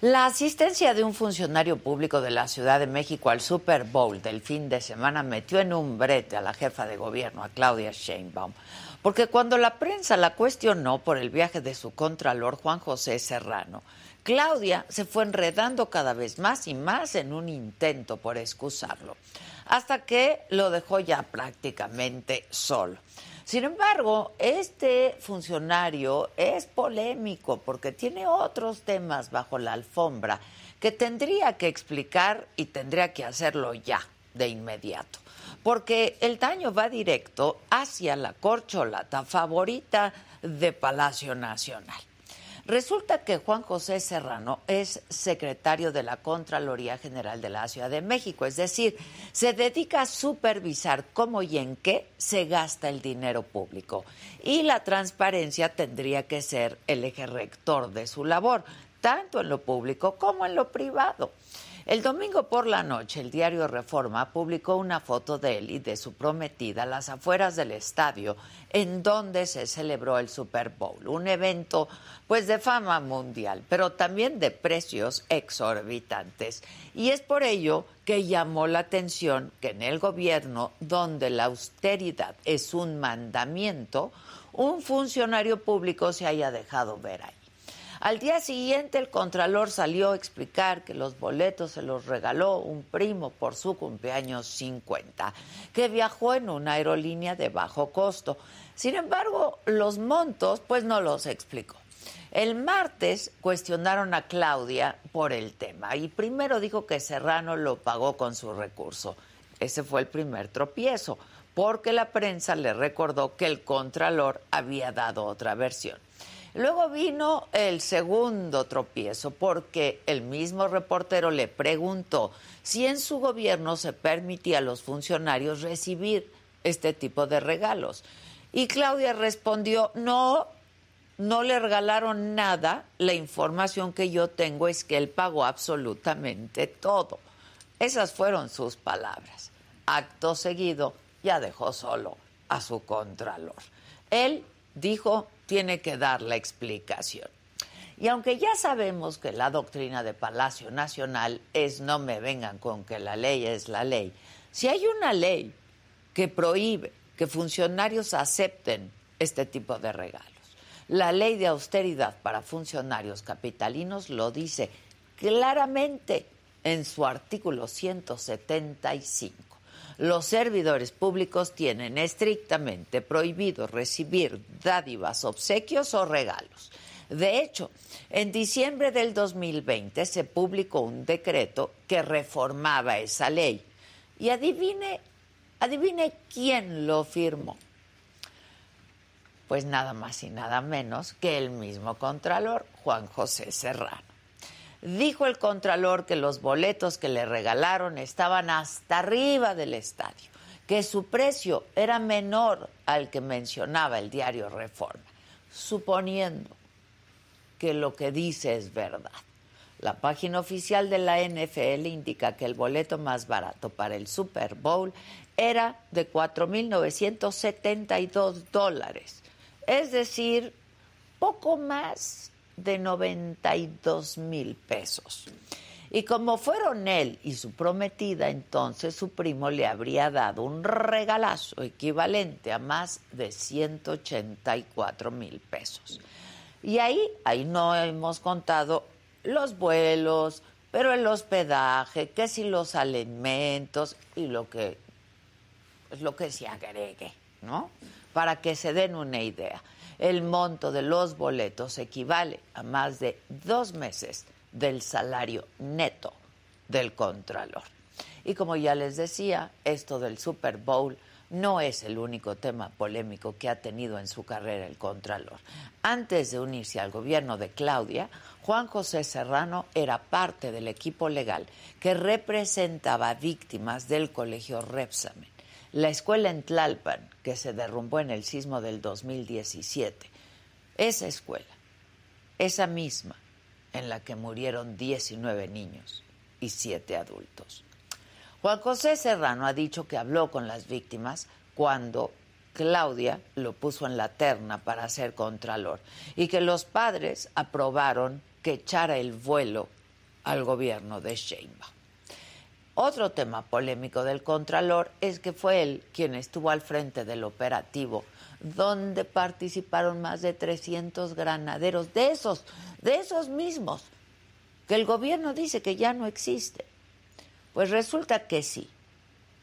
La asistencia de un funcionario público de la Ciudad de México al Super Bowl del fin de semana metió en un brete a la jefa de gobierno, a Claudia Sheinbaum, porque cuando la prensa la cuestionó por el viaje de su contralor Juan José Serrano, Claudia se fue enredando cada vez más y más en un intento por excusarlo, hasta que lo dejó ya prácticamente solo. Sin embargo, este funcionario es polémico porque tiene otros temas bajo la alfombra que tendría que explicar y tendría que hacerlo ya, de inmediato. Porque el daño va directo hacia la corcholata favorita de Palacio Nacional. Resulta que Juan José Serrano es secretario de la Contraloría General de la Ciudad de México, es decir, se dedica a supervisar cómo y en qué se gasta el dinero público. Y la transparencia tendría que ser el eje rector de su labor, tanto en lo público como en lo privado. El domingo por la noche, el diario Reforma publicó una foto de él y de su prometida a las afueras del estadio en donde se celebró el Super Bowl, un evento pues de fama mundial, pero también de precios exorbitantes. Y es por ello que llamó la atención que en el gobierno, donde la austeridad es un mandamiento, un funcionario público se haya dejado ver ahí. Al día siguiente el contralor salió a explicar que los boletos se los regaló un primo por su cumpleaños 50, que viajó en una aerolínea de bajo costo. Sin embargo, los montos pues no los explicó. El martes cuestionaron a Claudia por el tema y primero dijo que Serrano lo pagó con su recurso. Ese fue el primer tropiezo, porque la prensa le recordó que el contralor había dado otra versión. Luego vino el segundo tropiezo porque el mismo reportero le preguntó si en su gobierno se permitía a los funcionarios recibir este tipo de regalos. Y Claudia respondió, no, no le regalaron nada, la información que yo tengo es que él pagó absolutamente todo. Esas fueron sus palabras. Acto seguido, ya dejó solo a su contralor. Él dijo tiene que dar la explicación. Y aunque ya sabemos que la doctrina de Palacio Nacional es no me vengan con que la ley es la ley, si hay una ley que prohíbe que funcionarios acepten este tipo de regalos, la ley de austeridad para funcionarios capitalinos lo dice claramente en su artículo 175 los servidores públicos tienen estrictamente prohibido recibir dádivas, obsequios o regalos. De hecho, en diciembre del 2020 se publicó un decreto que reformaba esa ley. Y adivine, adivine quién lo firmó. Pues nada más y nada menos que el mismo contralor, Juan José Serrano. Dijo el contralor que los boletos que le regalaron estaban hasta arriba del estadio, que su precio era menor al que mencionaba el diario Reforma, suponiendo que lo que dice es verdad. La página oficial de la NFL indica que el boleto más barato para el Super Bowl era de 4.972 dólares, es decir, poco más de 92 mil pesos. Y como fueron él y su prometida, entonces su primo le habría dado un regalazo equivalente a más de 184 mil pesos. Y ahí, ahí no hemos contado los vuelos, pero el hospedaje, que si los alimentos y lo que, pues, lo que se agregue, ¿no? Para que se den una idea el monto de los boletos equivale a más de dos meses del salario neto del contralor. Y como ya les decía, esto del Super Bowl no es el único tema polémico que ha tenido en su carrera el contralor. Antes de unirse al gobierno de Claudia, Juan José Serrano era parte del equipo legal que representaba víctimas del colegio Repsamen la escuela en Tlalpan, que se derrumbó en el sismo del 2017, esa escuela, esa misma en la que murieron 19 niños y 7 adultos. Juan José Serrano ha dicho que habló con las víctimas cuando Claudia lo puso en la terna para ser contralor y que los padres aprobaron que echara el vuelo al gobierno de Sheinbaum. Otro tema polémico del Contralor es que fue él quien estuvo al frente del operativo donde participaron más de 300 granaderos, de esos, de esos mismos, que el gobierno dice que ya no existe. Pues resulta que sí.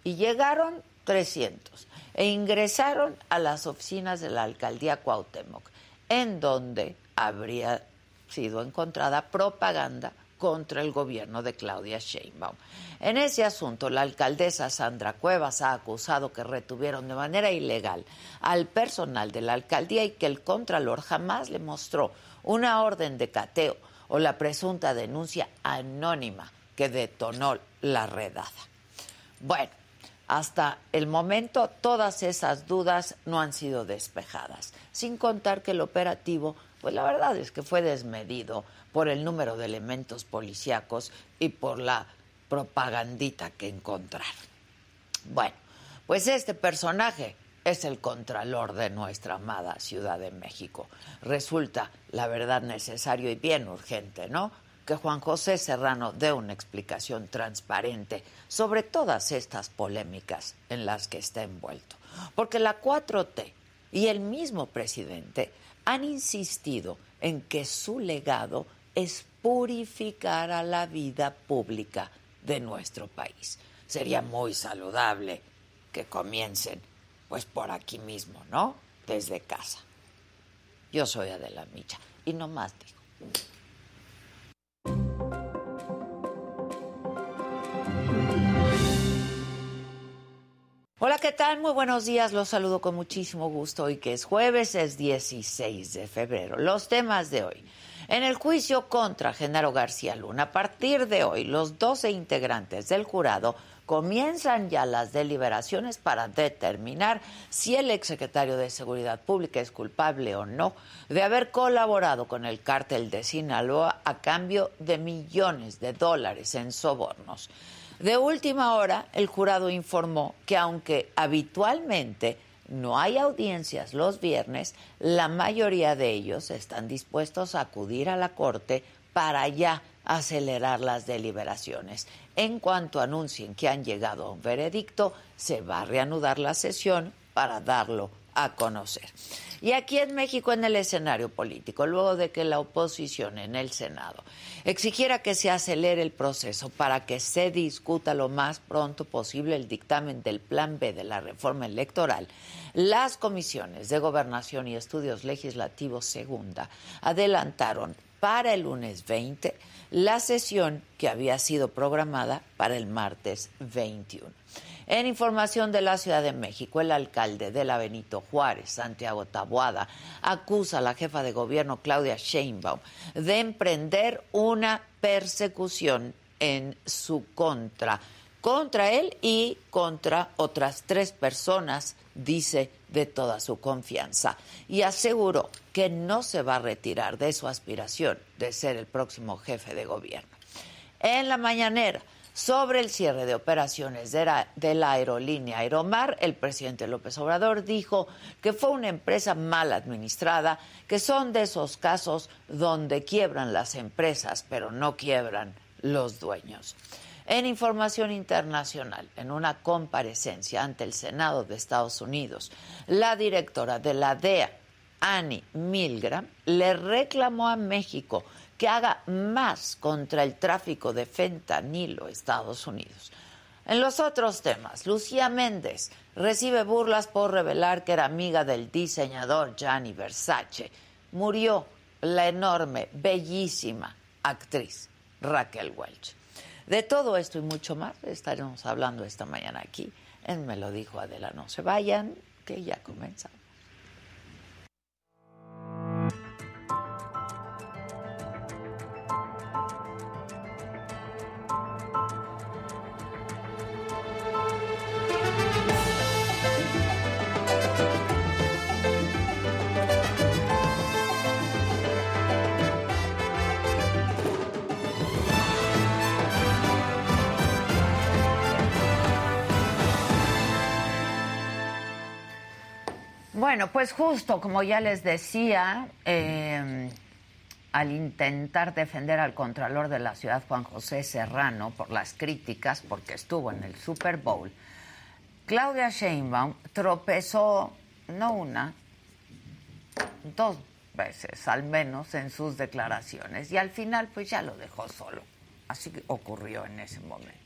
Y llegaron 300 e ingresaron a las oficinas de la alcaldía Cuauhtémoc, en donde habría sido encontrada propaganda contra el gobierno de Claudia Sheinbaum. En ese asunto, la alcaldesa Sandra Cuevas ha acusado que retuvieron de manera ilegal al personal de la alcaldía y que el contralor jamás le mostró una orden de cateo o la presunta denuncia anónima que detonó la redada. Bueno, hasta el momento todas esas dudas no han sido despejadas, sin contar que el operativo, pues la verdad es que fue desmedido por el número de elementos policíacos y por la propagandita que encontraron. Bueno, pues este personaje es el contralor de nuestra amada Ciudad de México. Resulta, la verdad, necesario y bien urgente, ¿no? que Juan José Serrano dé una explicación transparente sobre todas estas polémicas en las que está envuelto. Porque la 4T y el mismo presidente han insistido en que su legado es purificar a la vida pública de nuestro país. Sería muy saludable que comiencen, pues por aquí mismo, ¿no? Desde casa. Yo soy Adela Micha y no más digo. Hola, ¿qué tal? Muy buenos días. Los saludo con muchísimo gusto hoy que es jueves, es 16 de febrero. Los temas de hoy. En el juicio contra Genaro García Luna, a partir de hoy, los 12 integrantes del jurado comienzan ya las deliberaciones para determinar si el exsecretario de Seguridad Pública es culpable o no de haber colaborado con el cártel de Sinaloa a cambio de millones de dólares en sobornos. De última hora, el jurado informó que aunque habitualmente no hay audiencias los viernes, la mayoría de ellos están dispuestos a acudir a la corte para ya acelerar las deliberaciones. En cuanto anuncien que han llegado a un veredicto, se va a reanudar la sesión para darlo a conocer. Y aquí en México, en el escenario político, luego de que la oposición en el Senado exigiera que se acelere el proceso para que se discuta lo más pronto posible el dictamen del Plan B de la reforma electoral, las comisiones de gobernación y estudios legislativos segunda adelantaron para el lunes 20 la sesión que había sido programada para el martes 21. En información de la Ciudad de México, el alcalde de la Benito Juárez, Santiago Taboada, acusa a la jefa de gobierno, Claudia Sheinbaum, de emprender una persecución en su contra, contra él y contra otras tres personas, dice, de toda su confianza. Y aseguró que no se va a retirar de su aspiración de ser el próximo jefe de gobierno. En la mañanera, sobre el cierre de operaciones de la, de la, aerolínea Aeromar, el presidente López Obrador dijo que fue una empresa mal administrada, que son de esos casos donde quiebran las empresas, pero no quiebran los dueños. En información internacional, en una comparecencia ante el Senado de Estados Unidos, la directora de la E DEA, Annie Milgram, le reclamó a México que haga más contra el tráfico de fentanilo Estados Unidos. En los otros temas, Lucía Méndez recibe burlas por revelar que era amiga del diseñador Gianni Versace. Murió la enorme, bellísima actriz Raquel Welch. De todo esto y mucho más estaremos hablando esta mañana aquí en Me lo dijo Adela. No se vayan, que ya comenzamos. Bueno, pues justo como ya les decía, eh, al intentar defender al Contralor de la Ciudad, Juan José Serrano, por las críticas, porque estuvo en el Super Bowl, Claudia Sheinbaum tropezó, no una, dos veces al menos en sus declaraciones y al final pues ya lo dejó solo. Así que ocurrió en ese momento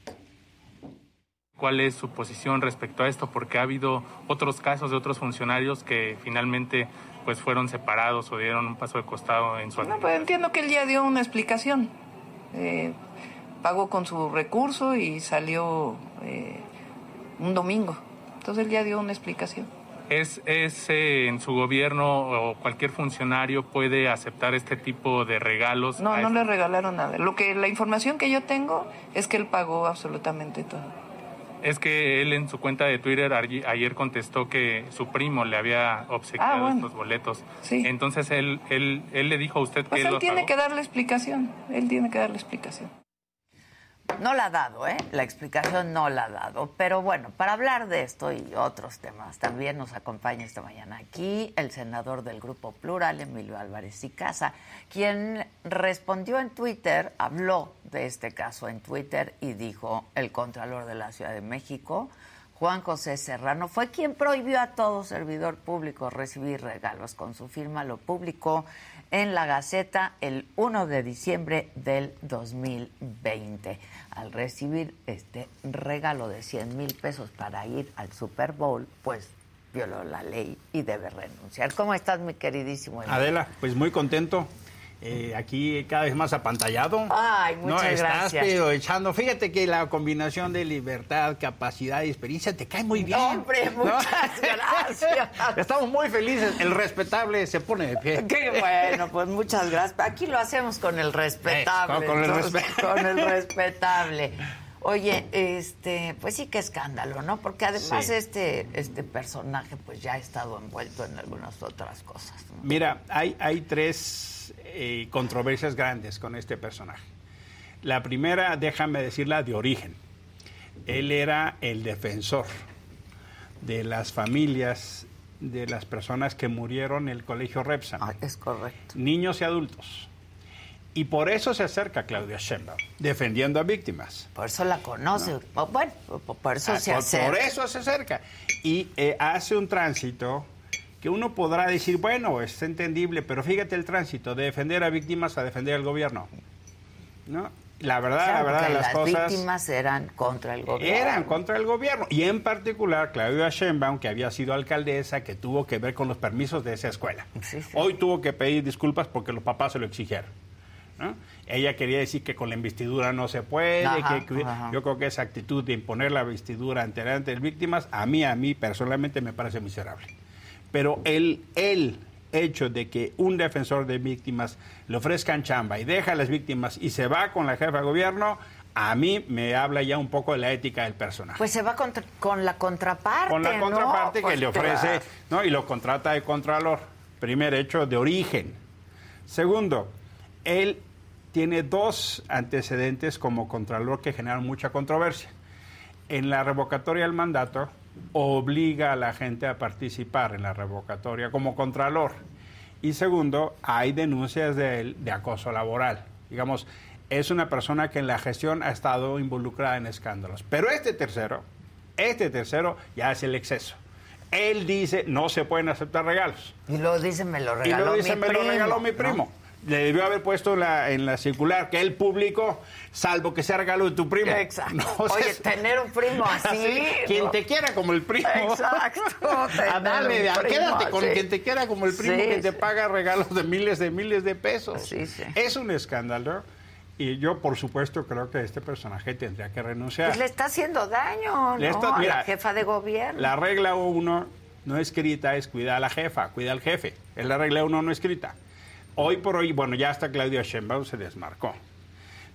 cuál es su posición respecto a esto, porque ha habido otros casos de otros funcionarios que finalmente pues fueron separados o dieron un paso de costado en su No, pues entiendo que él ya dio una explicación. Eh, pagó con su recurso y salió eh, un domingo. Entonces él ya dio una explicación. ¿Es, es eh, en su gobierno o cualquier funcionario puede aceptar este tipo de regalos? No, no este? le regalaron nada. Lo que la información que yo tengo es que él pagó absolutamente todo es que él en su cuenta de Twitter ayer contestó que su primo le había obsequiado ah, bueno. estos boletos. Sí. Entonces él, él, él le dijo a usted pues que... él, él tiene pagó. que dar la explicación, él tiene que dar la explicación. No la ha dado, ¿eh? La explicación no la ha dado. Pero bueno, para hablar de esto y otros temas, también nos acompaña esta mañana aquí el senador del Grupo Plural, Emilio Álvarez y Casa, quien respondió en Twitter, habló de este caso en Twitter y dijo: el Contralor de la Ciudad de México, Juan José Serrano, fue quien prohibió a todo servidor público recibir regalos. Con su firma lo publicó en la Gaceta el 1 de diciembre del 2020. Al recibir este regalo de 100 mil pesos para ir al Super Bowl, pues violó la ley y debe renunciar. ¿Cómo estás, mi queridísimo? Emilio? Adela, pues muy contento. Eh, aquí cada vez más apantallado. Ay, muchas no, estás, gracias. Pero echando, fíjate que la combinación de libertad, capacidad y experiencia te cae muy bien. No, hombre, muchas ¿no? gracias. Estamos muy felices. El respetable se pone de pie. Qué bueno, pues muchas gracias. Aquí lo hacemos con el respetable. Eh, con, con, el respe con el respetable. Oye, este, pues sí que escándalo, ¿no? Porque además sí. este, este personaje pues ya ha estado envuelto en algunas otras cosas. ¿no? Mira, hay, hay tres eh, controversias grandes con este personaje. La primera, déjame decirla, de origen. Él era el defensor de las familias de las personas que murieron en el colegio Repsam. Ah, es correcto. Niños y adultos. Y por eso se acerca Claudia Sheinbaum, defendiendo a víctimas. Por eso la conoce. ¿No? Bueno, por eso ah, se por, acerca. Por eso se acerca. Y eh, hace un tránsito que uno podrá decir, bueno, es entendible, pero fíjate el tránsito de defender a víctimas a defender al gobierno. ¿No? La verdad, o sea, la verdad, las, las cosas. Las víctimas eran contra el gobierno. Eran contra el gobierno. Y en particular, Claudia Sheinbaum, que había sido alcaldesa, que tuvo que ver con los permisos de esa escuela. Sí, sí. Hoy tuvo que pedir disculpas porque los papás se lo exigieron. ¿No? Ella quería decir que con la investidura no se puede, ajá, que, ajá. yo creo que esa actitud de imponer la investidura ante las víctimas, a mí, a mí personalmente me parece miserable. Pero el, el hecho de que un defensor de víctimas le ofrezcan chamba y deja a las víctimas y se va con la jefa de gobierno, a mí me habla ya un poco de la ética del personaje. Pues se va contra, con la contraparte. Con la ¿no? contraparte pues que le ofrece, ¿no? Y lo contrata de Contralor. Primer hecho de origen. Segundo, él tiene dos antecedentes como contralor que generan mucha controversia. En la revocatoria del mandato obliga a la gente a participar en la revocatoria como contralor. Y segundo, hay denuncias de, él de acoso laboral. Digamos, es una persona que en la gestión ha estado involucrada en escándalos. Pero este tercero, este tercero ya es el exceso él dice no se pueden aceptar regalos. Y luego dice me lo regaló, y luego dice, mi, me primo, lo regaló mi primo. ¿no? Le debió haber puesto la, en la circular que él publicó, salvo que sea regalo de tu primo. Exacto. No, Oye, es... tener un primo así. así no. Ah, Quien te quiera como el primo. Ah, Exacto. Dale, primo, quédate con sí. quien te quiera como el primo sí, que sí. te paga regalos de miles de miles de pesos. Es un escándalo. Y yo, por supuesto, creo que este personaje tendría que renunciar. Pues le está haciendo daño, le está, ¿no? mira, a la jefa de gobierno. La regla 1 no escrita es cuida a la jefa, cuida al jefe. Es la regla 1 no escrita. Hoy por hoy, bueno, ya hasta Claudia Sheinbaum se desmarcó.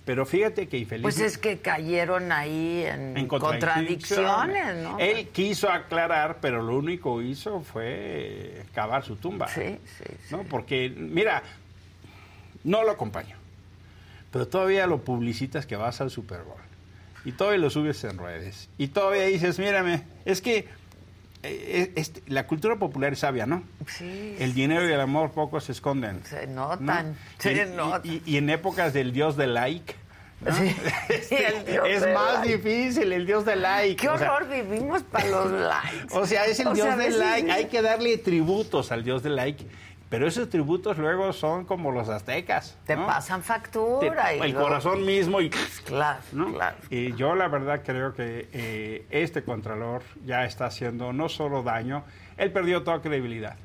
Pero fíjate que infeliz. Pues es que cayeron ahí en, en contradicciones, contradicciones, ¿no? Él quiso aclarar, pero lo único que hizo fue cavar su tumba. Sí, sí. ¿no? Sí. Porque, mira, no lo acompaño pero todavía lo publicitas que vas al Super Bowl. Y todavía lo subes en redes. Y todavía dices, mírame, es que eh, es- la cultura popular es sabia, ¿no? Sí. El dinero y el amor poco se esconden. Se notan, se Y- y- notan. Y, y en épocas del dios del like. ¿no? Este, Sí. El dios es del más like. difícil el dios del like. Qué o sea, horror vivimos para los likes. O sea, es el O dios sea, a del veces- like. Hay que darle tributos al dios del like. Pero esos tributos luego son como los aztecas. Te ¿no? pasan Te- factura. y el luego- corazón mismo y... Claro, ¿no? claro. Y yo la verdad creo que eh, este contralor ya está haciendo no solo daño, él perdió toda credibilidad.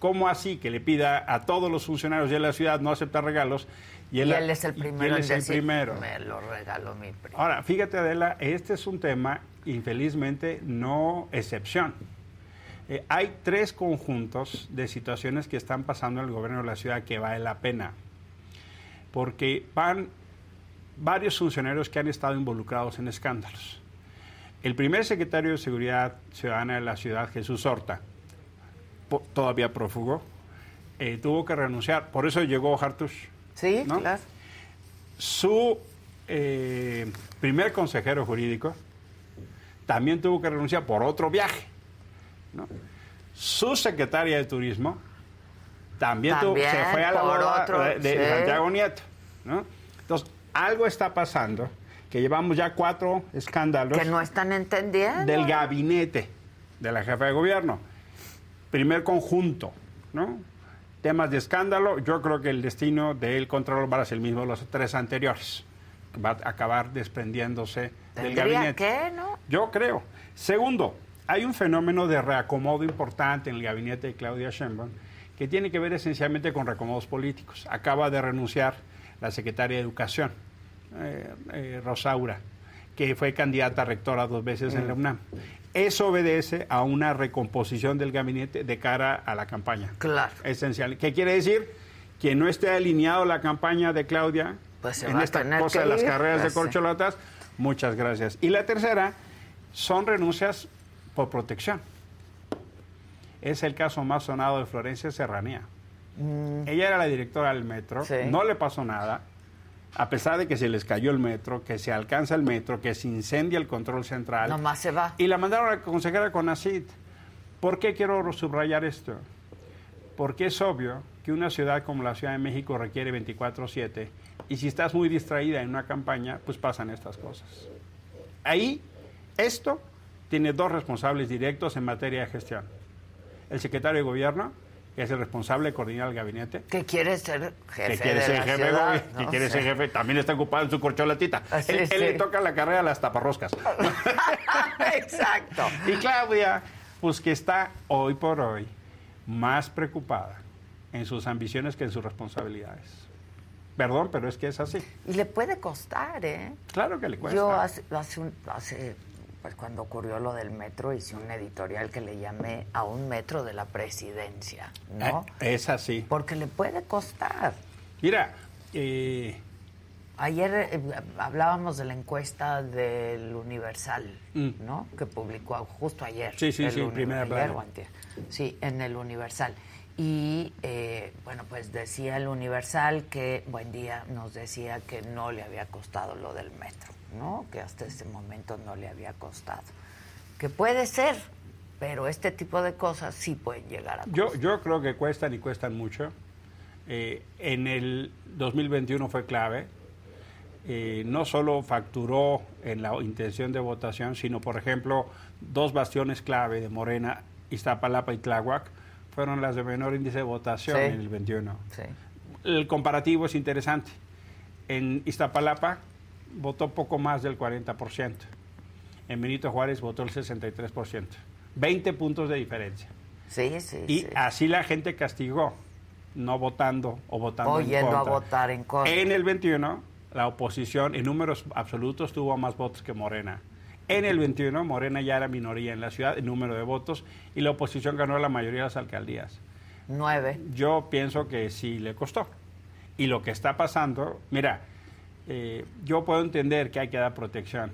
¿Cómo así que le pida a todos los funcionarios de la ciudad no aceptar regalos? Y él, a- es el y primero él en es el decir, primero. me lo regaló mi primo. Ahora, fíjate Adela, este es un tema, infelizmente, no excepción. Eh, hay tres conjuntos de situaciones que están pasando en el gobierno de la ciudad que vale la pena, porque van varios funcionarios que han estado involucrados en escándalos. El primer secretario de Seguridad Ciudadana de la ciudad, Jesús Horta, po- todavía prófugo, eh, tuvo que renunciar, por eso llegó Hartush Sí, ¿no? claro. su eh, primer consejero jurídico también tuvo que renunciar por otro viaje. ¿no? Su secretaria de turismo también, tuvo- También se fue a la por boda otro, de, de sí. Santiago Nieto. ¿no? Entonces, algo está pasando que llevamos ya cuatro escándalos Que no están entendiendo. del gabinete de la jefa de gobierno. Primer conjunto, ¿no? Temas de escándalo. Yo creo que el destino del Contralor va a ser el mismo de los tres anteriores. Va a acabar desprendiéndose del Tendría gabinete. que, ¿no? Yo creo. Segundo, hay un fenómeno de reacomodo importante en el gabinete de Claudia Sheinbaum que tiene que ver esencialmente con reacomodos políticos. Acaba de renunciar la secretaria de Educación, eh, eh, Rosaura, que fue candidata a rectora dos veces en la Mm. UNAM. Eso obedece a una recomposición del gabinete de cara a la campaña. Claro. Esencial. ¿Qué quiere decir? Que no esté alineado la campaña de Claudia Pues se en va a esta tener cosa que de las ir. carreras Pues de sí. corcholatas. Muchas gracias. Y la tercera son renuncias por protección. Es el caso más sonado de Florencia Serranía. Ella era la directora del metro, Mm. Sí. no le pasó nada, a pesar de que se les cayó el metro, que se alcanza el metro, que se incendia el control central. Nomás se va. Y la mandaron a la consejera Conacid. ¿Por qué quiero subrayar esto? Porque es obvio que una ciudad como la Ciudad de México requiere 24/7 y si estás muy distraída en una campaña, pues pasan estas cosas. Ahí, esto tiene dos responsables directos en materia de gestión. El secretario de gobierno, que es el responsable de coordinar el gabinete, Que quiere ser jefe que quiere de ser la jefe, ciudad, gobi- que ¿no? quiere Sí. ser jefe, también está ocupado en su corcholatita. Ah, sí, él, él sí. Ah, le toca la carrera a las taparroscas. Exacto. Y Claudia, pues que está hoy por hoy más preocupada en sus ambiciones que en sus responsabilidades. Perdón, pero es que es así. Y le puede costar, ¿eh? Claro que le cuesta. Yo hace, hace, un- hace, pues cuando ocurrió lo del metro, hice un editorial que le llamé a un metro de la presidencia, ¿no? Eh, es así. Porque le puede costar. Mira, eh, Ayer eh, hablábamos de la encuesta del Universal, ¿no? Que publicó justo ayer. Mm. Sí, sí, el sí, en Uni- primera ayer plana. o antier. Sí, en el Universal. Y eh, bueno, pues decía el Universal que, buen día, nos decía que no le había costado lo del metro, ¿no? Que hasta ese momento no le había costado. Que puede ser, pero este tipo de cosas sí pueden llegar a yo, yo creo que cuestan y cuestan mucho. Eh, en el 2021 fue clave. Eh, no solo facturó en la intención de votación, sino, por ejemplo, dos bastiones clave de Morena, Iztapalapa y Tláhuac, fueron las de menor índice de votación Sí. en el 21. Sí. El comparativo es interesante. En Iztapalapa votó poco más del 40%. En Benito Juárez votó el 63%. 20 puntos de diferencia. Sí, sí, Y sí. así la gente castigó, no votando o votando O en yendo a contra. votar en contra. En el 21, la oposición en números absolutos tuvo más votos que Morena. En el 21, Morena ya era minoría en la ciudad en número de votos y la oposición ganó la mayoría de las alcaldías. Nueve. Yo pienso que sí le costó. Y lo que está pasando, mira, eh, yo puedo entender que hay que dar protección,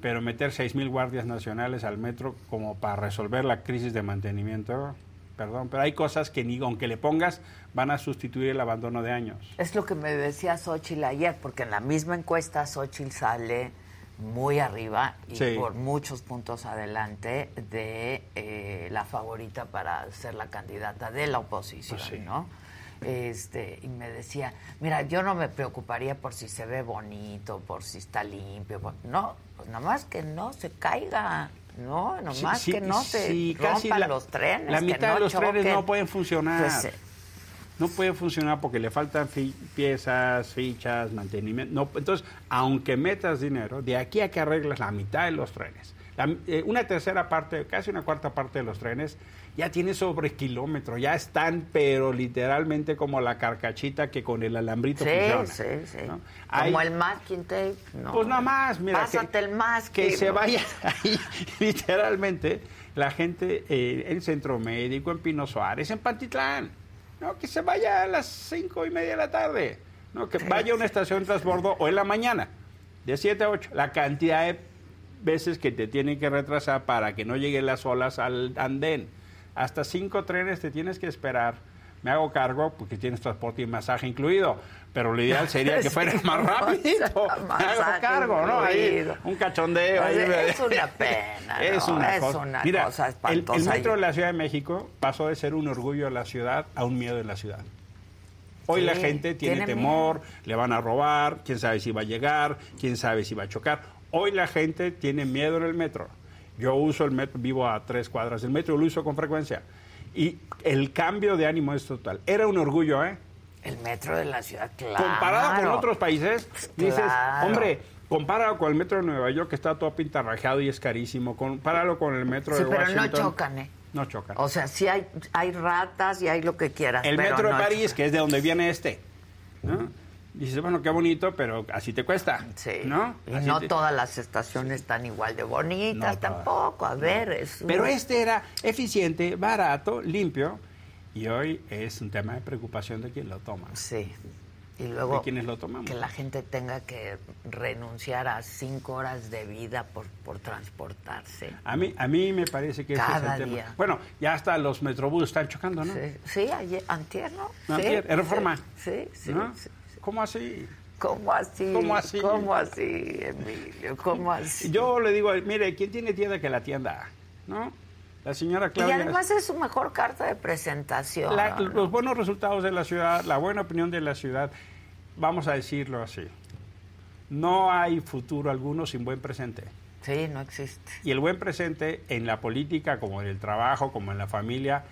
pero meter 6.000 guardias nacionales al metro como para resolver la crisis de mantenimiento, perdón, pero hay cosas que ni aunque le pongas van a sustituir el abandono de años. Es lo que me decía Xochitl ayer, porque en la misma encuesta Xochitl sale muy arriba y Sí. por muchos puntos adelante de eh, la favorita para ser la candidata de la oposición, Pues sí. ¿no? Este, y me decía, mira, yo no me preocuparía por si se ve bonito, por si está limpio, por- no, pues nada más que no se caiga, ¿no? Nada Sí, más sí, que no se sí, casi rompan la- los trenes. la que mitad de los trenes choquen. no pueden funcionar. Pues, eh, No puede funcionar porque le faltan fi- piezas, fichas, mantenimiento. No, entonces, aunque metas dinero, de aquí a que arreglas la mitad de los trenes, la- eh, una tercera parte, casi una cuarta parte de los trenes, ya tiene sobre kilómetro, ya están, pero literalmente como la carcachita que con el alambrito Sí, funciona. sí, sí. ¿no? Como Hay- el masking tape. No. Pues nada más, mira. Pásate el masking. Que se vaya ahí, literalmente, la gente eh, en Centro Médico, en Pino Suárez, en Pantitlán. No, que se vaya a las cinco y media de la tarde. No, que vaya a una estación de transbordo o en la mañana, de 7 a 8. La cantidad de veces que te tienen que retrasar para que no lleguen las olas al andén. Hasta cinco trenes te tienes que esperar. Me hago cargo porque tienes transporte y masaje incluido, pero lo ideal sería que fuera más rapidito. Me hago Masaje cargo, ¿no? Ahí, incluido. un cachondeo. ahí. Es una pena, ¿no? Es una Es cosa, una Mira, cosa el- el, espantosa. metro de la Ciudad de México pasó de ser un orgullo de la ciudad a un miedo de la ciudad. Hoy Sí, la gente tiene, tiene temor, le van a robar, quién sabe si va a llegar, quién sabe si va a chocar. Hoy la gente tiene miedo en el metro. Yo uso el metro, vivo a tres cuadras del metro, lo uso con frecuencia. Y el cambio de ánimo es total. Era un orgullo, ¿eh? El metro de la ciudad, claro. comparado con otros países, dices, Claro. hombre, compáralo con el metro de Nueva York que está todo pintarrajeado y es carísimo, compáralo con el metro Sí, de pero no Washington. chocan, ¿eh? No chocan. O sea, sí hay, hay ratas y hay lo que quieras. el pero metro no de París, que es de donde viene este, ¿no? Dices, bueno, qué bonito, pero así te cuesta, Sí. ¿no? Y Así no te- todas las estaciones están igual de bonitas No todas. tampoco. A ver, es. un- Pero este era eficiente, barato, limpio, y hoy es un tema de preocupación de quien lo toma. Sí. Y luego. ¿De quiénes lo tomamos? Que la gente tenga que renunciar a cinco horas de vida por, por transportarse. A mí, a mí me parece que ese Cada es el día. tema. Bueno, ya hasta los metrobús están chocando, ¿no? Sí, sí, ayer, antier, ¿no? No, Sí, antier, en Reforma. Sí, sí, ¿No? sí. ¿Cómo así? ¿Cómo así? ¿Cómo así? ¿Cómo así, Emilio? ¿Cómo así? Yo le digo, mire, ¿quién tiene tienda que la tienda? ¿No? La señora y Claudia. además es su mejor carta de presentación. la- ¿no? los buenos resultados de la ciudad, la buena opinión de la ciudad, vamos a decirlo así. No hay futuro alguno sin buen presente. Sí, no existe. Y el buen presente en la política, como en el trabajo, como en la familia,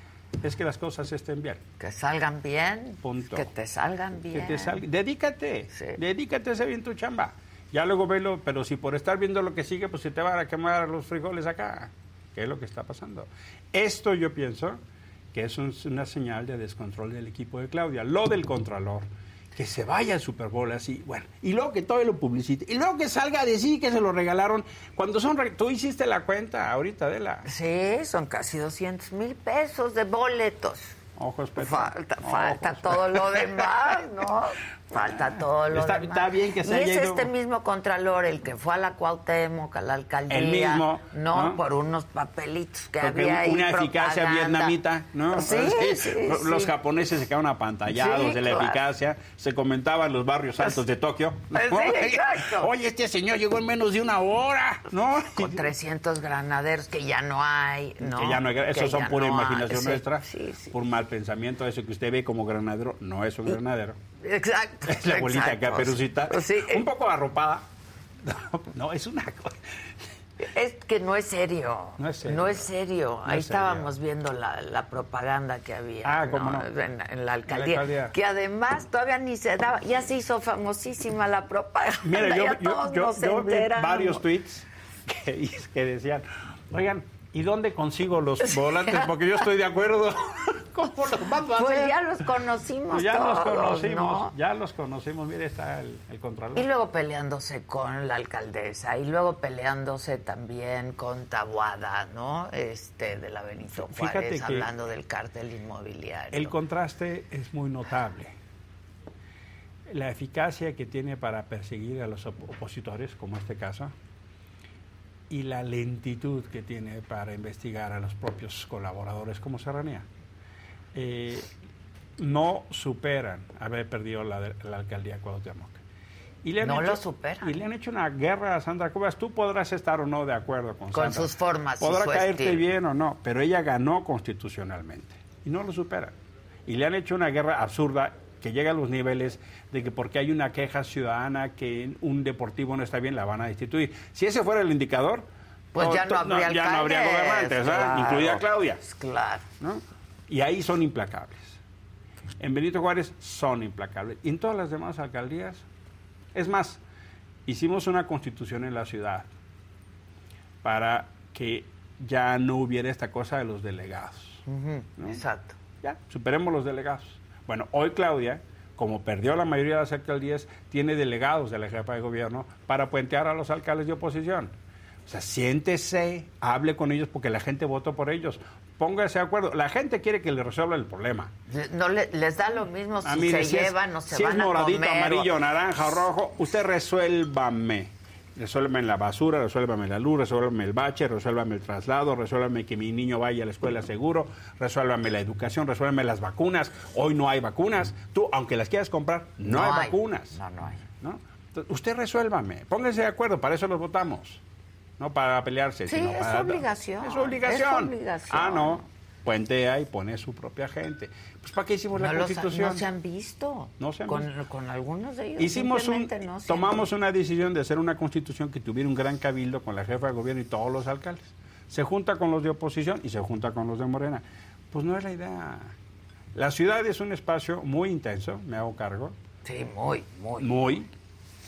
es que las cosas estén bien. Que salgan bien. Punto. Que te salgan Que bien. te salga- Dedícate, Sí. dedícate a hacer bien tu chamba. Ya luego velo, pero si por estar viendo lo que sigue, pues se te van a quemar los frijoles acá, que es lo que está pasando. Esto yo pienso que es un- una señal de descontrol del equipo de Claudia. Lo del Contralor, que se vaya al Super Bowl así, bueno, y luego que todo lo publicite, y luego que salga a decir que se lo regalaron. Cuando son, re- tú hiciste la cuenta ahorita de la... Sí, son casi 200 mil pesos de boletos. Ojos, Pepe. Falta, falta Ojos. todo lo demás, ¿no? Falta todo lo Está- demás. está bien que se Y haya es ido- este mismo Contralor el que fue a la Cuauhtémoc, a la alcaldía. El mismo, No, ¿no? por unos papelitos que Porque había ahí. una eficacia propaganda. vietnamita, ¿no? Sí, sí, Lo- Los sí. japoneses se quedaron apantallados Sí, de la claro. Pues eficacia. Se comentaban los barrios altos de Tokio. Sí, exacto. Oye, este señor llegó en menos de una hora, ¿no? Con 300 granaderos que ya no hay, ¿no? Que ya no hay- eso Que son ya pura no hay, imaginación sí, nuestra, Sí, sí. por mal pensamiento. Eso que usted ve como granadero no es un granadero. Exacto. Es la abuelita exacto. Pues caperucita. Sí, eh. Un poco arropada. No, no, es una cosa. Es que no es serio. No es serio. serio. No Ahí es serio. estábamos viendo la, la propaganda que había Ah, cómo no. En, en la alcaldía. alcaldía. Que además todavía ni se daba. Ya se hizo famosísima la propaganda. Mira, yo, ya todos yo, yo- nos yo vi enteramos. varios tweets que, que decían, oigan, ¿y dónde consigo los volantes? Porque yo estoy de acuerdo. ¿Cómo los mando a Pues hacer? ya los conocimos. Pues ya los todos, conocimos, ¿no? ya los conocimos. Mire, está el, el contralor. Y luego peleándose con la alcaldesa, y luego peleándose también con Tabuada, ¿no? Este, de la Benito Fíjate Juárez, que hablando del cártel inmobiliario. El contraste es muy notable. La eficacia que tiene para perseguir a los op- opositores, como este caso, y la lentitud que tiene para investigar a los propios colaboradores, como Serranía. Eh, no superan haber perdido la, la alcaldía de Cuauhtémoc. Y le han No hecho- lo supera. Y le han hecho una guerra a Sandra Cuevas. Tú podrás estar o no de acuerdo con Con Sandra. sus formas, su Podrá su caerte estilo. bien o no, pero ella ganó constitucionalmente. Y no lo supera. Y le han hecho una guerra absurda que llega a los niveles de que porque hay una queja ciudadana que un deportivo no está bien, la van a destituir. Si ese fuera el indicador, Pues no, ya no to- habría ya no habría alcaldes, gobernantes, ¿verdad? claro. incluida Claudia. Pues claro. ¿no? Y ahí son implacables. En Benito Juárez son implacables. Y en todas las demás alcaldías. Es más, hicimos una constitución en la ciudad para que ya no hubiera esta cosa de los delegados. ¿no? Exacto. Ya, superemos los delegados. Bueno, hoy Claudia, como perdió la mayoría de las alcaldías, tiene delegados de la jefa de gobierno para puentear a los alcaldes de oposición. O sea, siéntese, hable con ellos porque la gente votó por ellos. Póngase de acuerdo. La gente quiere que le resuelva el problema. No le- les da lo mismo si Ah, mire, se si es- llevan o se si es van moradito, a comer. o- amarillo, naranja, o rojo, usted resuélvame. Resuélvame la basura, resuélvame la luz, resuélvame el bache, resuélvame el traslado, resuélvame que mi niño vaya a la escuela seguro, resuélvame la educación, resuélvame las vacunas. Hoy no hay vacunas. Tú, aunque las quieras comprar, no, hay, vacunas. No, no hay. ¿no? Entonces, usted resuélvame. Pónganse de acuerdo, para eso los votamos. No para pelearse. Sí, sino es para- obligación, Es obligación. es obligación. Ah, no. Puentea y pone su propia gente. Pues ¿para qué hicimos No, la los, Constitución? no se han visto. No se han con, visto. con algunos de ellos. Hicimos un, simplemente no se han tomamos una decisión de hacer una constitución que tuviera un gran cabildo con la jefa de gobierno y todos los alcaldes. Se junta con los de oposición y se junta con los de Morena. Pues no es la idea. La ciudad es un espacio muy intenso, me hago cargo, Sí, muy, muy. muy,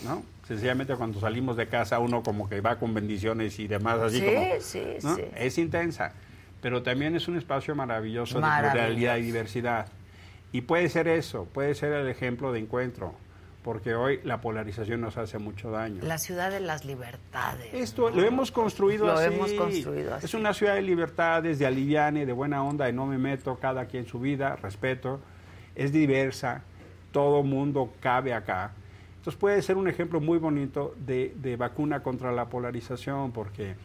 ¿no? Sencillamente cuando salimos de casa uno como que va con bendiciones y demás, así Sí, como... sí, ¿no? sí. Es intensa, pero también es un espacio maravilloso, Maravilloso. de pluralidad y diversidad. Y puede ser eso, puede ser el ejemplo de encuentro, porque hoy la polarización nos hace mucho daño. La ciudad de las libertades. Esto lo hemos construido Lo así. hemos construido así. Es una ciudad de libertades, de aliviane, de buena onda, de no me meto, cada quien su vida, respeto. Es diversa, todo mundo cabe acá. Entonces puede ser un ejemplo muy bonito de, de vacuna contra la polarización, porque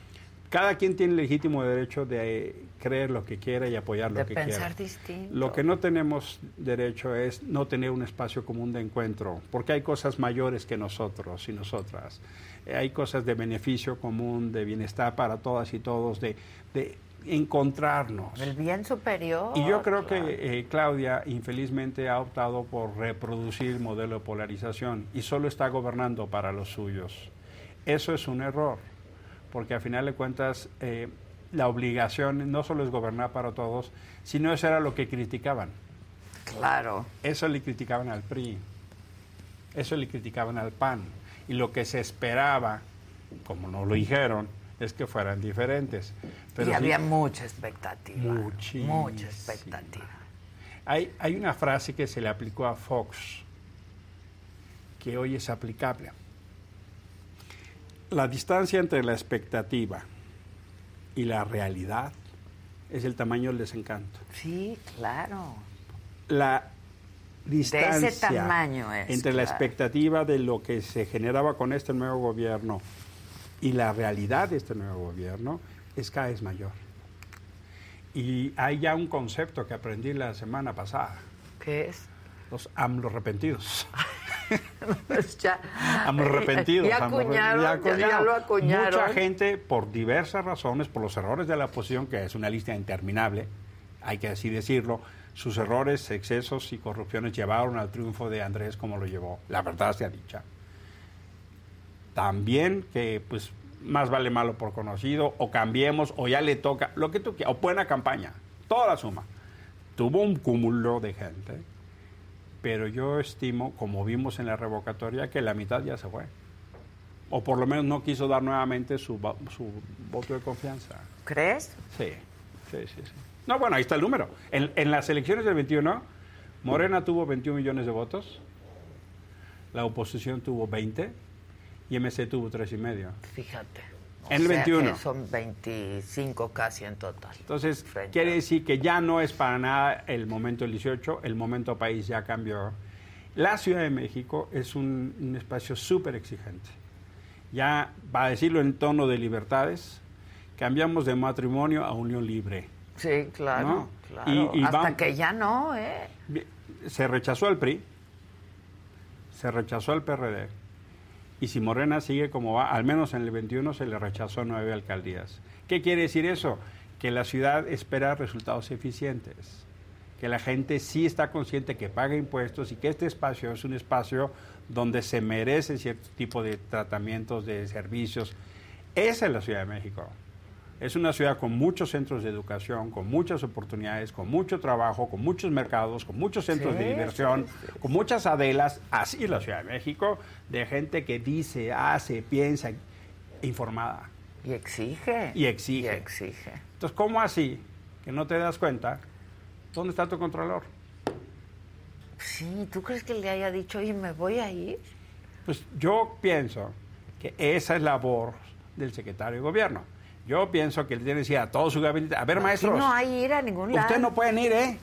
cada quien tiene el legítimo derecho de creer lo que quiera y apoyar lo De que pensar quiera. distinto. Lo que no tenemos derecho es no tener un espacio común de encuentro, porque hay cosas mayores que nosotros y nosotras. Eh, Hay cosas de beneficio común, de bienestar para todas y todos, de, de encontrarnos. El bien superior. Y yo creo claro. que eh, Claudia, infelizmente, ha optado por reproducir el modelo de polarización y solo está gobernando para los suyos. Eso es un error, porque al final de cuentas, eh, la obligación no solo es gobernar para todos, sino eso era lo que criticaban. Claro. Eso le criticaban al PRI, eso le criticaban al PAN. Y lo que se esperaba, como no lo dijeron, es que fueran diferentes. y Pero sí- había mucha expectativa. Muchísima. Mucha expectativa. Hay, hay una frase que se le aplicó a Fox que hoy es aplicable. La distancia entre la expectativa y la realidad es el tamaño del desencanto. Sí, claro. La distancia tamaño es, entre la claro. expectativa de lo que se generaba con este nuevo gobierno y la realidad de este nuevo gobierno es cada vez mayor. Y hay ya un concepto que aprendí la semana pasada. ¿Qué es? Los AMLOs arrepentidos. Pues ya. AMLOs arrepentidos. Ya AMLOs acuñaron, ya, arrepentidos. ya lo acuñaron. Mucha gente, por diversas razones, por los errores de la oposición, que es una lista interminable, hay que así decirlo, sus errores, excesos y corrupciones llevaron al triunfo de Andrés como lo llevó. La verdad sea dicha. También que, pues, más vale malo por conocido, o cambiemos, o ya le toca, lo que tú quieras, o buena campaña, toda la suma. Tuvo un cúmulo de gente pero yo estimo, como vimos en la revocatoria, que la mitad ya se fue. O por lo menos no quiso dar nuevamente su, va- su voto de confianza. ¿Crees? Sí, sí, sí. sí. No, bueno, ahí está el número. En, en las elecciones del 21, Morena tuvo 21 millones de votos, la oposición tuvo 20 y MC tuvo 3,5. Fíjate. O En el sea 21. que Son 25 casi en total. Entonces, Frente quiere a- decir que ya no es para nada el momento del 18, el momento país ya cambió. La Ciudad de México es un, un espacio súper exigente. Ya, para decirlo en tono de libertades, cambiamos de matrimonio a unión libre. Sí, claro. ¿No? claro. Y- y Hasta vamos- que ya no, ¿eh? Bien, Se rechazó al PRI, se rechazó al PRD, Y si Morena sigue como va, al menos en el 21 se le rechazó nueve alcaldías. ¿Qué quiere decir eso? Que la ciudad espera resultados eficientes, que la gente sí está consciente que paga impuestos y que este espacio es un espacio donde se merece cierto tipo de tratamientos, de servicios. Esa es la Ciudad de México. Es una ciudad con muchos centros de educación, con muchas oportunidades, con mucho trabajo, con muchos mercados, con muchos centros Sí, de diversión, con muchas adelas. Así es la Ciudad de México, de gente que dice, hace, piensa, informada. Y exige. Y exige. Y exige. Entonces, ¿cómo así que no te das cuenta dónde está tu controlador? Sí, ¿tú crees que le haya dicho, oye, me voy a ir? Pues yo pienso que esa es labor del secretario de gobierno. Yo pienso que le tiene que decir a todo su gabinete, a ver, Aquí maestros, no hay ir a ningún lado. ustedes no pueden ir, ¿eh?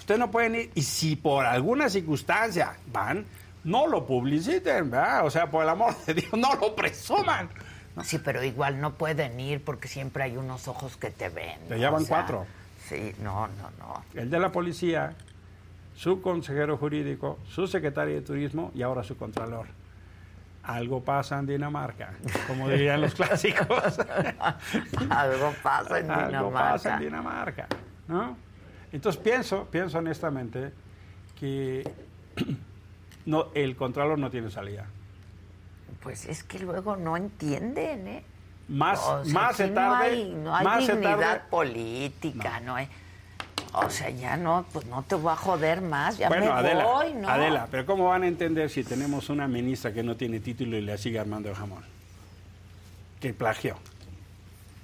Ustedes no pueden ir. Y si por alguna circunstancia van, no lo publiciten, ¿verdad? O sea, por el amor de Dios, no lo presuman. Sí, pero igual no pueden ir porque siempre hay unos ojos que te ven. Pero ya o van sea, cuatro. Sí, no, no, no. El de la policía, su consejero jurídico, su secretario de turismo y ahora su contralor. Algo pasa en Dinamarca, como dirían los clásicos. Algo pasa en Algo pasa Dinamarca. en Dinamarca, ¿no? Entonces pienso, pienso honestamente que no, el contralor no tiene salida. Pues es que luego no entienden, ¿eh? Más, O sea, más se aquí tarde, No hay, no hay más se dignidad tarde. política, no. hay. O sea, ya no, pues no te voy a joder más, ya bueno, me Adela, voy, ¿no? Adela, pero ¿cómo van a entender si tenemos una ministra que no tiene título y le sigue armando el jamón? Que plagió.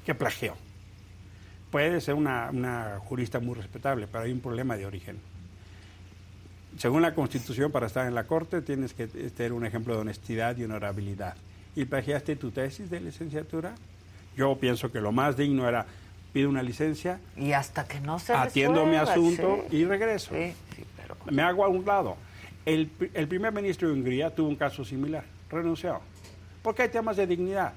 Que plagió. Puede ser una, una jurista muy respetable, pero hay un problema de origen. Según la Constitución, para estar en la Corte tienes que tener un ejemplo de honestidad y honorabilidad. ¿Y plagiaste tu tesis de licenciatura? Yo pienso que lo más digno era pide una licencia, Y hasta que no se atiendo mi resuelva, asunto sí. y regreso Sí, sí, pero me hago a un lado. El, pri- el primer ministro de Hungría tuvo un caso similar, renunció, porque hay temas de dignidad.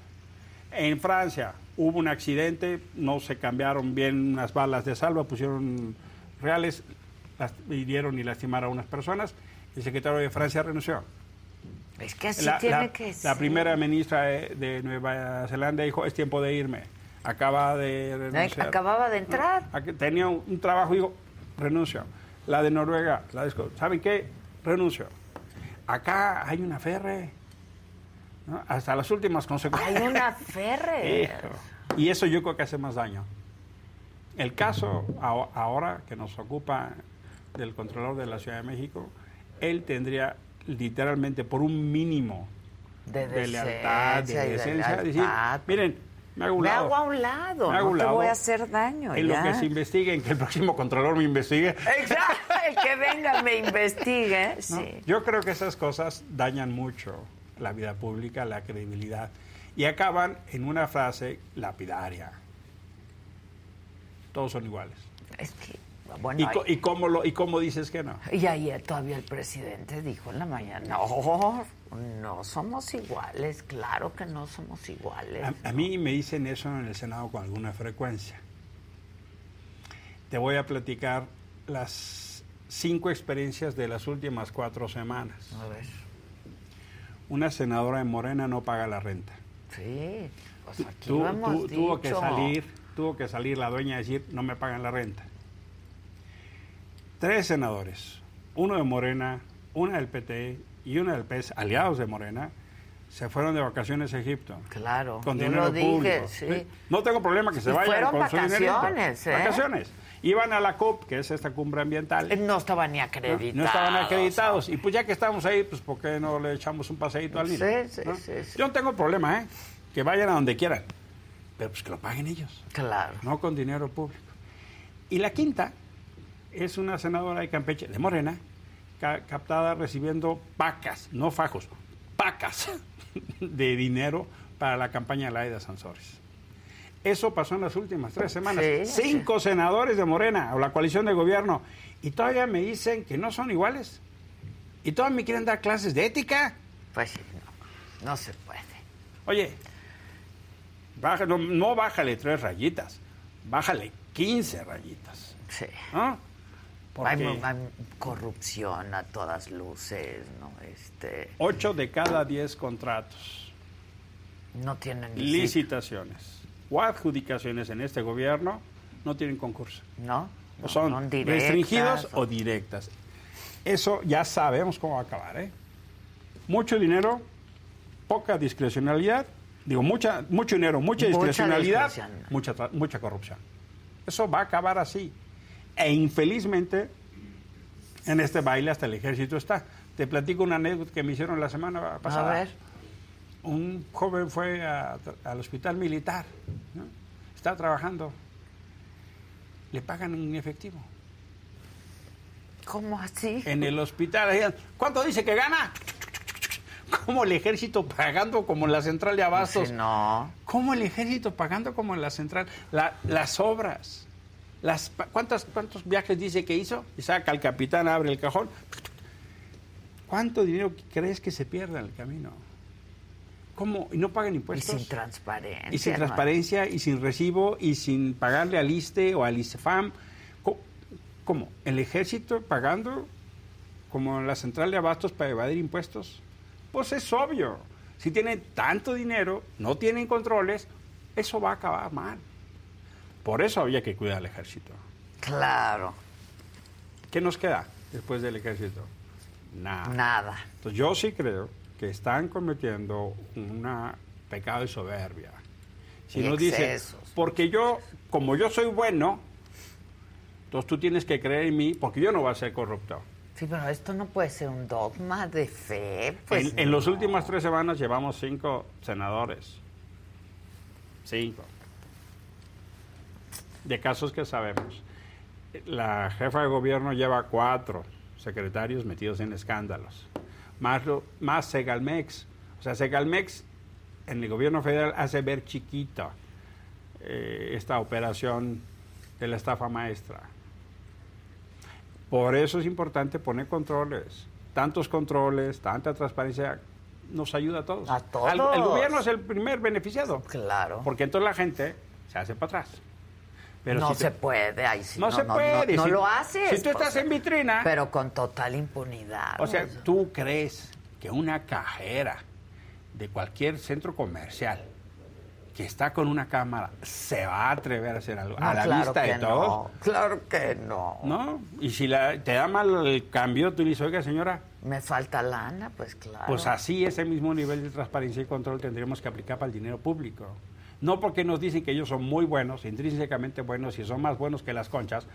En Francia hubo un accidente, no se cambiaron bien unas balas de salva, pusieron reales, las, hirieron y lastimaron a unas personas, el secretario de Francia renunció. es que así La, tiene la- que ser. la primera ministra de, de Nueva Zelanda dijo, es tiempo de irme, acaba de renunciar. acababa de entrar. No, aquí tenía un, un trabajo y dijo, renuncio. La de Noruega, la de Esco- ¿saben qué? Renuncio. Acá hay una ferre, ¿no? hasta las últimas Hay consecuencias. una ferre. Hijo. Y eso yo creo que hace más daño. El caso aho- ahora que nos ocupa del controlador de la Ciudad de México, él tendría literalmente por un mínimo de, de lealtad, decencia y de de decencia, decir, lealtad. miren, me hago a un Me lado. hago a un lado, me hago a no un te voy lado, a hacer daño, En ya. lo que se investigue, en que el próximo controlador me investigue. Exacto, el que venga me investigue, ¿no? sí. Yo creo que esas cosas dañan mucho la vida pública, la credibilidad, y acaban en una frase lapidaria. Todos son iguales. Es que, bueno, ¿Y, hay- co- y cómo lo, ¿Y cómo dices que no? Y ayer todavía el presidente dijo en la mañana, no, no somos iguales, claro que no somos iguales. A, a mí me dicen eso en el Senado con alguna frecuencia. Te voy a platicar las cinco experiencias de las últimas cuatro semanas. A ver, Una senadora de Morena no paga la renta. sí, pues aquí Tu- lo hemos tu- Tuvo que dicho. salir, tuvo que salir la dueña a decir no me pagan la renta. Tres senadores, uno de Morena, una del PT y una del PES, aliados de Morena, se fueron de vacaciones a Egipto. Claro, con yo dinero lo dije, público. sí. No tengo problema que se Y vayan fueron con su dinerito. vacaciones, ¿eh? Vacaciones. Iban a la COP, que es esta cumbre ambiental. Eh, No estaban ni ¿no? acreditados. No estaban acreditados. Y pues ya que estamos ahí, pues ¿por qué no le echamos un paseíto al Sí, niño? sí, ¿no? sí, sí. Yo no tengo problema, ¿eh? Que vayan a donde quieran. Pero pues que lo paguen ellos, Claro. no con dinero público. Y la quinta es una senadora de Campeche, de Morena, ca- captada recibiendo pacas, no fajos, pacas de dinero para la campaña de la Aida Sansores. Eso pasó en las últimas tres semanas. Sí, sí. Cinco senadores de Morena o la coalición de gobierno. Y todavía me dicen que no son iguales. Y todavía me quieren dar clases de ética. Pues sí, no, no se puede. Oye, baja- no, no bájale tres rayitas, bájale 15 rayitas. Sí. ¿no? Hay, Porque hay corrupción a todas luces, ¿no? Este, 8 de cada 10 contratos, no tienen licitación, licitaciones o adjudicaciones en este gobierno no tienen concurso. ¿no? O son directas, restringidos o directas. Eso ya sabemos cómo va a acabar, ¿eh? Mucho dinero, poca discrecionalidad, digo, mucha, mucho dinero, mucha Mucha discrecionalidad, discreción. mucha, tra- mucha corrupción. Eso va a acabar así. E infelizmente, en este baile hasta el ejército está. Te platico una anécdota que me hicieron la semana A pasada ver, un joven fue a- al hospital militar, ¿no? está trabajando, le pagan en efectivo. ¿cómo así? En el hospital, ahí, ¿cuánto dice que gana? Como el ejército pagando como en la central de abastos. Sí, no. Como el ejército pagando como en la central. La- las obras. Las, pa- ¿cuántas, ¿Cuántos viajes dice que hizo? Y saca al capitán, abre el cajón. ¿Cuánto dinero crees que se pierda en el camino? ¿Cómo? ¿Y no pagan Y impuestos? sin transparencia. Y sin ¿no? transparencia, y sin recibo, y sin pagarle al ISTE E o al ISTEFAM. Co- ¿Cómo? ¿El ejército pagando como la central de abastos para evadir impuestos? Pues es obvio. Si tienen tanto dinero, no tienen controles, eso va a acabar mal. Por eso había que cuidar al ejército. Claro, ¿Qué nos queda después del ejército? Nada. nada. Entonces, yo sí creo que están cometiendo un pecado de soberbia. Si Y nos dicen, excesos. porque yo, como yo soy bueno, entonces tú tienes que creer en mí porque yo no voy a ser corrupto. Sí, pero esto no puede ser un dogma de fe. Pues en en las no. últimas tres semanas llevamos cinco senadores. Cinco. De casos que sabemos. La jefa de gobierno lleva cuatro secretarios metidos en escándalos. Más, lo- más Segalmex. O sea, Segalmex en el gobierno federal hace ver chiquita eh, esta operación de la estafa maestra. Por eso es importante poner controles. Tantos controles, tanta transparencia, nos ayuda a todos. A todos. Al- el gobierno es el primer beneficiado. Claro. Porque entonces la gente se hace para atrás. Pero no si te- se puede, ahí sí. No se puede, No, si- lo haces. pues, si tú estás en vitrina- Pero con total impunidad. O sea, ¿no? ¿tú crees que una cajera de cualquier centro comercial que está con una cámara se va a atrever a hacer algo? No, a la claro vista que de todos. No, claro que no. ¿No? Y si la- te da mal el cambio, tú le dices, oiga, señora, Me falta lana, pues claro. Pues así, ese mismo nivel de transparencia y control tendríamos que aplicar para el dinero público. No porque nos dicen que ellos son muy buenos, intrínsecamente buenos y son más buenos que las conchas.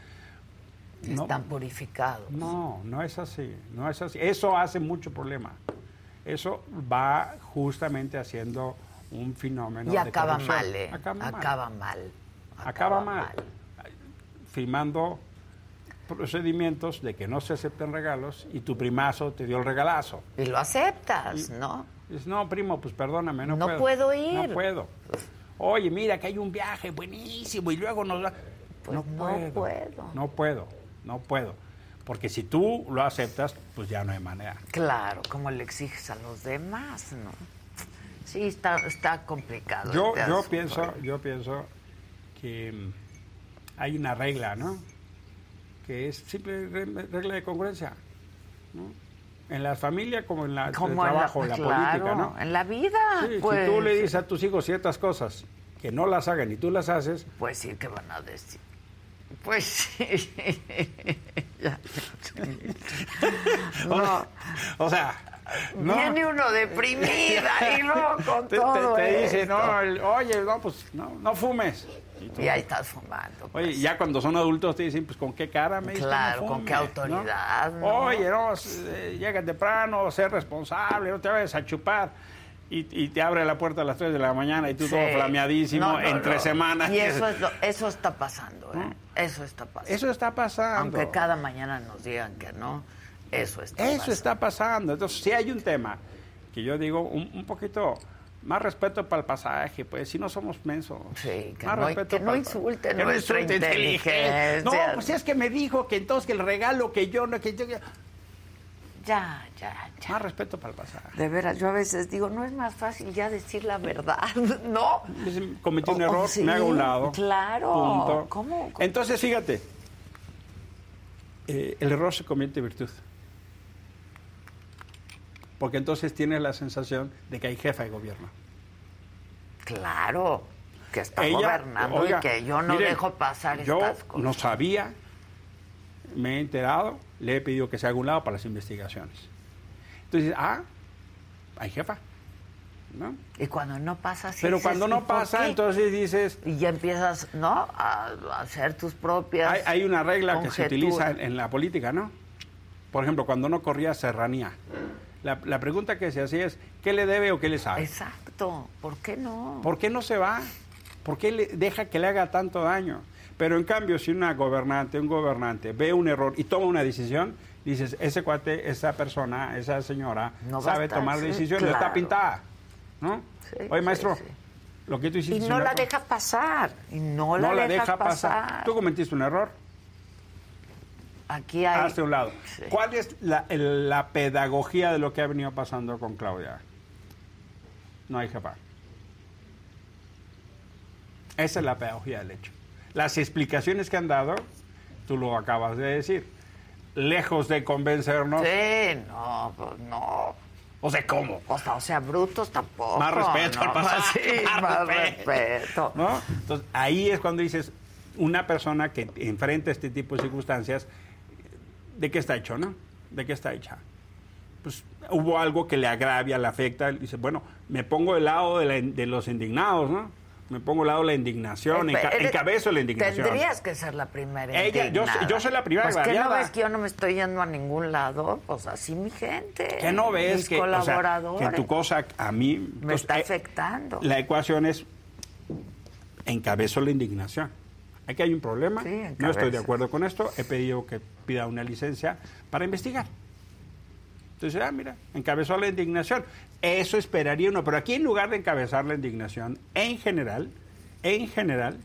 No, Están purificados. no, no es así, no es así. Eso hace mucho problema. Eso va justamente haciendo un fenómeno y de acaba corrupción. mal, ¿eh? Acaba mal. mal. Acaba mal. Firmando procedimientos de que no se acepten regalos y tu primazo te dio el regalazo. Y lo aceptas, ¿no? Dices, no, primo, pues perdóname, no, No puedo. puedo No ir. puedo. Oye, mira que hay un viaje buenísimo y luego nos va... Pues no puedo. No puedo, no puedo. Porque si tú lo aceptas, pues ya no hay manera. Claro, como le exiges a los demás, ¿no? Sí, está, está complicado. Yo, este yo asunto. pienso, yo pienso que mm, hay una regla, ¿no? Que es simple re- regla de congruencia. ¿no? En la familia como en la, el Como en trabajo, en la, política, claro, ¿no? En la vida, Sí, pues. Si tú le dices a tus hijos ciertas cosas que no las hagan y tú las haces, Pues sí, ¿qué van a decir? Pues sí. Ya. O No. sea- O sea, no. Viene uno deprimida y luego con te, te- todo te dice, esto. no, el- oye, no, pues no, no fumes. Y ahí estás fumando. pues. Oye, ya cuando son adultos te dicen, pues con qué cara me dices que no Claro, con fumes, qué autoridad, ¿no? Oye, no, s- eh, llega temprano, sé responsable, no te vayas a chupar. Y, y te abre la puerta a las 3 de la mañana y tú todo Sí. flameadísimo No, no, entre no. semanas. Y eso, es lo- eso está pasando, ¿eh? Eso está pasando. Eso está pasando. Aunque cada mañana nos digan que no, eso está Eso pasando. está pasando. Entonces, sí hay un tema que yo digo un, un poquito más respeto para el pasaje, pues si no somos mensos. Sí, que Más no- que pa'l no pa- insulten nuestra inteligencia. inteligencia. No, pues es que me dijo que entonces que el regalo que yo no. Que yo- Ya, ya, ya. Más respeto para el pasaje. De veras, yo a veces digo, no es más fácil ya decir la verdad, ¿no? Entonces, Cometí un Oh, error, sí, me hago a un lado. claro. Punto. ¿Cómo? Entonces, fíjate, eh, el error se convierte en virtud. Porque entonces tienes la sensación de que hay jefa de gobierno. Claro, que está Ella, gobernando oiga, y que yo no mire, dejo pasar yo estas cosas. No sabía, me he enterado, le he pedido que se haga un lado para las investigaciones. Entonces, ah, hay jefa. ¿no? Y cuando no pasa así. Pero dices, cuando ¿y no por pasa, qué? entonces dices, Y ya empiezas, ¿no? A, a hacer tus propias. hay, hay una regla que se conjeturas. utiliza en, en la política, ¿no? Por ejemplo, cuando no corría serranía. La, la pregunta que se hacía es, ¿qué le debe o qué le sabe? Exacto. ¿Por qué no? ¿Por qué no se va? ¿Por qué le- deja que le haga tanto daño? Pero en cambio, si una gobernante, un gobernante ve un error y toma una decisión, dices, ese cuate, esa persona, esa señora No va a sabe estar, tomar sí, decisiones, claro. está pintada. ¿No? Sí, Oye, sí, maestro, sí. lo que tú hiciste... Y es no un la error. deja pasar. Y no, No la, deja pasar. Tú cometiste un error, Aquí hay. hazte a un lado. Sí. ¿Cuál es la, el- la pedagogía de lo que ha venido pasando con Claudia? No hay jefa. Esa es la pedagogía del hecho. Las explicaciones que han dado, tú lo acabas de decir, lejos de convencernos, Sí, no, pues no. o sea, ¿cómo? O sea, o sea, brutos tampoco. Más respeto ¿no? al pasar, Sí, más más respeto. respeto. ¿no? Entonces, ahí es cuando dices, una persona que enfrenta este tipo de circunstancias, ¿de qué está hecho, no? ¿De qué está hecha? Pues hubo algo que le agravia, le afecta, y dice, bueno, me pongo del lado de, la in- de los indignados, ¿no? Me pongo del lado de la indignación, enca- Eres- encabezo la indignación. Tendrías que ser la primera. Ella- yo- indignada. yo soy la primera Pues que no variada. ves que yo no me estoy yendo a ningún lado. Pues así mi gente. ¿Qué no mis ves que, o sea, colaboradores. que tu cosa a mí me está eh, afectando. La ecuación es encabezo la indignación. Aquí hay un problema, Sí, no estoy de encabezas. acuerdo con esto, he pedido que pida una licencia para investigar. Entonces, ah, mira, encabezó la indignación. Eso esperaría uno, pero aquí en lugar de encabezar la indignación, en general, en general,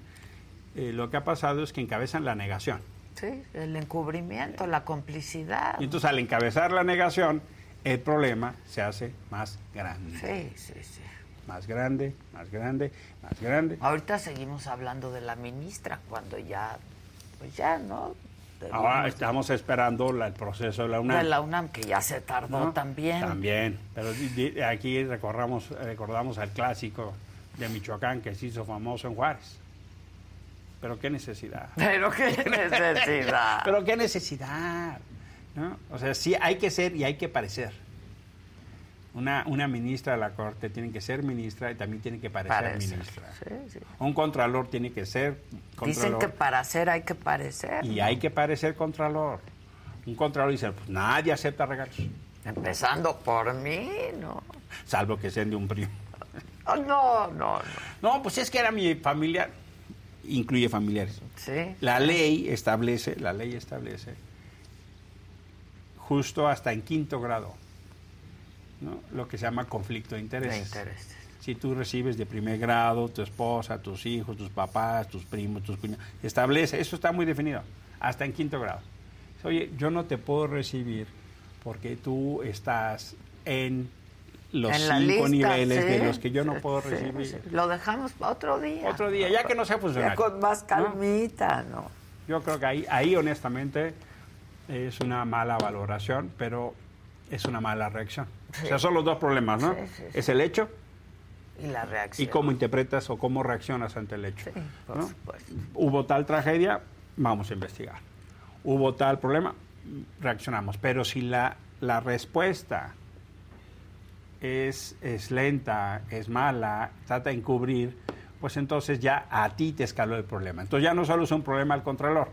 eh, lo que ha pasado es que encabezan la negación. Sí, el encubrimiento, la complicidad. Y entonces al encabezar la negación, el problema se hace más grande. Sí, sí, sí. Más grande, más grande, más grande. Ahorita seguimos hablando de la ministra cuando ya, pues ya, ¿no? De- Ahora estamos esperando la- el proceso de la UNAM. este de la UNAM que ya se tardó ¿no? también. También. Pero di- di- aquí recordamos, recordamos al clásico de Michoacán que se hizo famoso en Juárez. Pero qué necesidad. Pero qué necesidad. Pero qué necesidad. ¿no? O sea, sí hay que ser y hay que parecer. Una, una ministra de la Corte tiene que ser ministra y también tiene que parecer Parecer, ministra. sí, sí. Un contralor tiene que ser Dicen contralor. que para ser hay que parecer. Y hay que parecer contralor. Un contralor dice, pues nadie acepta regalos, Empezando por mí, ¿no? salvo que sean de un primo. Ah, No, no, no. No, pues es que era mi familiar. Incluye familiares. Sí. La ley establece, la ley establece, justo hasta en quinto grado, ¿no? lo que se llama conflicto de Me intereses. interesa. Si tú recibes de primer grado, tu esposa, tus hijos, tus papás, tus primos, tus cuñados, establece, eso está muy definido, hasta en quinto grado. Dice, Oye, yo no te puedo recibir porque tú estás en los En la cinco lista, niveles sí. de los que yo no puedo Sí, recibir. sí. Lo dejamos para otro día. Otro día, ya que no sea Ya funcionario. con más ¿no? calmita, ¿no? Yo creo que ahí, ahí honestamente es una mala valoración, pero es una mala reacción. O sea, son los dos problemas, ¿no? Sí, sí, sí. Es el hecho Y la reacción. y cómo interpretas o cómo reaccionas ante el hecho. Sí, por ¿no? supuesto. Hubo tal tragedia, vamos a investigar. Hubo tal problema, reaccionamos. Pero si la, la respuesta es, es lenta, es mala, trata de encubrir, pues entonces ya a ti te escaló el problema. Entonces ya no solo es un problema al contralor,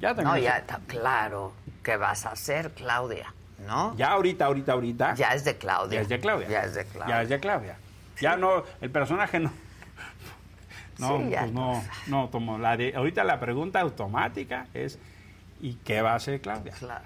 ya también No, es- ya está claro. ¿Qué vas a hacer, Claudia? ¿No? Ya ahorita, ahorita, ahorita. Ya es de Claudia. Ya es de Claudia. Ya es de Claudia. Ya es de Claudia. Ya no, el personaje no. No, Sí, ya pues no, no tomó. La de, ahorita la pregunta automática es: ¿y qué va a hacer Claudia? Claro.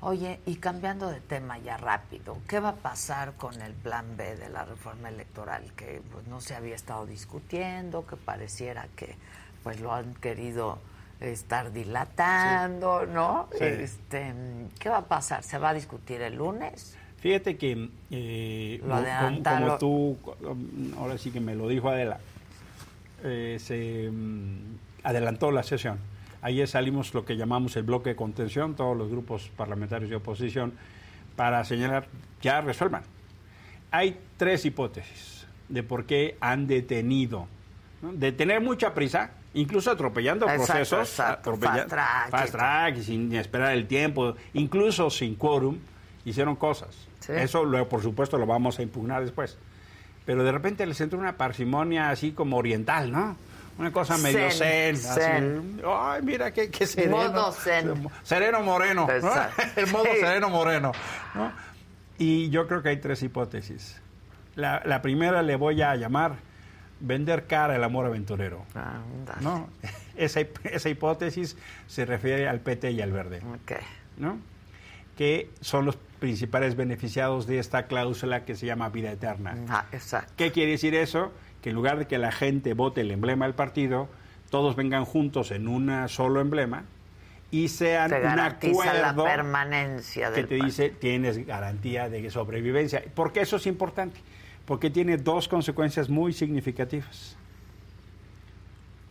Oye, y cambiando de tema ya rápido, ¿qué va a pasar con el plan B de la reforma electoral que pues, no se había estado discutiendo, que pareciera que pues lo han querido estar dilatando, ¿no? Sí. Este, mm, ¿qué va a pasar? ¿Se va a discutir el lunes? Fíjate que, eh, Lo como- adelanta, como, lo- tú, um, ahora sí que me lo dijo Adela, eh, se mm, adelantó la sesión. Ayer salimos lo que llamamos el bloque de contención, todos los grupos parlamentarios de oposición, para señalar, ya resuelvan. Hay tres hipótesis de por qué han detenido. ¿no? De tener mucha prisa, incluso atropellando Exacto, procesos, exacto, fast track y fast track, y sin esperar el tiempo, incluso sin quórum, hicieron cosas. Sí. Eso, lo- por supuesto, lo vamos a impugnar después. Pero de repente les entró una parsimonia así como oriental, ¿no? Una cosa medio zen. Zen, zen. así. Ay, mira qué, qué sereno. Modo zen. Sereno moreno. ¿no? Exacto. El modo Sí. sereno moreno. ¿no? Y yo creo que hay tres hipótesis. La, la primera le voy a llamar vender cara el amor aventurero. Anda. ¿no? Esa, hip- esa hipótesis se refiere al PT y al Verde, Ok. ¿no? que son los principales beneficiados de esta cláusula que se llama vida eterna. Ah, exacto. ¿Qué quiere decir eso? Que en lugar de que la gente vote el emblema del partido, todos vengan juntos en un solo emblema y sean Te un garantiza la acuerdo permanencia que del te pacto. dice tienes garantía de sobrevivencia. ¿Por qué eso es importante? Porque tiene dos consecuencias muy significativas.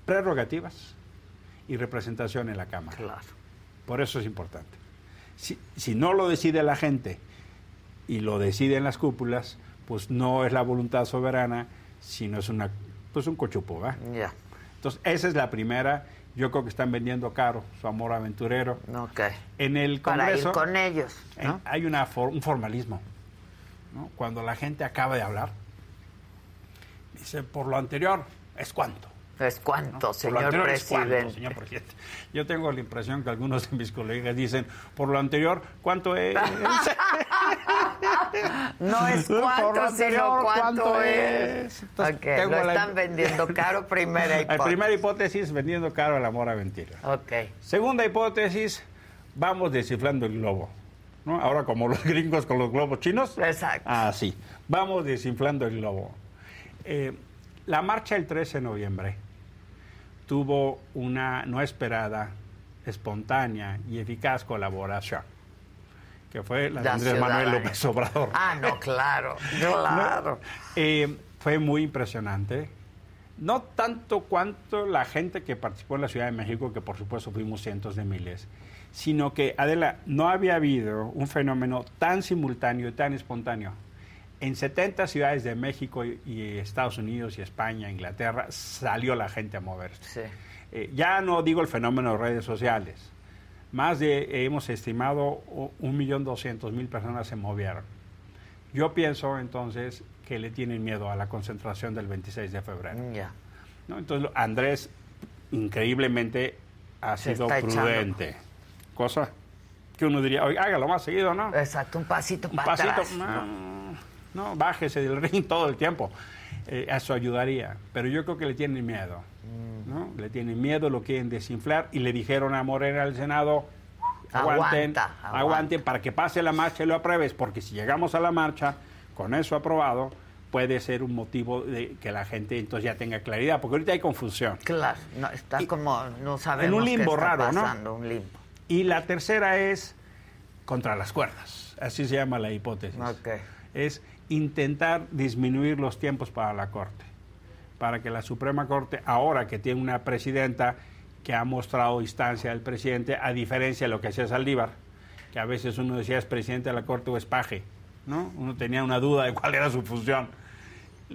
Prerrogativas y representación en la Cámara. Claro. Por eso es importante. Si, si no lo decide la gente y lo deciden las cúpulas, pues no es la voluntad soberana, sino es una, pues un cochupo, ¿va? Ya. Entonces, esa es la primera. Yo creo que están vendiendo caro su amor aventurero. Ok. En el Para ir Congreso... con ellos, En- ¿no? Eh, Hay una for- un formalismo. ¿no? Cuando la gente acaba de hablar, dice, por lo anterior, ¿es cuánto? Es ¿no? cuánto, Por lo señor anterior, ¿es cuánto, presidente. señor presidente? Yo tengo la impresión que algunos de mis colegas dicen, por lo anterior, ¿cuánto es? No es Por lo cuánto, sino anterior, cuánto, ¿cuánto es. es? Entonces, Ok, tengo lo la- están vendiendo caro, primera La hipótesis. primera hipótesis, vendiendo caro el amor a mentira. Ok. Segunda hipótesis, vamos desciflando el globo. ¿no? Ahora como los gringos con los globos chinos. Exacto. Así. Vamos desinflando el globo. Eh, la marcha del 13 de noviembre tuvo una no esperada, espontánea y eficaz colaboración, que fue la de La Andrés ciudadanía. Manuel López Obrador. Ah, no, claro, ¿no? claro. Eh, fue muy impresionante. No tanto cuanto la gente que participó en la Ciudad de México, que por supuesto fuimos cientos de miles, sino que, Adela, no había habido un fenómeno tan simultáneo y tan espontáneo. En 70 ciudades de México y- y Estados Unidos y España, Inglaterra, salió la gente a moverse. Sí. Eh, ya no digo el fenómeno de redes sociales. Más de, hemos estimado, o- 1.200.000 personas se movieron. Yo pienso entonces que le tienen miedo a la concentración del 26 de febrero. Mm, Ya. ¿no? Entonces lo- Andrés, increíblemente, ha Se sido está echando. prudente. Cosa que uno diría, "Oiga, hágalo más seguido, ¿no? Exacto, un pasito Un para pasito, atrás. no, no, bájese del ring todo el tiempo. Eh, eso ayudaría. Pero yo creo que le tienen miedo. Mm. ¿no? Le tienen miedo, lo quieren desinflar y le dijeron a Morena al Senado. Aguanten, Aguanta, aguanta. aguanten para que pase la marcha y lo apruebes, porque si llegamos a la marcha con eso aprobado, puede ser un motivo de que la gente entonces ya tenga claridad, porque ahorita hay confusión. Claro, no, está Y- como, no sabemos limbo qué está raro, ¿no? pasando, un limbo. Y la tercera es contra las cuerdas, así se llama la hipótesis. Ok. Es intentar disminuir los tiempos para la Corte, para que la Suprema Corte, ahora que tiene una presidenta que ha mostrado distancia del presidente, a diferencia de lo que hacía Saldívar, que a veces uno decía es presidente de la Corte o es paje, ¿no? Uno tenía una duda de cuál era su función.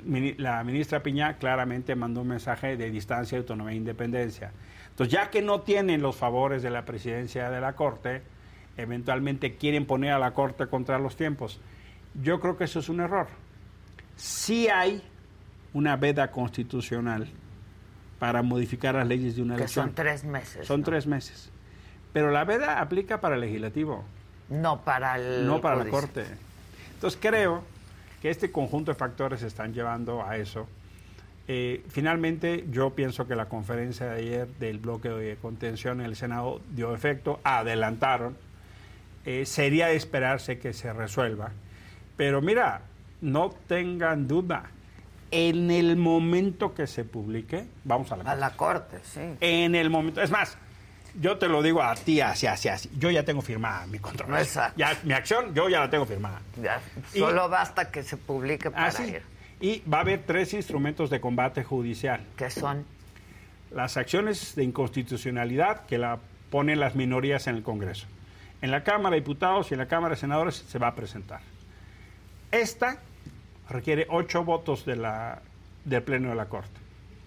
Mini- La ministra Piñá claramente mandó un mensaje de distancia, autonomía e independencia. Entonces, ya que no tienen los favores de la presidencia de la Corte, eventualmente quieren poner a la Corte contra los tiempos. Yo creo que eso es un error. Sí hay una veda constitucional para modificar las leyes de una Que elección. son tres meses. Son ¿no? tres meses. Pero la veda aplica para el legislativo No para el. no para la judici- Corte. Entonces creo que este conjunto de factores están llevando a eso. Eh, finalmente, yo pienso que la conferencia de ayer del bloqueo de contención en el Senado dio efecto, adelantaron. Eh, sería de esperarse que se resuelva. Pero mira, no tengan duda, en el momento que se publique, vamos a la A Corte. la corte, sí. En el momento. Es más, yo te lo digo a ti, así, así, así. Yo ya tengo firmada mi controversia. Exacto. Ya, mi acción, yo ya la tengo firmada. Ya, Y- Solo basta que se publique para Así. ir. Y va a haber tres instrumentos de combate judicial. Que son. las acciones de inconstitucionalidad que la ponen las minorías en el Congreso. En la Cámara de Diputados y en la Cámara de Senadores se va a presentar. Esta requiere ocho votos de la, del Pleno de la Corte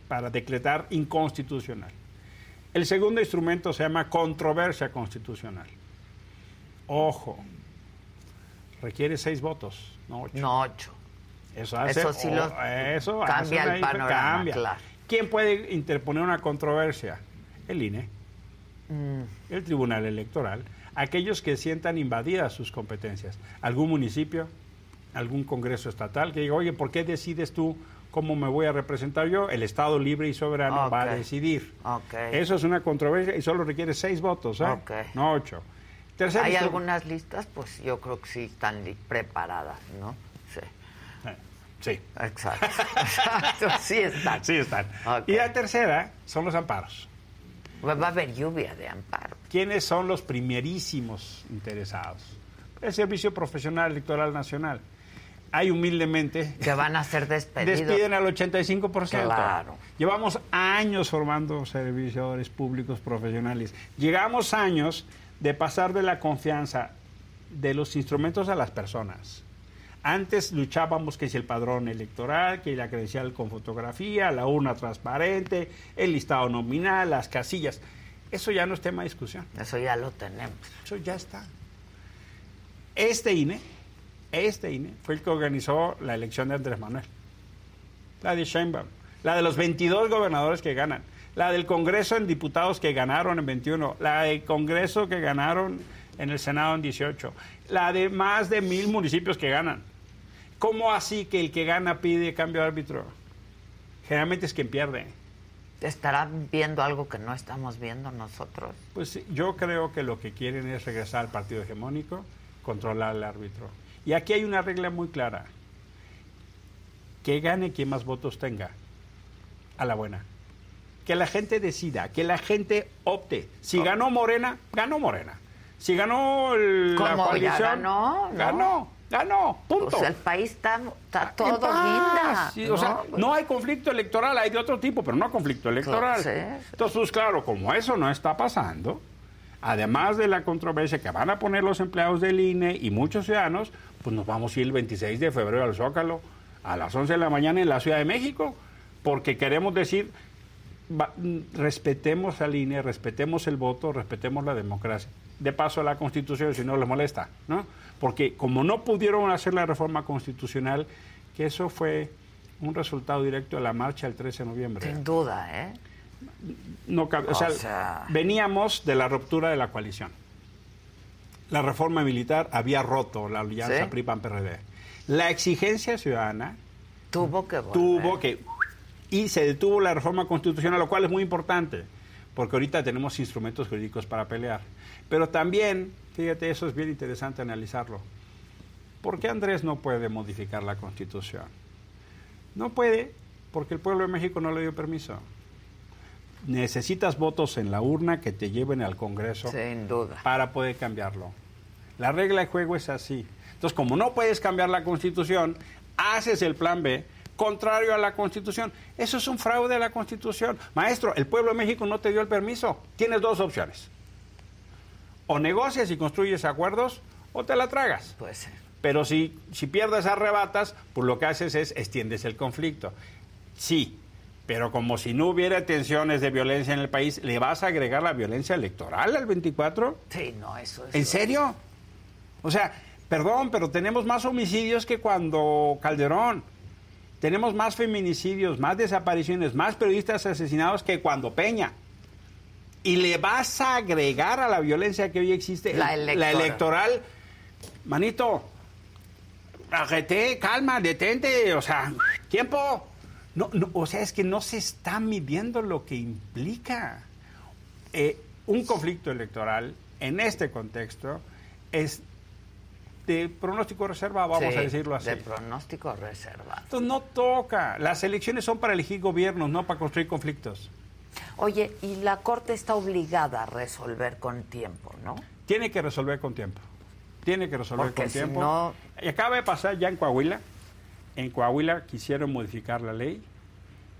para decretar inconstitucional. El segundo instrumento se llama controversia constitucional. Ojo, requiere seis votos, no ocho. No ocho. Eso hace, Eso sí lo- eso cambia hace una el dif- panorama, cambia. claro. ¿Quién puede interponer una controversia? El E. INE, Mm. el Tribunal Electoral, aquellos que sientan invadidas sus competencias, algún municipio, algún Congreso estatal que diga, oye, ¿por qué decides tú cómo me voy a representar yo? El Estado libre y soberano va Ok. a decidir. Ok. Eso es una controversia y solo requiere seis votos, ¿eh? Ok. no ocho. Tercer Hay instru- algunas listas, pues yo creo que sí están li- preparadas, ¿no? Sí. Eh, Sí. Exacto. Exacto, sí están. Sí están. Ok. Pues Y la tercera son los amparos. Va va a haber lluvia de amparo. ¿Quiénes son los primerísimos interesados? El Servicio Profesional Electoral Nacional. Hay humildemente Que van a ser despedidos. despiden al 85%. Claro. Llevamos años formando servidores públicos profesionales. Llegamos años de pasar de la confianza de los instrumentos a las personas. Antes luchábamos que si el padrón electoral, que la credencial con fotografía, la urna transparente, el listado nominal, las casillas. Eso ya no es tema de discusión. Eso ya lo tenemos. Eso ya está. Este INE, este INE fue el que organizó la elección de Andrés Manuel. La de Sheinbaum, la de los 22 gobernadores que ganan, la del Congreso en diputados que ganaron en 21, la del Congreso que ganaron en el Senado en 18, la de más de mil municipios que ganan. ¿Cómo así que el que gana pide cambio de árbitro? Generalmente es quien pierde. ¿Estarán viendo algo que no estamos viendo nosotros? Pues sí, yo creo que lo que quieren es regresar al partido hegemónico, controlar al árbitro. Y aquí hay una regla muy clara. Que gane quien más votos tenga. A la buena. Que la gente decida, que la gente opte. Si Ah. ganó Morena, ganó Morena. Si ganó el- la ¿Cómo? Ya coalición, ganó, ¿no? ganó, ganó, punto. O sea, el país está, está todo Ah, En paz. guinda. Ah, Sí, o sea, ¿no? pues. no hay conflicto electoral, hay de otro tipo, pero no conflicto electoral. Claro, sí. Entonces, pues, claro, como eso no está pasando, además de la controversia que van a poner los empleados del INE y muchos ciudadanos, pues nos vamos a ir el 26 de febrero al Zócalo a las 11 de la mañana en la Ciudad de México, porque queremos decir, va- mm, respetemos al INE, respetemos el voto, respetemos la democracia. De paso a la Constitución, si no les molesta, ¿no? Porque como no pudieron hacer la reforma constitucional, que eso fue un resultado directo de la marcha del 13 de noviembre. Sin duda, ¿eh? No cabe- o sea, O sea- veníamos de la ruptura de la coalición. La reforma militar había roto la alianza Sí. PRI-PAN-PRD. La exigencia ciudadana Tuvo que volver. tuvo que... Y se detuvo la reforma constitucional, lo cual es muy importante, porque ahorita tenemos instrumentos jurídicos para pelear. Pero también, fíjate, eso es bien interesante analizarlo. ¿Por qué Andrés no puede modificar la constitución? No puede porque el pueblo de México no le dio permiso. Necesitas votos en la urna que te lleven al Congreso Sin duda. para poder cambiarlo. La regla de juego es así. Entonces, como no puedes cambiar la Constitución, haces el plan B contrario a la Constitución. Eso es un fraude a la Constitución. Maestro, el pueblo de México no te dio el permiso. Tienes dos opciones. O negocias y construyes acuerdos o te la tragas. Pues sí. Pero si, si pierdes arrebatas, pues lo que haces es extiendes el conflicto. Sí, pero como si no hubiera tensiones de violencia en el país, ¿le vas a agregar la violencia electoral al 24? Sí, no, eso es. ¿En serio? O sea, perdón, pero tenemos más homicidios que cuando Calderón. Tenemos más feminicidios, más desapariciones, más periodistas asesinados que cuando Peña. Y le vas a agregar a la violencia que hoy existe La electoral. electoral. Manito, arrete, calma, detente, o sea, tiempo. No, no, o sea, es que no se está midiendo lo que implica eh, un conflicto electoral en este contexto es de pronóstico reserva, vamos Sí, a decirlo así. De pronóstico reservado. Esto no toca. Las elecciones son para elegir gobiernos, no para construir conflictos. Oye, y la Corte está obligada a resolver con tiempo, ¿no? Tiene que resolver con tiempo. Tiene que resolver Porque con si tiempo. no- Y Acaba de pasar ya en Coahuila. En Coahuila quisieron modificar la ley.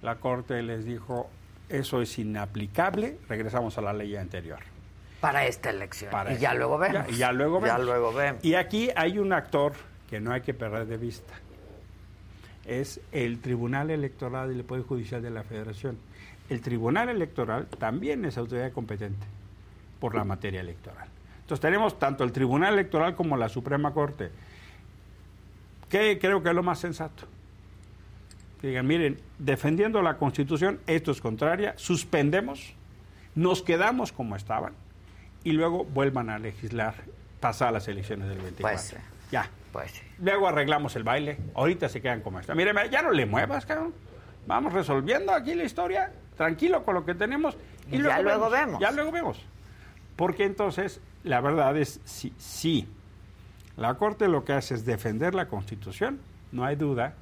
La Corte les dijo, Eso es inaplicable. Regresamos a la ley anterior. Para esta elección. Para y eso. ya luego vemos. Ya, y ya luego vemos. Ya luego vemos. Y aquí hay un actor que no hay que perder de vista. Es el Tribunal Electoral y el Poder Judicial de la Federación. El Tribunal Electoral también es autoridad competente por la materia electoral. Entonces tenemos tanto el Tribunal Electoral como la Suprema Corte. que creo que es lo más sensato? Que Digan, miren, defendiendo la Constitución, esto es contraria, suspendemos, nos quedamos como estaban y luego vuelvan a legislar, pasar las elecciones del 24. Pues sí. ya. Pues sí. Luego arreglamos el baile, ahorita se quedan como están. Miren, ya no le muevas, cabrón. Vamos resolviendo aquí la historia, tranquilo con lo que tenemos y Y ya luego vemos. Ya luego vemos. Porque entonces, la verdad es, sí, sí, la Corte lo que hace es defender la Constitución, no hay duda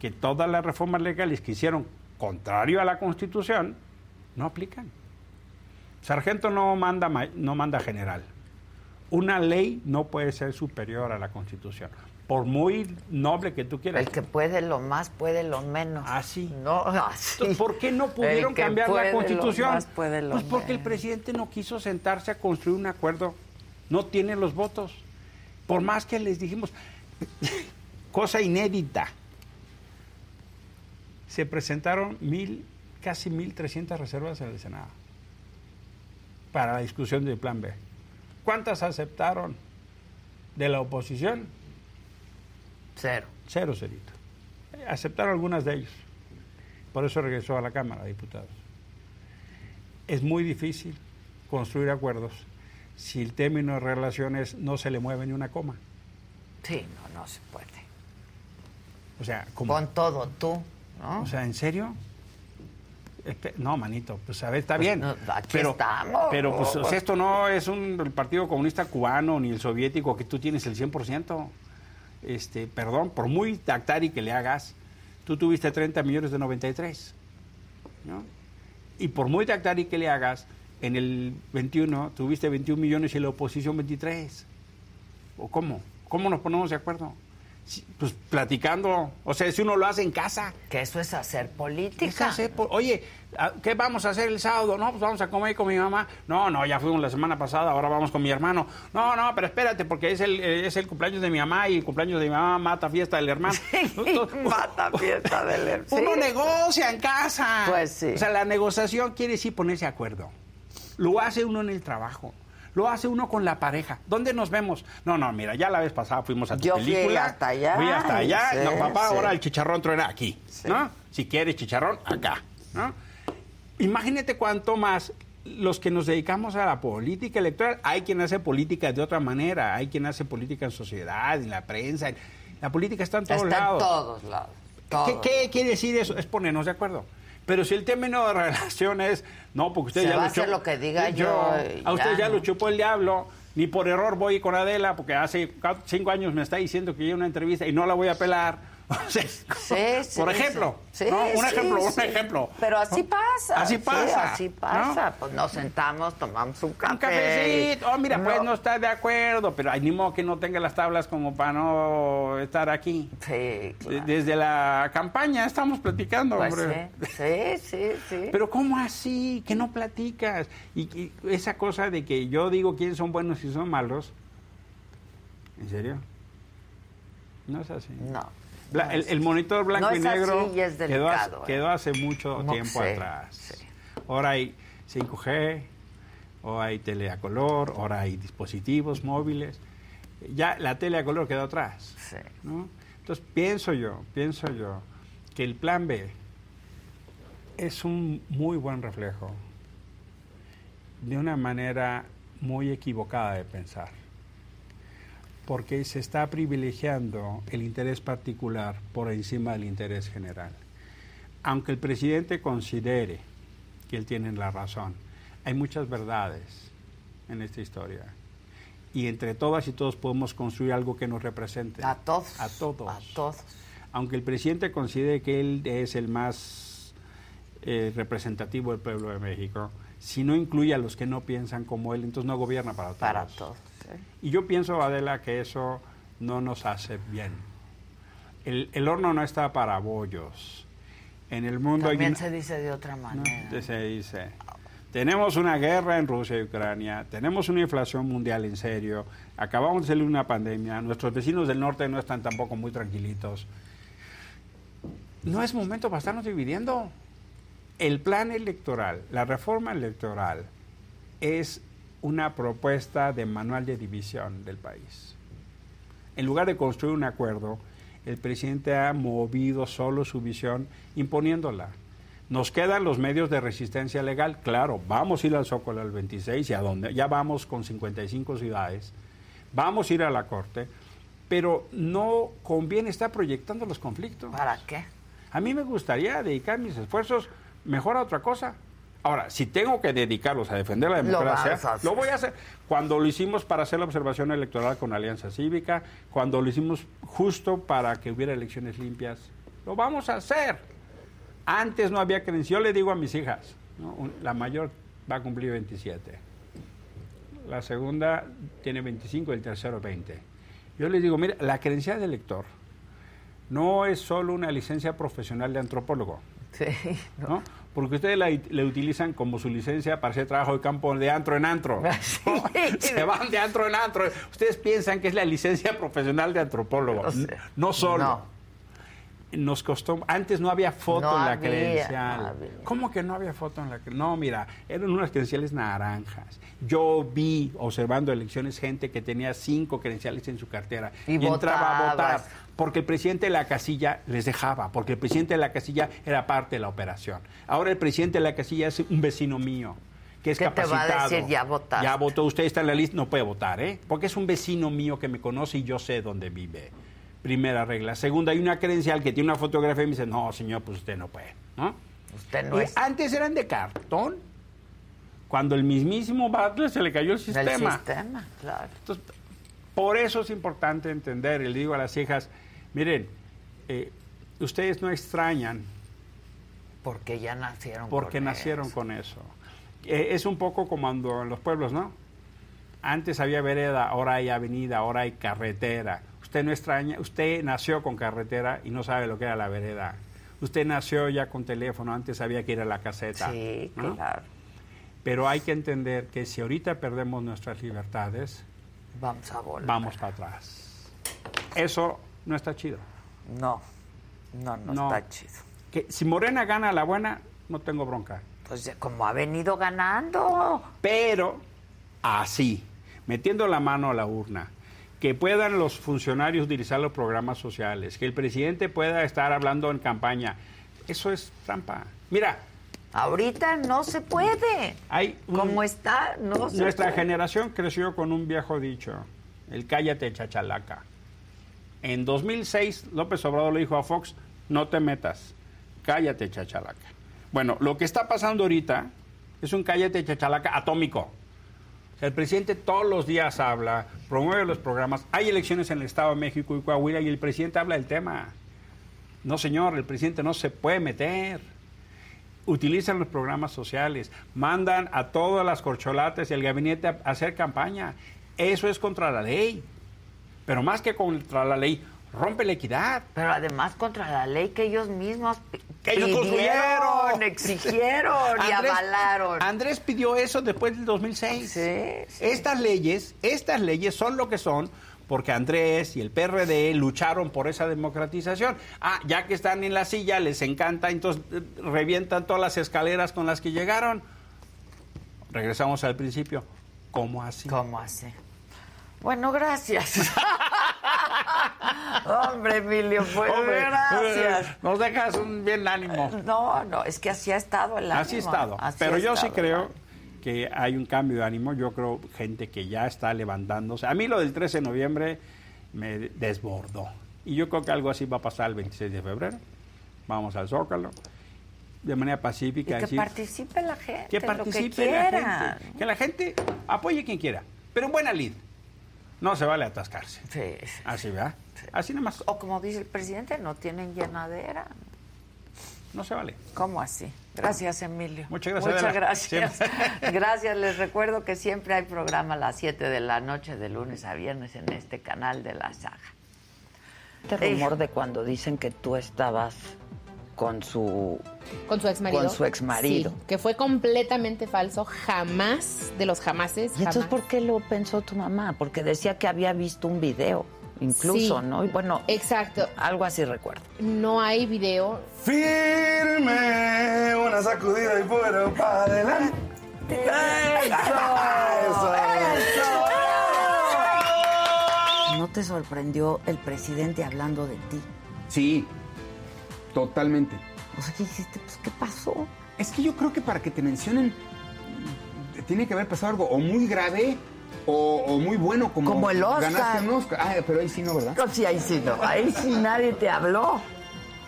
que todas las reformas legales que hicieron contrario a la Constitución no aplican. Sargento no manda, ma- no manda general. Una ley no puede ser superior a la Constitución, por muy noble que tú quieras. El que puede lo más, puede lo menos. Así. No, así. Entonces, ¿Por qué no pudieron El que cambiar la puede lo constitución? más, puede lo pues porque el menos. presidente no quiso sentarse a construir un acuerdo. No tiene los votos. Por más que les dijimos, cosa inédita. Se presentaron mil, casi 1.300 reservas en el Senado para la discusión del plan B. ¿Cuántas aceptaron de la oposición? Cero. Cero cerito. Eh, Aceptaron algunas de ellos. Por eso regresó a la Cámara de Diputados. Es muy difícil construir acuerdos si el término de relaciones no se le mueve ni una coma. Sí, no, no se puede. O sea, como, Con todo tú, ¿no? o sea, ¿en serio? Espe- No, manito, pues a ver, está Pues, bien. no, aquí estamos. Pero pues o sea, esto no es un el Partido Comunista Cubano ni el soviético que tú tienes el 100%. Este, perdón, por muy tactari que le hagas, tú tuviste 30 millones de 93. ¿no? Y por muy tactari que le hagas, en el 21 tuviste 21 millones y la oposición 23. ¿O cómo? ¿Cómo nos ponemos de acuerdo? Si- Pues platicando, o sea, si uno lo hace en casa, Que eso es hacer política. es hacer por- oye, ¿a- ¿qué vamos a hacer el sábado? No, pues vamos a comer con mi mamá. No, no, ya fuimos la semana pasada, ahora vamos con mi hermano. No, no, pero espérate, porque es el, eh, es el cumpleaños de mi mamá y el cumpleaños de mi mamá mata fiesta del hermano. Entonces, Mata fiesta del Lerdo. Sí. uno negocia en casa. Pues sí. O sea, la negociación quiere decir ponerse de acuerdo. Lo hace uno en el trabajo. Lo hace uno con la pareja. ¿Dónde nos vemos? No, no, mira, ya la vez pasada fuimos a tu Yo fui película. hasta allá, Fui hasta allá. sí, no, papá, sí. ahora el chicharrón truena aquí. ¿No? Si quieres chicharrón, acá. ¿No? Imagínate cuánto más los que nos dedicamos a la política electoral, hay quien hace política de otra manera, hay quien hace política en sociedad, en la prensa. en- La política está en todos Está en lados. todos lados. ¿Qué, Todos. qué quiere decir eso? Es ponernos de acuerdo. Pero si el término de relación es, no, porque usted Se ya va a lo hacer chupó- lo que diga yo, eh, A usted ya ya, no. lo chupó el diablo, ni por error voy con Adela, porque hace ca- cinco años me está diciendo que yo una entrevista y no la voy a pelar. O sea, "Oh, Sí, sí, por sí. ejemplo, Sí, ¿no? un sí, ejemplo, sí. un ejemplo. Pero así ¿no? pasa. Así sí, pasa. así ¿no? pasa. Pues nos sentamos, tomamos un café. Un cafecito. Oh, mira, No. pues no está de acuerdo, pero hay ni modo que no tenga las tablas como para no estar aquí. Sí, De- claro. Desde la campaña estamos platicando, Pues hombre. sí, sí, sí, sí. Pero ¿cómo así? ¿Que no platicas? Y, y esa cosa de que yo digo quiénes son buenos y son malos. ¿En serio? No es así. no. Bla- el, el monitor blanco No y es así negro y es quedó, hace, delicado, ¿eh? quedó hace mucho Mo- tiempo sí, atrás. sí. Ahora hay 5G, ahora hay tele a color, ahora hay dispositivos móviles. Ya la tele a color quedó atrás. Sí. ¿no? Entonces pienso yo, pienso yo, que el plan B es un muy buen reflejo de una manera muy equivocada de pensar, porque se está privilegiando el interés particular por encima del interés general. Aunque el presidente considere que él tiene la razón, hay muchas verdades en esta historia. Y entre todas y todos podemos construir algo que nos represente. A todos. A todos A todos. aunque el presidente considere que él es el más eh, representativo del pueblo de México, si no incluye a los que no piensan como él, entonces no gobierna para todos. Para todos. sí. Y yo pienso, Adela, que eso no nos hace bien. El, el horno no está para bollos. en el mundo. hay También una- se dice de otra manera. Entonces se dice, tenemos una guerra en Rusia y Ucrania, tenemos una inflación mundial en serio, acabamos de salir de una pandemia, nuestros vecinos del norte no están tampoco muy tranquilitos. No es momento para estarnos dividiendo. El plan electoral, la reforma electoral, es una propuesta de manual de división del país. En lugar de construir un acuerdo, el presidente ha movido solo su visión imponiéndola. Nos quedan los medios de resistencia legal. Claro, vamos a ir al Zócalo el 26 y a dónde. Ya vamos con 55 ciudades. Vamos a ir a la Corte. Pero no conviene estar proyectando los conflictos. ¿Para qué? A mí me gustaría dedicar mis esfuerzos mejor a otra cosa. Ahora, si tengo que dedicarlos a defender la democracia, vas a hacer. lo voy a hacer. Cuando lo hicimos para hacer la observación electoral con Alianza Cívica, cuando lo hicimos justo para que hubiera elecciones limpias, lo vamos a hacer. Antes no había creencia. Yo le digo a mis hijas, ¿no? Un- la mayor va a cumplir 27, la segunda tiene 25 y el tercero 20. Yo les digo, mira, la creencia del lector no es solo una licencia profesional de antropólogo, Sí. ¿no? Porque ustedes la, la utilizan como su licencia para hacer trabajo de campo de antro en antro. Ah, Sí. ¿no? Se van de antro en antro. Ustedes piensan que es la licencia profesional de antropólogo. No sé. N- No solo. No. Nos costó, antes no había foto No en la había, credencial. no había. ¿Cómo que no había foto en la credencial? No, mira, eran unas credenciales naranjas. Yo vi, observando elecciones, gente que tenía cinco credenciales en su cartera Y entraba a votar. votabas. Porque el presidente de la casilla les dejaba, porque el presidente de la casilla era parte de la operación. Ahora el presidente de la casilla es un vecino mío, que es ¿Qué te va a capacitado. decir? Ya votaste. Ya votó, usted está en la lista, no puede votar, ¿eh? Porque es un vecino mío que me conoce y yo sé dónde vive. Primera regla. Segunda, hay una credencial que tiene una fotografía y me dice, no, señor, pues usted no puede, ¿no? Usted no Y es. Antes eran de cartón. Cuando el mismísimo Butler se le cayó el del sistema. sistema, claro. Entonces, por eso es importante entender, y le digo a las hijas, miren, eh, ustedes no extrañan Porque ya nacieron porque con nacieron eso. con eso. Eh, es un poco como cuando en los pueblos, ¿no? Antes había vereda, ahora hay avenida, ahora hay carretera. Usted no extraña, usted nació con carretera y no sabe lo que era la vereda. Usted nació ya con teléfono, antes había que ir a la caseta. Sí, ¿no? claro. Pero hay que entender que si ahorita perdemos nuestras libertades, Vamos a volar. vamos para atrás. Eso no está chido. No, no, no, No. está chido. Que si Morena gana la buena, no tengo bronca. Pues ya como ha venido ganando. Pero así, metiendo la mano a la urna, que puedan los funcionarios utilizar los programas sociales, que el presidente pueda estar hablando en campaña, eso es trampa. Mira, Ahorita no se puede. hay un- Como está, no se nuestra puede. generación creció con un viejo dicho, el cállate chachalaca. En 2006 López Obrador le dijo a Fox, no te metas, cállate chachalaca. Bueno, lo que está pasando ahorita es un cállate chachalaca atómico. El presidente todos los días habla, promueve los programas, hay elecciones en el Estado de México y Coahuila y el presidente habla del tema. No, señor, el presidente no se puede meter. Utilizan los programas sociales, mandan a todas las corcholatas y el gabinete a a hacer campaña. Eso es contra la ley. Pero más que contra la ley, rompe la equidad. Pero además contra la ley que ellos mismos pi- Que ellos pidieron, construyeron. exigieron y Andrés- avalaron. Andrés pidió eso después del 2006. Sí, sí. Estas leyes, estas leyes son lo que son porque Andrés y el PRD lucharon por esa democratización. Ah, ya que están en la silla, les encanta, entonces eh, revientan todas las escaleras con las que llegaron. Regresamos al principio. ¿Cómo así? ¿Cómo hace? Bueno, gracias. Hombre, Emilio, pues Hombre, gracias. eh, Nos dejas un bien ánimo. No, no, es que así ha estado el ánimo. Así ha estado. Así Pero ha yo sí estado el creo ánimo. que hay un cambio de ánimo. Yo creo gente que ya está levantándose. A mí lo del 13 de noviembre me desbordó. Y yo creo que algo así va a pasar el 26 de febrero. Vamos al Zócalo. De manera Y pacífica. que decir- participe la gente, que participe lo que la quiera. gente. Que la gente apoye quien quiera. Pero en buena lid. No se vale atascarse. Sí, sí. Así, ¿verdad? Así nada más. O como dice el presidente, no tienen llenadera. No se vale. ¿Cómo así? Gracias, Emilio. Muchas gracias, Muchas Adela. gracias. Siempre. Gracias. Les recuerdo que siempre hay programa a las 7 de la noche, de lunes a viernes, en este canal de la saga. Este rumor de cuando dicen que tú estabas con su con su ex marido. Con su exmarido. Sí, que fue completamente falso, jamás, de los jamases, ¿Y entonces jamás. por qué lo pensó tu mamá? Porque decía que había visto un video, incluso, Sí. ¿no? Y bueno, Exacto. algo así recuerdo. No hay video. Firme, una sacudida y fuera para adelante. Eso. ¿No te sorprendió el presidente hablando de ti? Sí, totalmente. O sea, ¿qué dijiste? Pues, ¿qué pasó? Es que yo creo que para que te mencionen, mm, tiene que haber pasado algo o muy grave o, o muy bueno, como, Como el Oscar. Ganaste un Oscar. Ah, pero ahí sí no, ¿verdad? No, sí, ahí sí no. Ahí sí nadie te habló.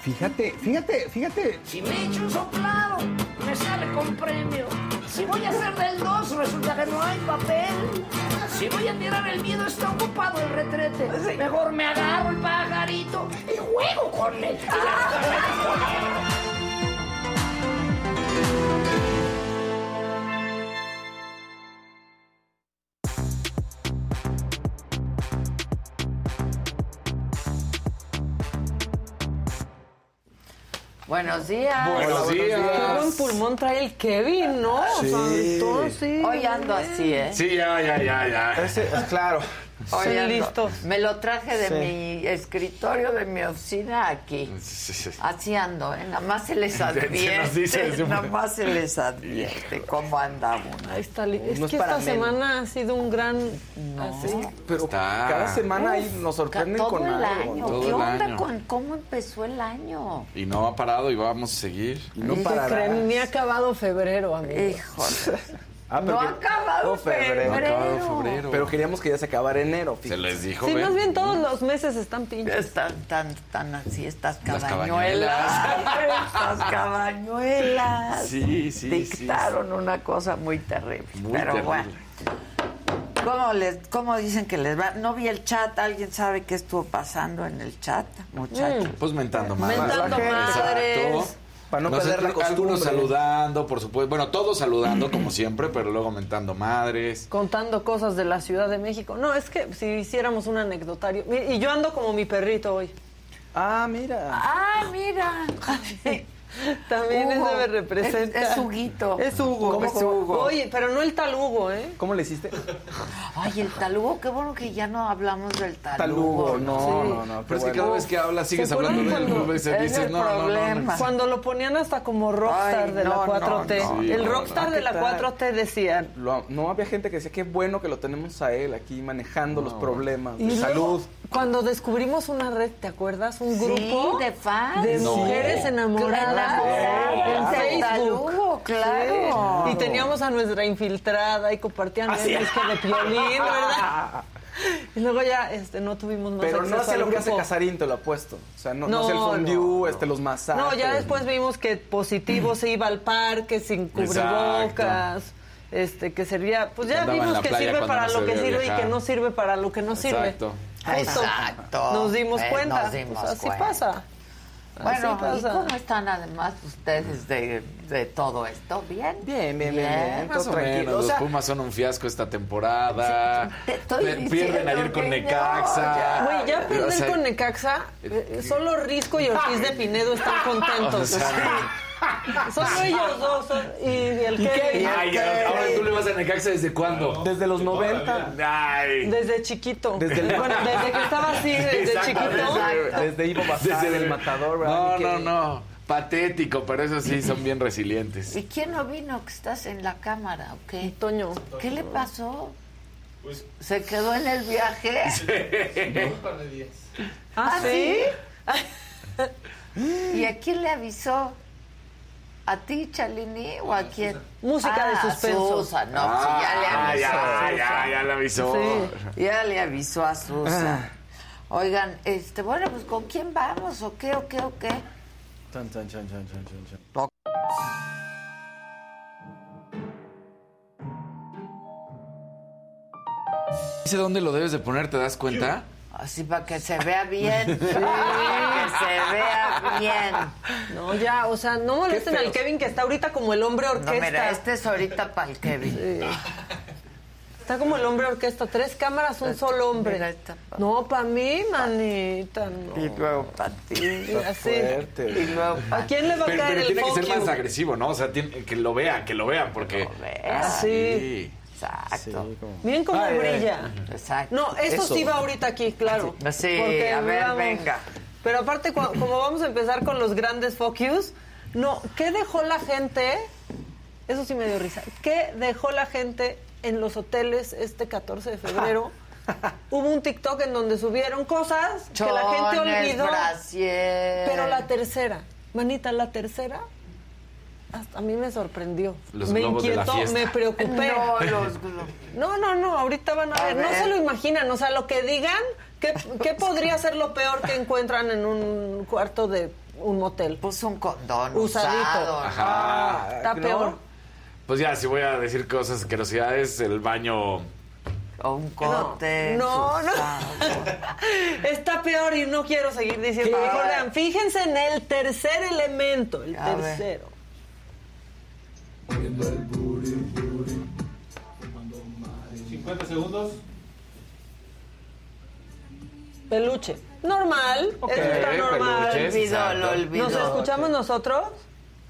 Fíjate, fíjate, fíjate. Si me echo un soplado, me sale con premio. Si voy a hacer del dos, resulta que no hay papel. Si voy a tirar el miedo, está ocupado el retrete. Mejor me agarro el pajarito y juego con él. Buenos días. Qué buen pulmón trae el Kevin, ¿no? O sea, Sí. todo sí. Hoy ando así, ¿eh? Sí, ya, ya, ya, ya. Ese, claro. Hoy Sí, ando- listos. Me lo traje de mi escritorio, de mi oficina aquí. Así ando, ¿eh? Nada más se les advierte. dice desde un- nada más se les advierte cómo anda uno. Ahí está, li- es No es que para esta menos. semana ha sido un gran... así. Pero Está. cada semana ahí nos sorprenden Todo con el algo. año. todo ¿Qué el onda año. con cómo empezó el año? Y no ha parado y vamos a seguir. No Ni se pararás. creen, ni ha acabado febrero, amigo. Híjole. Ah, No pero, ha que- acabado no, febrero. No ha febrero. acabado febrero. pero queríamos que ya se acabara enero. se les dijo. Sí, ven. más bien todos los meses están pinches. Están tan, tan así estas Las cabañuelas. estas cabañuelas. Sí, sí, Dictaron una cosa muy terrible. Muy pero terrible. bueno. ¿Cómo, les, ¿Cómo dicen que les va? No vi el chat. ¿Alguien sabe qué estuvo pasando en el chat, muchachos? Mm. sí. Pues mentando madres. Mentando madres. Exacto. Para no perder la algunos costumbre. saludando, por supuesto. Bueno, todos saludando como siempre, pero luego mentando madres. Contando cosas de la Ciudad de México. No, es que si hiciéramos un anecdotario... Mira, Y yo ando como mi perrito hoy. Ah, mira. Ah, mira. También Hugo. ese me representa. Es- es Huguito. Es Hugo. ¿Cómo es Hugo? Oye, pero no el tal Hugo, ¿eh? ¿Cómo le hiciste? Ay, el talugo. Qué bueno que ya no hablamos del talugo. Talugo. No, Sí. no, no. qué Pero es que bueno. cada vez que hablas sigues Se ponen hablando de él. cuando- ¿no? Y se es dices, el no, no, no, problema. no. Cuando lo ponían hasta como rockstar Ay, de no, la 4T. no, no. Sí, el no, rockstar no. Ah, de la ¿Qué tal? 4T decían. Lo- no había gente que decía que bueno que lo tenemos a él aquí manejando los problemas de luego, salud. Cuando descubrimos una red, ¿te acuerdas? Un Sí, grupo de fans. de No. mujeres enamoradas Claro, en del Facebook. talugo, claro. Ah, Sí. Y teníamos a nuestra infiltrada y compartían el disco de piolín, ¿verdad? Y luego ya este, no tuvimos más Pero no acceso hace al lo que hace grupo. Casarín, te lo apuesto. O sea, no, no, No, hace el fondue, no, este, los masajes. No, ya después vimos que positivo se iba al parque sin cubrebocas. Este, que servía, pues ya Andaba en vimos la que playa sirve cuando para no lo se que debía sirve y viajar. que no sirve para lo que no sirve. Exacto. Justo. Exacto. Nos dimos Eh, cuenta. nos dimos O sea, Pues así cuenta. pasa. Bueno, Así ¿y pasa. cómo están además ustedes de, de todo esto? ¿Bien? Bien, bien, bien, bien. Más o Todo tranquilo. menos, O los sea- Pumas son un fiasco esta temporada. Te Pe- estoy Pierden diciendo ayer con que no, Necaxa. Güey, ya aprender O sea, con Necaxa, eh, solo Risco y Ortiz de Pinedo están contentos. o sea, Solo ellos dos son- y, y el Kevin. ay, ahora tú le vas a Necaxa desde cuándo? Desde los 90. Ay. Desde chiquito. Desde el- Bueno, desde que estaba así, desde Exactamente. chiquito. Desde Ivo Bazán, Desde el matador, ¿verdad? No, Y que- no, no. Patético, pero eso sí, son bien resilientes. ¿Y quién no vino que estás en la cámara o qué? Toño. ¿Qué le pasó? Pues, ¿Se quedó en el viaje? ¿Ah, sí? ¿Y a quién le avisó? ¿A ti, Chalini, o a quién? Música de Ah, suspenso. Susa, no, sí, ya le Ah, avisó. ya, a ya, ya le avisó. Sí. Ah. Susa. Ya le avisó a Susa. Oigan, este, bueno, pues ¿con quién vamos? ¿O qué, o qué, o qué? Chan, chan, chan, chan, chan, chan, chan. Dice dónde lo debes de poner, ¿te das cuenta? Así para que se vea bien. Para que se vea bien. No, ya, o sea, no molesten al Kevin que está ahorita como el hombre No, orquesta. mira, este es ahorita para el Kevin. Está como el hombre orquesta, tres cámaras, un solo hombre. No, para mí, manita, no. Y luego para ti. Así. Fuerte. Y luego pa' ¿A quién le va a Pero, caer pero el tiene que ser fuck más you? agresivo, ¿no? O sea, tiene- que lo vean, que lo vean, porque. Ah, sí. Exacto. Miren cómo Ah, eh. Ay, ay, brilla. Exacto. Ah, No, eso, sí va ahorita aquí, claro. Sí, Porque a ver, vamos- venga. Pero aparte, cua- como vamos a empezar con los grandes fuck yous, no, ¿qué dejó la gente? Eso sí me dio risa. ¿Qué dejó la gente en los hoteles este 14 de febrero? Hubo un TikTok en donde subieron cosas que la gente Chones, olvidó. brasier. Pero la tercera, manita, la tercera, hasta a mí me sorprendió. Los me globos de la inquietó, fiesta. me preocupé. No, los globos. No, no, no, ahorita van a, A ver. No ver. se lo imaginan, o sea, lo que digan, ¿qué, qué podría ser lo peor que encuentran en un cuarto de un motel? Puso Pues un condón Usadito. Ah, usado. Ajá. Está peor. Pues ya, si voy a decir cosas, asquerosidades, el baño. O un cote. No, no. Está peor y no quiero seguir diciendo. Mejor vean, fíjense en el tercer elemento, el A ver. tercero. ¿50 segundos? Peluche. Normal, eso está peluches, normal. Olvidó, lo exacto. olvidó. ¿Nos escuchamos nosotros?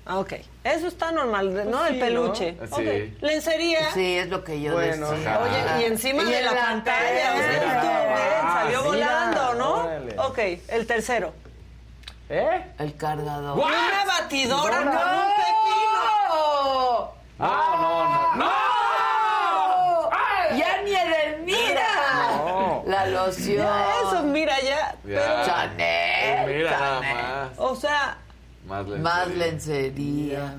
Ah, ok. Eso está normal, Pues ¿no? el peluche. ¿no? Ok. Sí. Lencería. Sí, es lo que yo Bueno, decía. Oye, Ah. y encima Y de en la, la pantalla, tele. ustedes Ah, ven, salió mira. volando, ¿no? Órale. Ok, el tercero. ¿Eh? El cargador. Una batidora con un pepino. ¡Ah, no, no! ¡No! ¡Ya ni Edelmira! La loción. Ya, Eso, mira, ya. no! Ya. Chanel, Mira nada Chanel. más. O sea, Más lencería. Más lencería.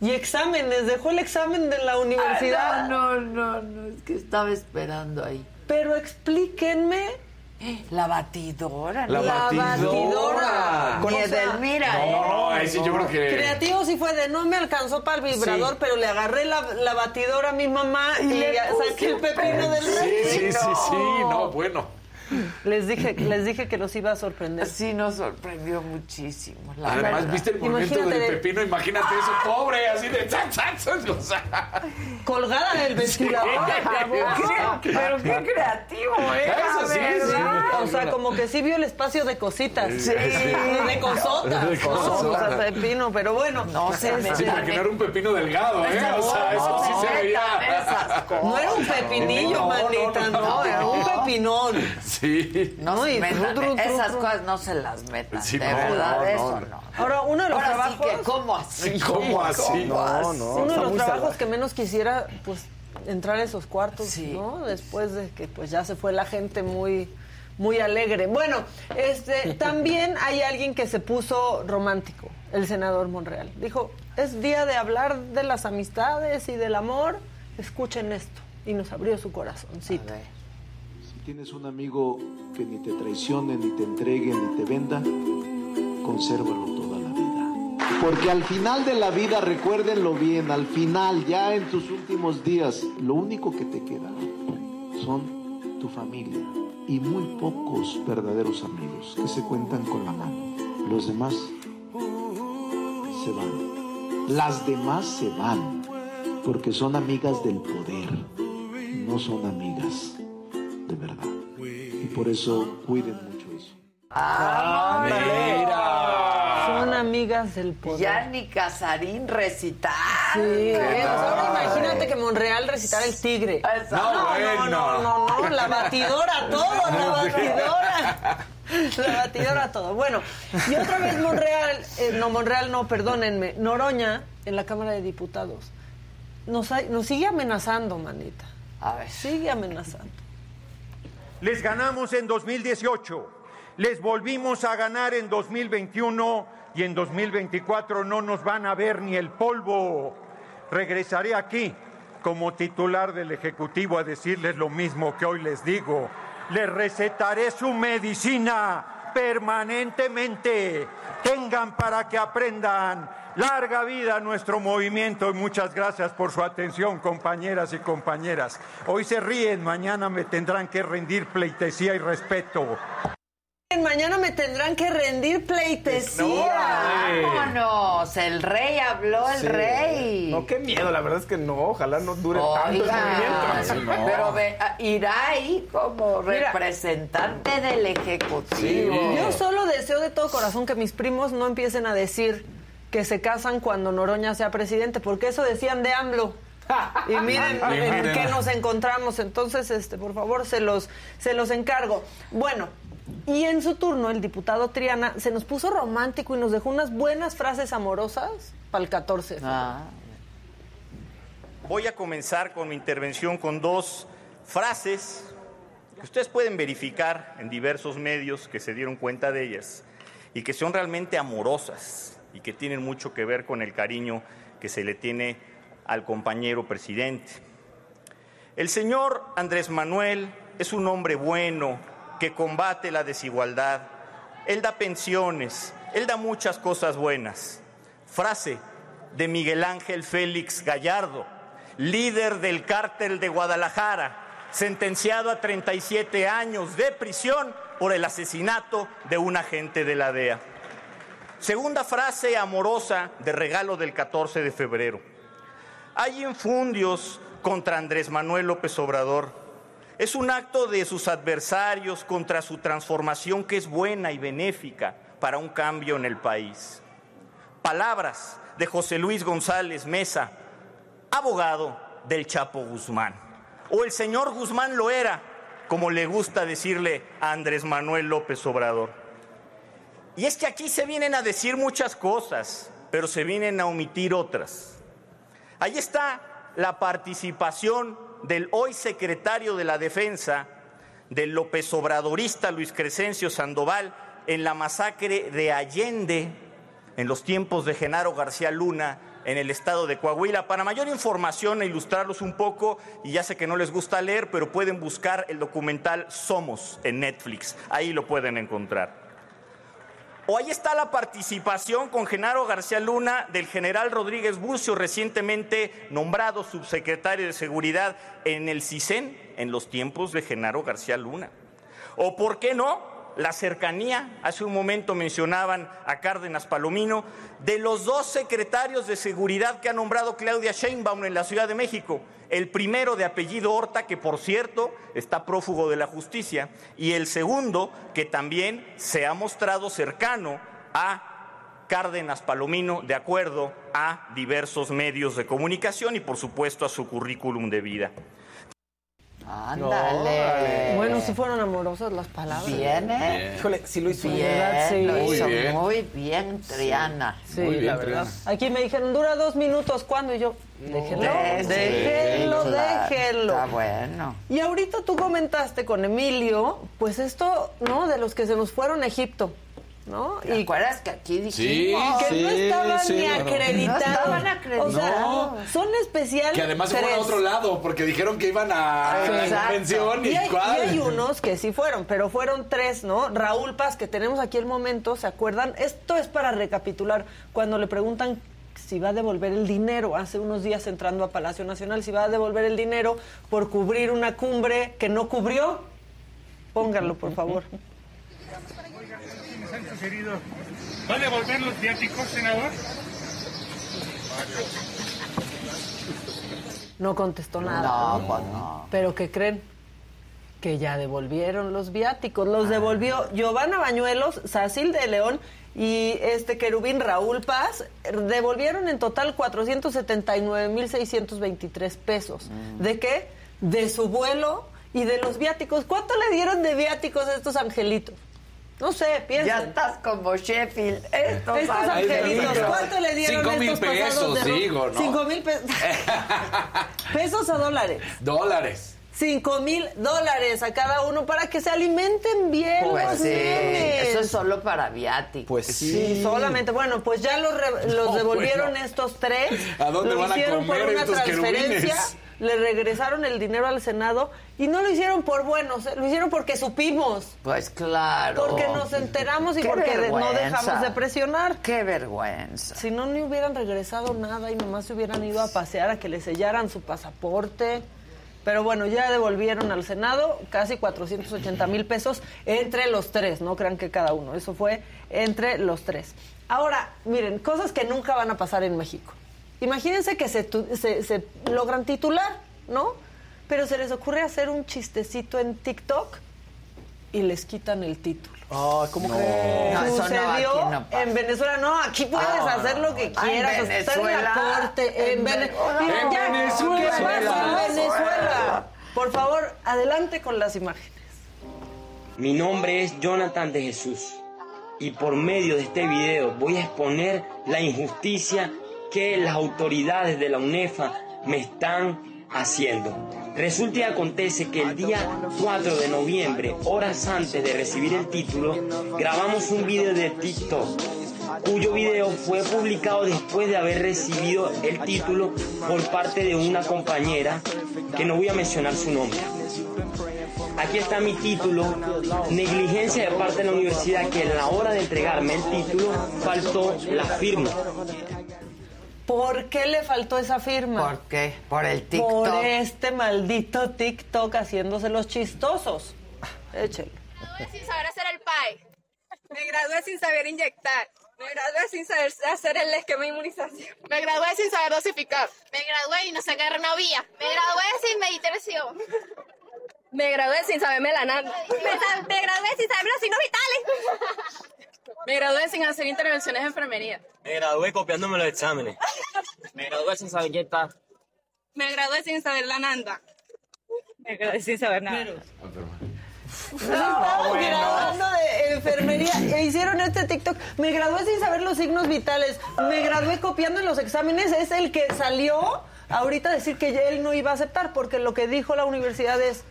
y exámenes, dejó el examen de la universidad. Ah, No, no, no, es que estaba esperando ahí. Pero explíquenme La batidora. La ¿no? la batidora. batidora. O Ni sea, Edelmira, ¿eh? No, ahí sí yo creo que. Creativo sí fue de no me alcanzó para el vibrador, pero le agarré la, la batidora a mi mamá y, le ya puse saqué el un pepino del Sí, rey. sí, sí, sí, no, bueno. Les dije, les dije que los iba a sorprender. Sí, nos sorprendió muchísimo. La Además, verdad. viste el movimiento Imagínate del de- pepino, imagínate eso, pobre, así de chac, chac, chac, o sea. Colgada del ventilador. ¿Qué? Pero qué creativo, ¿eh? Eso La sí, sí. verdad. O sea, como que sí vio el espacio de cositas. Sí. De cosotas. De cosotas. No, o sea, pepino, pero bueno. No se Este, Sí, porque no era un pepino delgado, ¿eh? O sea, eso sí se Esas veía. cosas. no era un pepinillo, No, no, manita, no, no, no, era un pepinón. Sí. No, No, se y metan, tru, tru, tru, esas tru. cosas no se las metan. Sí, de no, verdad, no, eso no. no. Ahora, uno de los Ahora trabajos. sí que, ¿cómo así? ¿Cómo así? No, no. uno de está los muy trabajos salvaje. que menos quisiera, pues, entrar a esos cuartos, Sí. ¿no? Después de que pues ya se fue la gente muy muy alegre. Bueno, este también hay alguien que se puso romántico, el senador Monreal. Dijo, "Es día de hablar de las amistades y del amor, escuchen esto." Y nos abrió su corazoncito. Si tienes un amigo que ni te traicione, ni te entregue, ni te venda, consérvalo toda la vida. Porque al final de la vida, recuérdenlo bien, al final, ya en tus últimos días, lo único que te queda son tu familia y muy pocos verdaderos amigos que se cuentan con la mano. Los demás se van. Las demás se van porque son amigas del poder, no son amigas de verdad. Y por eso cuiden mucho eso. Son amigas del poder. Ya ni Casarín recitar. Sí, eh, o sea, ahora imagínate que Monreal recitara el tigre. Esa- No, no, no, no, no, la batidora, todo, la batidora. La batidora, todo. Bueno, y otra vez Monreal, eh, no, Monreal no, perdónenme, Noroña en la Cámara de Diputados. Nos, ha- nos sigue amenazando, manita. A ver. Sigue amenazando. Les ganamos en 2018, les volvimos a ganar en 2021 y en 2024 no nos van a ver ni el polvo. Regresaré aquí como titular del Ejecutivo a decirles lo mismo que hoy les digo. Les recetaré su medicina permanentemente. Tengan para que aprendan. Larga vida a nuestro movimiento y muchas gracias por su atención, compañeras y compañeras. Hoy se ríen, mañana me tendrán que rendir pleitesía y respeto. mañana me tendrán que rendir pleitesía. Vámonos, el rey habló, el Sí. rey. No, qué miedo, la verdad es que no, ojalá no dure tanto el Oiga, movimiento. pero ve- ah, irá ahí como Mira. representante del Ejecutivo. Yo solo deseo de todo corazón que mis primos no empiecen a decir que se casan cuando Noroña sea presidente, porque eso decían de AMLO. Y miren Y en miren. qué nos encontramos. Entonces, este, por favor, se los, se los encargo. Bueno, y en su turno, el diputado Triana se nos puso romántico y nos dejó unas buenas frases amorosas para el 14. de febrero. Ah, Voy a comenzar con mi intervención con dos frases que ustedes pueden verificar en diversos medios que se dieron cuenta de ellas y que son realmente amorosas y que tienen mucho que ver con el cariño que se le tiene al compañero presidente. El señor Andrés Manuel es un hombre bueno que combate la desigualdad. Él da pensiones, él da muchas cosas buenas. Frase de Miguel Ángel Félix Gallardo, líder del cártel de Guadalajara, sentenciado a 37 años de prisión por el asesinato de un agente de la DEA. Segunda frase amorosa de regalo del 14 de febrero. Hay infundios contra Andrés Manuel López Obrador. Es un acto de sus adversarios contra su transformación que es buena y benéfica para un cambio en el país. Palabras de José Luis González Mesa, abogado del Chapo Guzmán. O el señor Guzmán lo era, como le gusta decirle a Andrés Manuel López Obrador. Y es que aquí se vienen a decir muchas cosas, pero se vienen a omitir otras. Ahí está la participación del hoy secretario de la Defensa, del López Obradorista Luis Crescencio Sandoval, en la masacre de Allende en los tiempos de Genaro García Luna en el estado de Coahuila. Para mayor información e ilustrarlos un poco, y ya sé que no les gusta leer, pero pueden buscar el documental Somos en Netflix. Ahí lo pueden encontrar. O ahí está la participación con Genaro García Luna del general Rodríguez Burcio, recientemente nombrado subsecretario de Seguridad en el CISEN en los tiempos de Genaro García Luna. O por qué no, la cercanía, hace un momento mencionaban a Cárdenas Palomino, de los dos secretarios de seguridad que ha nombrado Claudia Sheinbaum en la Ciudad de México. El primero de apellido Horta, que por cierto está prófugo de la justicia, y el segundo que también se ha mostrado cercano a Cárdenas Palomino de acuerdo a diversos medios de comunicación y por supuesto a su currículum de vida. Ándale. Bueno, si fueron amorosas las palabras. Bien, ¿eh? Bien. Híjole, sí lo hizo. Bien, verdad, sí. lo Muy hizo bien. muy bien, Triana. Sí, la verdad. Aquí me dijeron, dura dos minutos, ¿cuándo? Y yo, déjenlo, Déjelo, déjenlo, claro, déjenlo. Está bueno. Y ahorita tú comentaste con Emilio, pues esto, ¿no? De los que se nos fueron a Egipto, ¿no? ¿Te acuerdas que aquí dijimos? que no estaban sí, ni claro. acreditados. No estaban acreditados. O sea, No. son especiales. Que además se fueron a otro lado porque dijeron que iban a Sí. la Exacto. convención y, y hay, cuál. y hay unos que sí fueron, pero fueron tres, ¿no? Raúl Paz, que tenemos aquí el momento, ¿se acuerdan? Esto es para recapitular. Cuando le preguntan si va a devolver el dinero, hace unos días entrando a Palacio Nacional, si va a devolver el dinero por cubrir una cumbre que no cubrió, pónganlo, por favor. nos han sugerido. ¿Va a devolver los viáticos, senador? No contestó nada. No, pues no. Pero ¿qué creen? Que ya devolvieron los viáticos. Ah. Los devolvió Giovanna Bañuelos, Sacil de León y este querubín Raúl Paz. Devolvieron en total 479.623 pesos. Mm. ¿De qué? De su vuelo y de los viáticos. ¿Cuánto le dieron de viáticos a estos angelitos? No sé, piensen. Ya estás como Sheffield. Estos, Estos angelitos, ¿cuánto le dieron Cinco mil estos pasados pesos, de ro- digo, ¿no? Cinco mil pesos. pesos a dólares. Dólares. 5 mil dólares a cada uno para que se alimenten bien los Pues sí, nenes. eso es solo para viáticos. Pues Sí, solamente. Bueno, pues ya los, re- los No, devolvieron bueno. estos tres. ¿A dónde lo van a hicieron por comer una estos transferencia. querubines? Le regresaron el dinero al Senado y no lo hicieron por buenos, eh, lo hicieron porque supimos, Pues claro. porque nos enteramos y Qué porque de- no vergüenza. dejamos de presionar. Qué vergüenza. Pues, Si no, ni hubieran regresado nada y nomás se hubieran ido a pasear a que le sellaran su pasaporte. Pero bueno, ya devolvieron al Senado casi 480 mil pesos entre los tres, no crean que cada uno, eso fue entre los tres. Ahora, miren, cosas que nunca van a pasar en México. Imagínense que se, tu- se- se logran titular, ¿no? Pero se les ocurre hacer un chistecito en TikTok y les quitan el título. Ah, ¿cómo crees? No, eso no, aquí Sucedió no pasa. en Venezuela, no, aquí puedes Ah, hacer lo que ah, en quieras, o sea, estar en la Venezuela, corte, en, en Vene- Venezuela. Digo, En ya, Venezuela. ¿qué pasa en Venezuela? Venezuela. Por favor, adelante con las imágenes. Mi nombre es Jonathan de Jesús y por medio de este video voy a exponer la injusticia que las autoridades de la UNEFA me están haciendo. Resulta y acontece que el día 4 de noviembre, horas antes de recibir el título, grabamos un video de TikTok, cuyo video fue publicado después de haber recibido el título por parte de una compañera que no voy a mencionar su nombre. Aquí está mi título, negligencia de parte de la universidad que en la hora de entregarme el título faltó la firma. ¿Por qué le faltó esa firma? ¿Por qué? Por el TikTok. Por este maldito TikTok haciéndose los chistosos. Échelo. sin saber hacer el PAE. Me gradué sin saber inyectar. Me gradué sin saber hacer el esquema de inmunización. Me gradué sin saber dosificar. Me gradué y no sé agarrar una vía. Me gradué sin meditación. Me gradué sin saber melanando. Me, sa- me gradué sin saber los signos vitales. Me gradué sin hacer intervenciones de enfermería. Me gradué copiándome los exámenes. Me gradué sin saber inyectar. Me gradué sin saber la nanda. Me gradué sin saber nada. Nos estábamos bueno. graduando de enfermería e hicieron este TikTok. Me gradué sin saber los signos vitales. Me gradué copiando en los exámenes. Es el que salió ahorita a decir que él no iba a aceptar porque lo que dijo la universidad es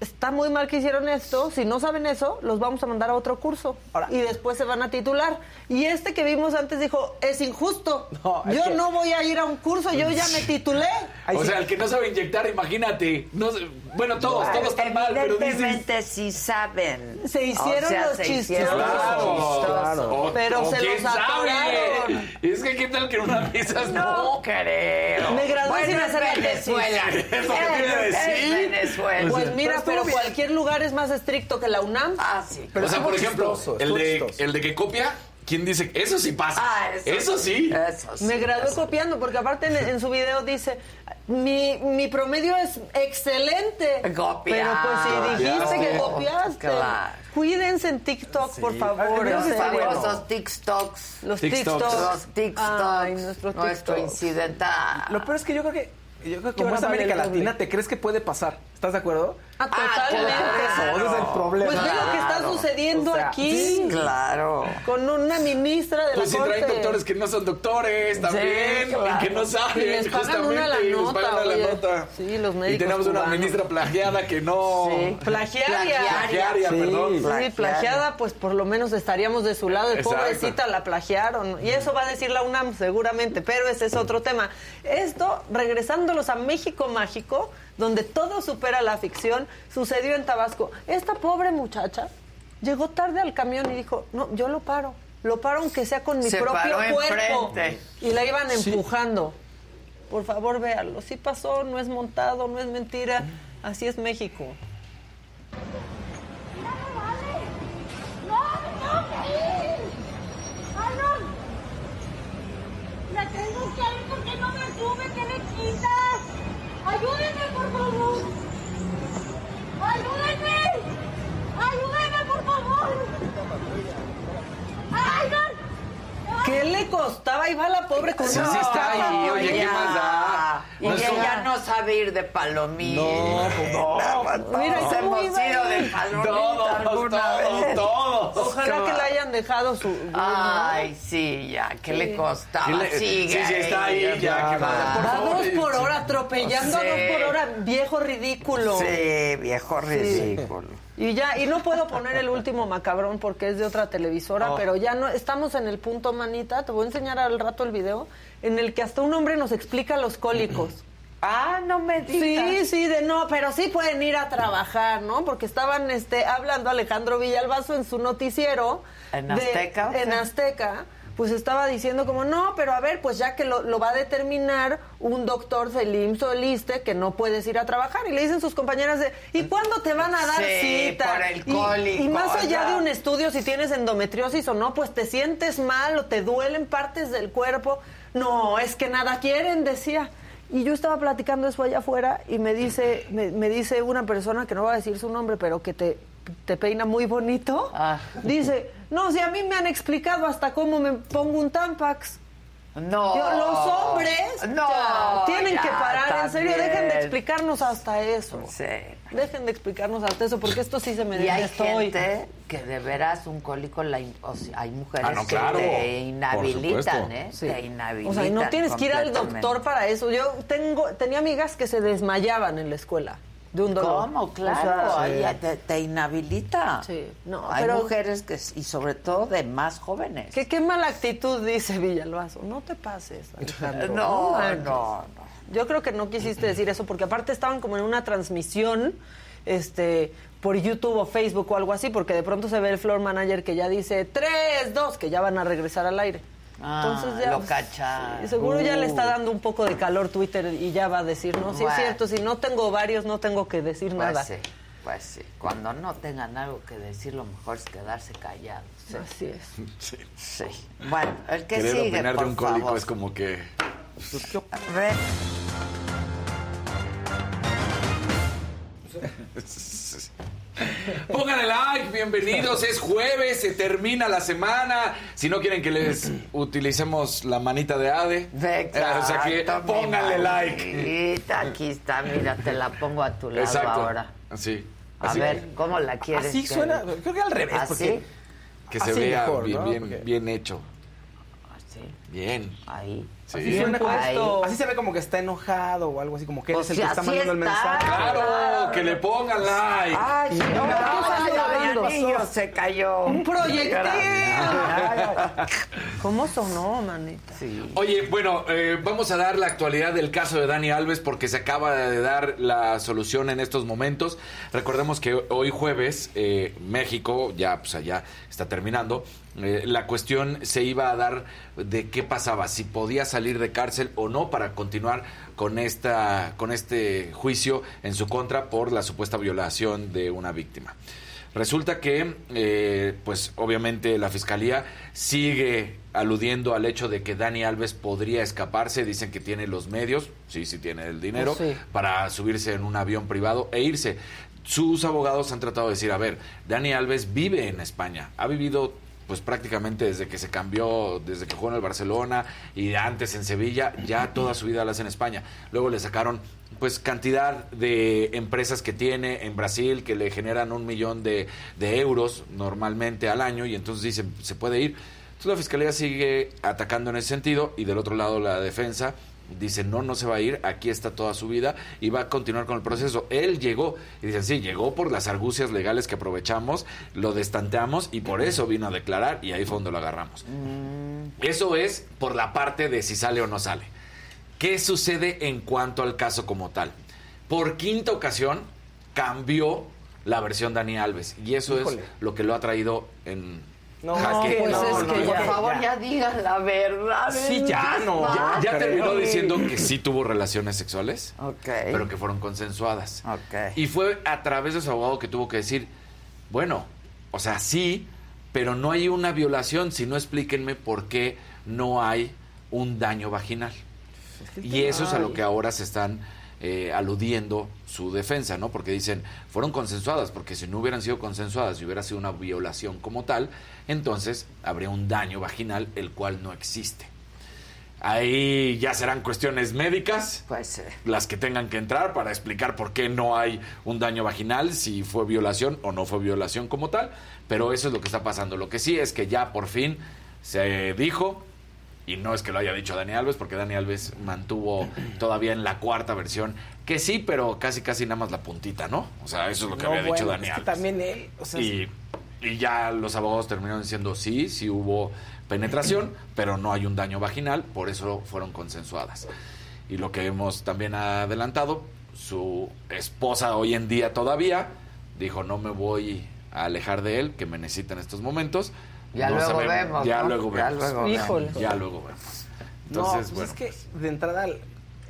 está muy mal que hicieron esto. Si no saben eso, los vamos a mandar a otro curso y después se van a titular. Y este que vimos antes dijo es injusto. es yo que- no voy a ir a un curso. Yo ya me titulé. o sea, el que no sabe inyectar, imagínate. No, sé- bueno, todos, todos están mal, pero dices... Evidentemente sí saben. Se hicieron O sea, los se chistes. hicieron los Claro, chistosos. claro. O- Pero o se quién los sabe. atoraron. Es que qué tal que en una de esas no. creo. Me gradué Bueno, sin es hacer la Eh, tesis. Venezuela. Eso quiere Es decir. Venezuela. O Pues sea, mira, Pues, estuvo pero bien. cualquier lugar es más estricto que la UNAM. Ah, sí. o sea, por ejemplo, el, de, el de que copia, ¿quién dice? Eso sí pasa. Ah, eso, sí. Me gradué copiando, porque aparte en, en su video dice, mi, mi promedio es excelente. Pero pues si dijiste que copiaste. Claro. Cuídense en TikTok, por favor. Ah, en Los serio. famosos TikToks. Los TikToks. TikToks. Los TikToks. Nuestro incidente. Lo peor es que yo creo que, yo creo que como Ahora es vale América el doble. Latina, te crees que puede pasar. ¿Estás de acuerdo? Ah, totalmente. Ese es el Oh. problema. Pues ve lo que está sucediendo O sea, aquí. sí, claro. Con una ministra de Pues la si corte. traen doctores que no son doctores también, Sí, claro. y que no saben, Y les pagan justamente, una la y les nota, pagan una la oye. nota. Sí, los Y médicos tenemos una cubanos. ministra plagiada que no. Sí, plagiaria. Eh, Plagiaria, Sí, perdón. sí, plagiada, pues por lo menos estaríamos de su lado. El Exacto. pobrecita la plagiaron. Y eso va a decir la UNAM seguramente, pero ese es otro tema. Esto, regresándolos a México Mágico, donde todo supera la ficción, sucedió en Tabasco. Esta pobre muchacha llegó tarde al camión y dijo, no, yo lo paro. Lo paro aunque sea con mi Se propio paró cuerpo. enfrente. Y la iban Sí. empujando. Por favor, véanlo. Sí pasó, no es montado, no es mentira. Así es México. Arnold, la tengo que abrir porque no me sube, ¿qué le quitas? Ayúdenme, por favor. Ayúdenme. Ayúdenme, por favor. Arnold. ¿Qué le costaba? Ahí va la pobre con Sí, una sí está escapa. ahí, oye, ¿qué Ya. más da? Y No que es como- ya no sabe ir de palomita. No, pues no. Mira, Mira, ¿cómo hemos iba ido él? de palomita alguna vez. Ojalá que le hayan dejado su. Ay, sí, ya, ¿qué le Sí. costaba? Sí, le- Sigue sí, sí, está ahí, ya, ¿qué más da? Por A favor, dos por sí. hora, atropellando a Sí. dos por hora, viejo ridículo. Sí, viejo ridículo. Y ya, y no puedo poner el último macabrón porque es de otra televisora, Oh. pero ya no, estamos en el punto, manita, te voy a enseñar al rato el video, en el que hasta un hombre nos explica los cólicos. Ah, no me Sí, digas. sí, de no, pero sí pueden ir a trabajar, ¿no? Porque estaban este, hablando Alejandro Villalbazo en su noticiero. ¿En de- Azteca o En qué? Azteca, pues estaba diciendo como, no, pero a ver, pues ya que lo, lo va a determinar un doctor del IMSS o el ISSSTE que no puedes ir a trabajar. Y le dicen sus compañeras de, Mm. ¿y cuándo te van a dar Sí, cita? por el Y- cólico, y, más allá ya. de un estudio, si tienes endometriosis o no, pues te sientes mal o te duelen partes del cuerpo. No, es que nada quieren, decía. Y yo estaba platicando eso allá afuera y me dice, me, me dice una persona que no va a decir su nombre, pero que te, te peina muy bonito. Ah. Dice, no, si a mí me han explicado hasta cómo me pongo un Tampax. No. Yo, los hombres No, ya, tienen ya, que parar, en serio, dejen de también. explicarnos hasta eso. Sí. Dejen de explicarnos hasta eso, porque esto sí se me Y hay detestoy. gente que de veras un cólico, la in- o sea, hay mujeres Ah, no, que claro. te Por inhabilitan, supuesto. ¿eh? Sí. Te inhabilitan. O sea, no tienes que ir al completamente. doctor para eso. Yo tengo, tenía amigas que se desmayaban en la escuela de un dolor. ¿Cómo? O Claro, sea, ahí te, te inhabilita. Sí, no, Hay pero- mujeres que, s- y sobre todo de más jóvenes. Que qué mala actitud dice Villalbazo. No te pases, Alejandro. No, manches. no, Yo creo que no quisiste decir eso porque aparte estaban como en una transmisión este por YouTube o Facebook o algo así, porque de pronto se ve el floor manager que ya dice 3, 2, que ya van a regresar al aire. Ah, Entonces ya lo cacha. y seguro ya le está Uh. dando un poco de calor Twitter y ya va a decir, no, si es Bueno. cierto, si no tengo varios no tengo que decir Pues nada. sí, pues sí. Cuando no tengan algo que decir, lo mejor es quedarse callados. Sí. Así es. Sí. Bueno, el que Querer sigue, opinar por de un cólico favor. es como que. A ver. Pónganle like, bienvenidos. Es jueves, se termina la semana. Si no quieren que les utilicemos la manita de Ade, eh, o sea que Exacto, mi pónganle like. manita, Aquí está, mira, te la pongo a tu lado Exacto. ahora. Así. A Así ver, ¿cómo la quieres? Así que- ¿Ah, suena, creo que al revés, ¿Así? porque- Que se Así vea mejor, bien, ¿no? bien, Porque- bien hecho. Así. Bien. Ahí. Sí. Así, suena como- Ahí. así se ve como que está enojado o algo así, como que O eres el que sea, está así mandando el está. mensaje. Claro, que le pongan like. Ay, sí, no, ay, ay, llorando? anillo, se cayó. Un proyectil. Ay, ay. ¿Cómo sonó, manita? Oye, bueno, eh, vamos a dar la actualidad del caso de Dani Alves porque se acaba de dar la solución en estos momentos. Recordemos que hoy jueves, eh, México, ya pues allá está terminando, eh, la cuestión se iba a dar de qué pasaba, si podía salir de cárcel o no para continuar con, esta, con este juicio en su contra por la supuesta violación de una víctima. Resulta que, eh, pues obviamente la fiscalía sigue aludiendo al hecho de que Dani Alves podría escaparse, dicen que tiene los medios, sí, sí tiene el dinero, Pues sí. para subirse en un avión privado e irse. Sus abogados han tratado de decir, a ver, Dani Alves vive en España, ha vivido pues prácticamente desde que se cambió, desde que jugó en el Barcelona y antes en Sevilla, ya toda su vida la hace en España. Luego le sacaron pues cantidad de empresas que tiene en Brasil que le generan un millón de, de euros normalmente al año y entonces dicen, se puede ir. Entonces la fiscalía sigue atacando en ese sentido y del otro lado la defensa dice, no, no se va a ir, aquí está toda su vida y va a continuar con el proceso. Él llegó y dicen, sí, llegó por las argucias legales que aprovechamos, lo destanteamos y por eso vino a declarar y ahí fue donde lo agarramos. Eso es por la parte de si sale o no sale. ¿Qué sucede en cuanto al caso como tal? Por quinta ocasión cambió la versión Dani Alves y eso Híjole. es lo que lo ha traído en No, jaque. pues es que Por ya, favor, ya digan la verdad. Sí, ya, no, Eh, Ya, ya creo. terminó diciendo que sí tuvo relaciones sexuales, pero que fueron consensuadas. Y fue a través de su abogado que tuvo que decir, bueno, o sea, sí, pero no hay una violación, si no explíquenme por qué no hay un daño vaginal. Y eso es a lo que ahora se están eh, aludiendo su defensa, ¿no? Porque dicen, fueron consensuadas, porque si no hubieran sido consensuadas y hubiera sido una violación como tal, entonces habría un daño vaginal, el cual no existe. Ahí ya serán cuestiones médicas Pues, eh. las que tengan que entrar para explicar por qué no hay un daño vaginal, si fue violación o no fue violación como tal, pero eso es lo que está pasando. Lo que sí es que ya por fin se dijo, y no es que lo haya dicho Dani Alves, porque Dani Alves mantuvo todavía en la cuarta versión, que sí, pero casi casi nada más la puntita, ¿no? O sea, eso es lo que No, había dicho bueno, es Dani que Alves. también él, o sea, Y, y ya los abogados terminaron diciendo sí, sí hubo penetración, pero no hay un daño vaginal, por eso fueron consensuadas. Y lo que hemos también adelantado, su esposa hoy en día todavía dijo no me voy a alejar de él, que me necesita en estos momentos, Ya No luego sabemos. vemos, Ya ¿no? luego Ya vemos. luego vemos. Híjole. Ya luego vemos. No, Entonces, pues es bueno. que de entrada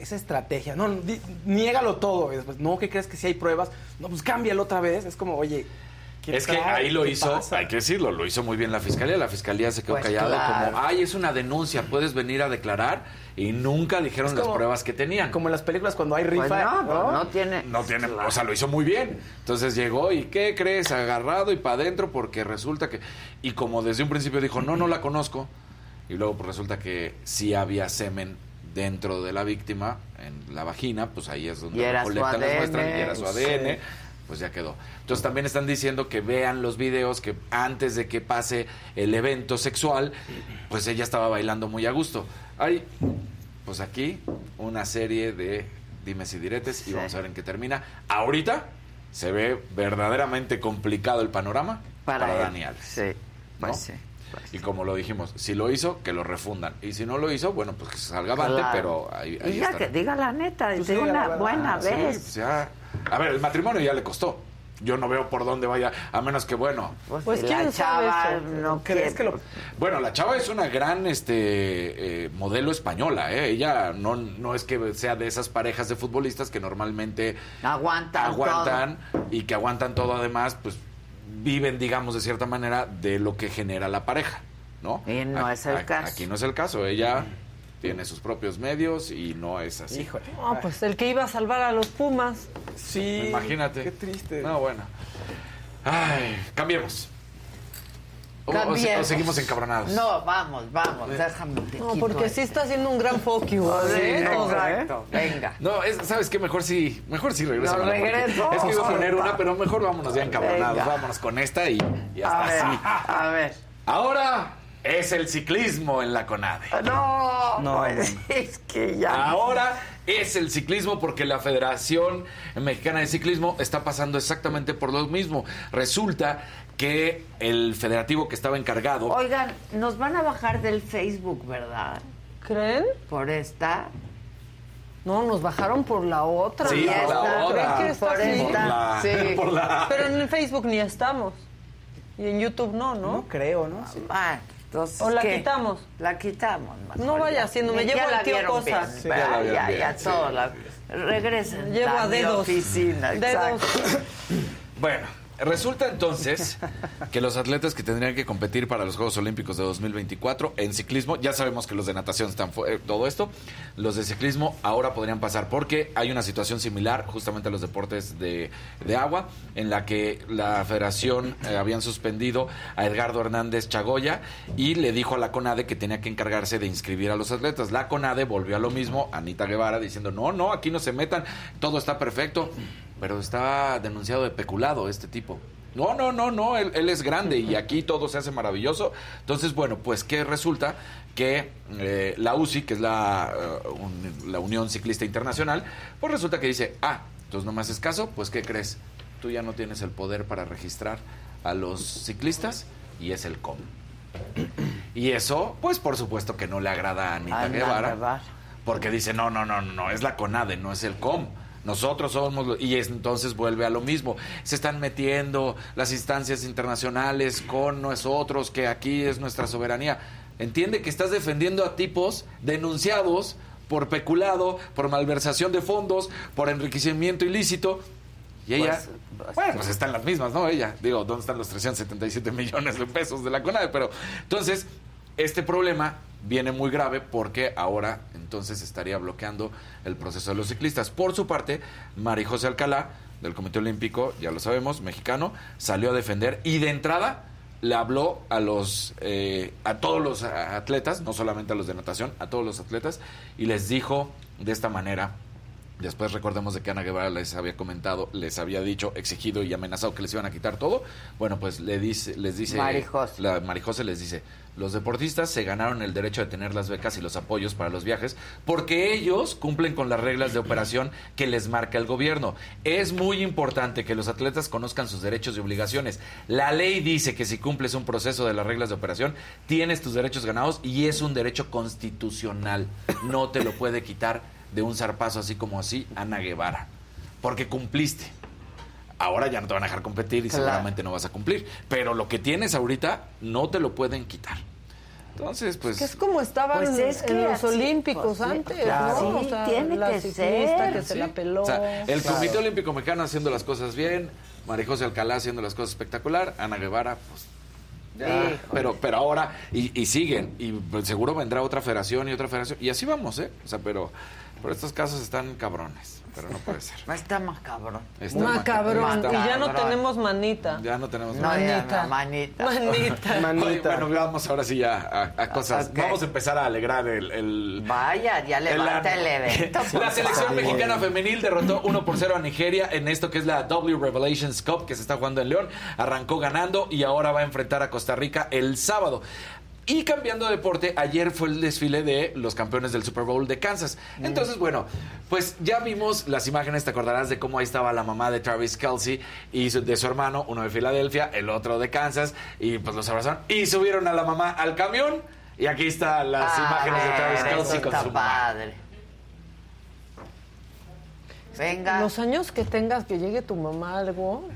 esa estrategia, no, di- niégalo todo. y después, no, ¿qué crees que si hay pruebas? No, pues cámbialo otra vez. Es como, oye, ¿qué Es que trae? ahí lo ¿Qué hizo, pasa? hay que decirlo, lo hizo muy bien la fiscalía. La fiscalía se quedó Pues callada claro. como, ay, es una denuncia, puedes venir a declarar. Y nunca dijeron Es las como- pruebas que tenían. Como en las películas cuando hay rifa. Pues no, ¿no? pues no tiene. No tiene, o sea, lo hizo muy bien. Entonces llegó y ¿qué crees? Agarrado y para adentro porque resulta que... Y como desde un principio dijo, no, no la conozco. Y luego pues, resulta que sí había semen dentro de la víctima, en la vagina, pues ahí es donde Y era su recolectan las ADN, muestras y era su pues, ADN. sí. Pues ya quedó. Entonces también están diciendo que vean los videos que antes de que pase el evento sexual, pues ella estaba bailando muy a gusto. Hay, pues aquí, una serie de dimes y diretes y vamos a ver en qué termina. Ahorita se ve verdaderamente complicado el panorama para, él, Dani Alves. Sí, pues sí. y como lo dijimos, si lo hizo, que lo refundan. Y si no lo hizo, bueno, pues que se salga avante, Claro. pero ahí, ahí Y ya está. que diga la neta, Pues sí, de la una verdad. buena Sí, vez. pues ya. A ver, el matrimonio ya le costó. Yo no veo por dónde vaya, a menos que bueno. Pues si la quién sabe chava eso. no crees que lo. Bueno, la chava es una gran este eh, modelo española, ¿eh? Ella no, no es que sea de esas parejas de futbolistas que normalmente aguantan, aguantan y que aguantan todo además, pues viven, digamos, de cierta manera de lo que genera la pareja, ¿no? Y no es el caso. Aquí no es el caso. Ella tiene sus propios medios y no es así. No, pues el que iba a salvar a los Pumas. Sí. Imagínate. Qué triste. No, bueno. Ay, cambiemos. O- o se- o Cambiemos. seguimos encabronados. Eh. No, vamos, vamos, déjame. te No, quito porque esto. sí está haciendo un gran fuck you, Sí, ¿eh? exacto. Venga. No, es- ¿sabes qué? Mejor sí, mejor sí regresamos. No, regreso. Es que iba a poner una, pero mejor vámonos ya encabronados. Venga. Vámonos con esta y, y A hasta ver, así. a ver. Ahora es el ciclismo en la CONADE. Ah, No, No. es que ya. Ahora es el ciclismo porque la Federación Mexicana de Ciclismo está pasando exactamente por lo mismo. Resulta que el federativo que estaba encargado Oigan, nos van a bajar del Facebook, ¿verdad? ¿Creen? Por esta. No, nos bajaron por la otra. Sí, ¿no? por la ¿Creen otra. que está Por así? esta. Por la- Sí. por la- Pero en el Facebook ni estamos. Y en YouTube no, ¿no? No creo, ¿no? Ah, entonces, o la ¿qué? quitamos. La quitamos. mejor No vaya ya. haciendo, me Ya llevo la al tío vieron cosas. bien, Sí, ¿verdad? ya la vieron ya, bien, ya sí. todo. la- Regresen. Llevo a a mi dedos. Oficina, Dedos. exacto. Bueno, resulta entonces que los atletas que tendrían que competir para los Juegos Olímpicos de 2024 en ciclismo, ya sabemos que los de natación están fuera, todo esto, los de ciclismo ahora podrían pasar porque hay una situación similar justamente a los deportes de, de agua, en la que la federación eh, habían suspendido a Edgardo Hernández Chagoya y le dijo a la CONADE que tenía que encargarse de inscribir a los atletas. La CONADE volvió a lo mismo, Anita Guevara diciendo, no, no, aquí no se metan, todo está perfecto. Pero está denunciado de peculado este tipo. No, no, no, no, él, él es grande y aquí todo se hace maravilloso. Entonces, bueno, pues que resulta que eh, la UCI, que es la, eh, un- la Unión Ciclista Internacional, pues resulta que dice, ah, entonces no me haces caso, pues ¿qué crees? Tú ya no tienes el poder para registrar a los ciclistas y es el COM. Y eso, pues por supuesto que no le agrada a Anita Ana Guevara. Guevara. Porque dice, no, no, no, no, no, es la CONADE, no es el COM. Nosotros somos... lo- Y es- entonces vuelve a lo mismo. Se están metiendo las instancias internacionales con nosotros, que aquí es nuestra soberanía. Entiende que estás defendiendo a tipos denunciados por peculado, por malversación de fondos, por enriquecimiento ilícito. Y ella... Bueno, pues están las mismas, ¿no? Ella, digo, ¿dónde están los 377 millones de pesos de la CONADE? Pero entonces, este problema viene muy grave porque ahora entonces estaría bloqueando el proceso de los ciclistas. Por su parte, María José Alcalá, del Comité Olímpico, ya lo sabemos, mexicano, salió a defender y de entrada le habló a los eh, a todos los a- atletas, no solamente a los de natación, a todos los atletas y les dijo de esta manera Después recordemos de que Ana Guevara les había comentado, les había dicho, exigido y amenazado que les iban a quitar todo. Bueno, pues le dice, les dice Marijose. la Marijose les dice, los deportistas se ganaron el derecho de tener las becas y los apoyos para los viajes porque ellos cumplen con las reglas de operación que les marca el gobierno. Es muy importante que los atletas conozcan sus derechos y obligaciones. La ley dice que si cumples un proceso de las reglas de operación, tienes tus derechos ganados y es un derecho constitucional. No te lo puede quitar de un zarpazo así como así Ana Guevara, porque cumpliste. Ahora ya no te van a dejar competir y Claro. seguramente no vas a cumplir. Pero lo que tienes ahorita no te lo pueden quitar. Entonces, pues. que es como estaban Pues es que en los así, Olímpicos pues, antes, claro. ¿no? Sí, tiene la que ciclista ser. que se la peló. O sea, el Claro. Comité Olímpico Mexicano haciendo las cosas bien, María José Alcalá haciendo las cosas espectacular, Ana Guevara, pues. ya, Ah. Híjole. pero, pero ahora, y, y siguen, y pues, seguro vendrá otra federación y otra federación, y así vamos, ¿eh? O sea, pero, pero estos casos están cabrones, pero no puede ser. Está macabrón. Está Macabrón, macabrón. y ya no Macabrón. tenemos manita. Ya no tenemos No, ya no, manita. Manita. Oye, bueno, vamos ahora sí ya a, a cosas. Vamos a empezar a alegrar el. el- Vaya, ya levanta el evento, por La selección favor. mexicana femenil derrotó 1 por 0 a Nigeria en esto que es la W Revelations Cup que se está jugando en León. Arrancó ganando y ahora va a enfrentar a Costa Rica el sábado. Y cambiando de deporte, ayer fue el desfile de los campeones del Super Bowl de Kansas. Mm. Entonces, bueno, pues ya vimos las imágenes, te acordarás de cómo ahí estaba la mamá de Travis Kelsey y su- de su hermano, uno de Filadelfia, el otro de Kansas, y pues los abrazaron y subieron a la mamá al camión. Y aquí están las A imágenes de ver, Travis Ah, eso Kelsey con está su mamá. padre. Venga. Los años que tengas que llegue tu mamá algo,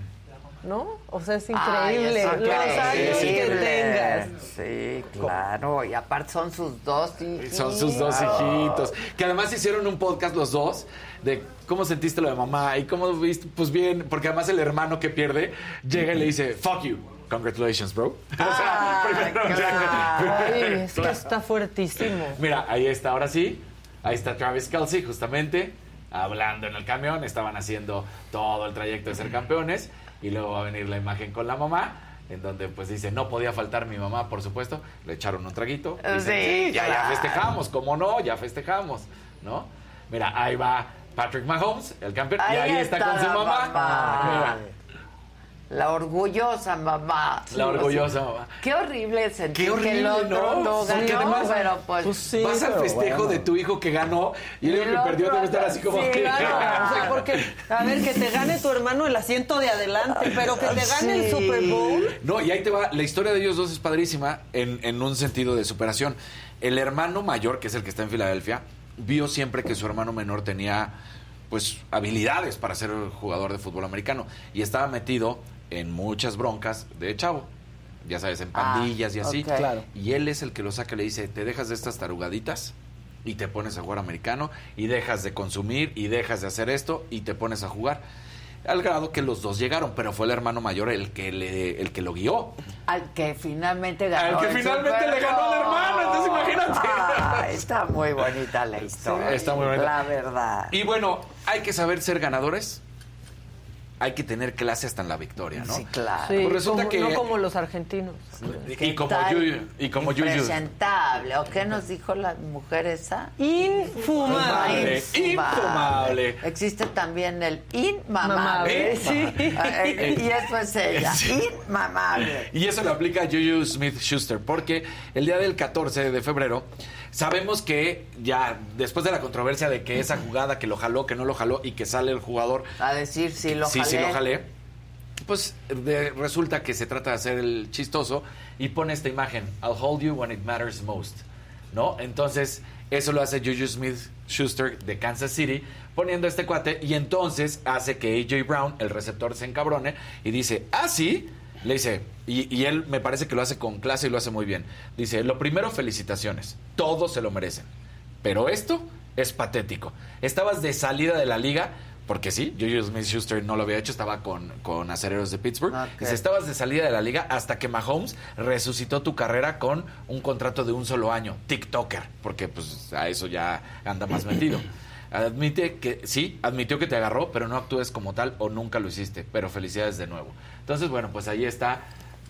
¿no? O sea, es Ay, increíble. es Los años que increíble. tengas. Sí, claro. Y aparte son sus dos hijitos. Son sus dos hijitos. Que además hicieron un podcast los dos de cómo sentiste lo de mamá y cómo viste. Pues bien, porque además el hermano que pierde llega y le dice, fuck you. Congratulations, bro. Ay, es que está fuertísimo. Mira, ahí está, ahora sí. Ahí está Travis Kelsey, justamente, hablando en el camión. Estaban haciendo todo el trayecto de ser campeones. Y luego va a venir la imagen con la mamá. En donde pues dice, no podía faltar mi mamá, por supuesto. Le echaron un traguito. Dicen, Sí, "Sí, ya, ya claro. festejamos, ¿cómo no? Ya festejamos, ¿no? Mira, ahí va Patrick Mahomes, el campeón. y ahí está, con su la mamá. Mira, La orgullosa mamá. La orgullosa mamá. Qué horrible sentir Qué horrible, que el otro no, ¿no? ganó, Porque además- pero pues... Vas al festejo de tu hijo que ganó y el, Y hijo el que perdió otro debe estar así como... Sí, que- claro, o sea, porque, a ver, que te gane tu hermano el asiento de adelante, pero que te gane el Super Bowl. No, y ahí te va. La historia de ellos dos es padrísima en, en un sentido de superación. El hermano mayor, que es el que está en Filadelfia, vio siempre que su hermano menor tenía pues habilidades para ser jugador de fútbol americano y estaba metido en muchas broncas de chavo. Ya sabes, en Ah, pandillas y así. ok. Claro. Y él es el que lo saca y le dice, "Te dejas de estas tarugaditas." y te pones a jugar americano y dejas de consumir y dejas de hacer esto y te pones a jugar. Al grado que los dos llegaron, pero fue el hermano mayor el que le, el que lo guió. Al que finalmente ganó. Al que el finalmente Super le ganó al Bowl. hermano, entonces imagínate. Ah, está muy bonita la historia. Sí, está muy bonita. La verdad. Y bueno, hay que saber ser ganadores. Hay que tener clase hasta en la victoria, ¿no? Sí, claro. Sí, Pues resulta como- que No como los argentinos. y como tal? Yuyu- y como Yuyu. Impresentable. ¿O qué nos dijo la mujer esa? Infumable. Infumable. Existe también el inmamable. Mamable, sí. Eh, Y eso es ella. Sí. Inmamable. Y eso lo aplica a Juju Smith Schuster, porque el día del 14 de febrero sabemos que ya después de la controversia de que esa jugada que lo jaló, que no lo jaló y que sale el jugador A decir si lo sí, jalé. sí lo jalé, pues de- resulta que se trata de hacer el chistoso y pone esta imagen, I'll hold you when it matters most, ¿no? Entonces eso lo hace Juju Smith Schuster de Kansas City poniendo a este cuate y entonces hace que AJ Brown, el receptor, se encabrone y dice, ah, sí, le dice, y, y él me parece que lo hace con clase y lo hace muy bien. Dice, lo primero, felicitaciones. Todos se lo merecen. Pero esto es patético. Estabas de salida de la liga, porque sí, Juju Smith Schuster no lo había hecho, estaba con, con acereros de Pittsburgh. Dice, estabas de salida de la liga hasta que Mahomes resucitó tu carrera con un contrato de un solo año. TikToker, porque pues a eso ya anda más metido. Admite que sí, admitió que te agarró, pero no actúes como tal o nunca lo hiciste. Pero felicidades de nuevo. Entonces, bueno, pues ahí está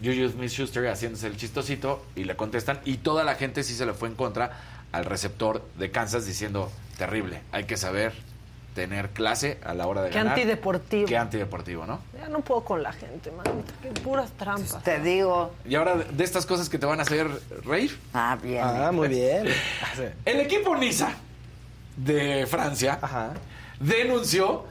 Juju Smith Schuster haciéndose el chistosito y le contestan. Y toda la gente sí se le fue en contra al receptor de Kansas diciendo: terrible, hay que saber tener clase a la hora de Qué ganar. antideportivo. Qué antideportivo, ¿no? Ya no puedo con la gente, manita. Qué puras trampas. Te digo. Y ahora, de estas cosas que te van a hacer reír. Ah, bien. Ah, muy bien. El equipo Niza de Francia denunció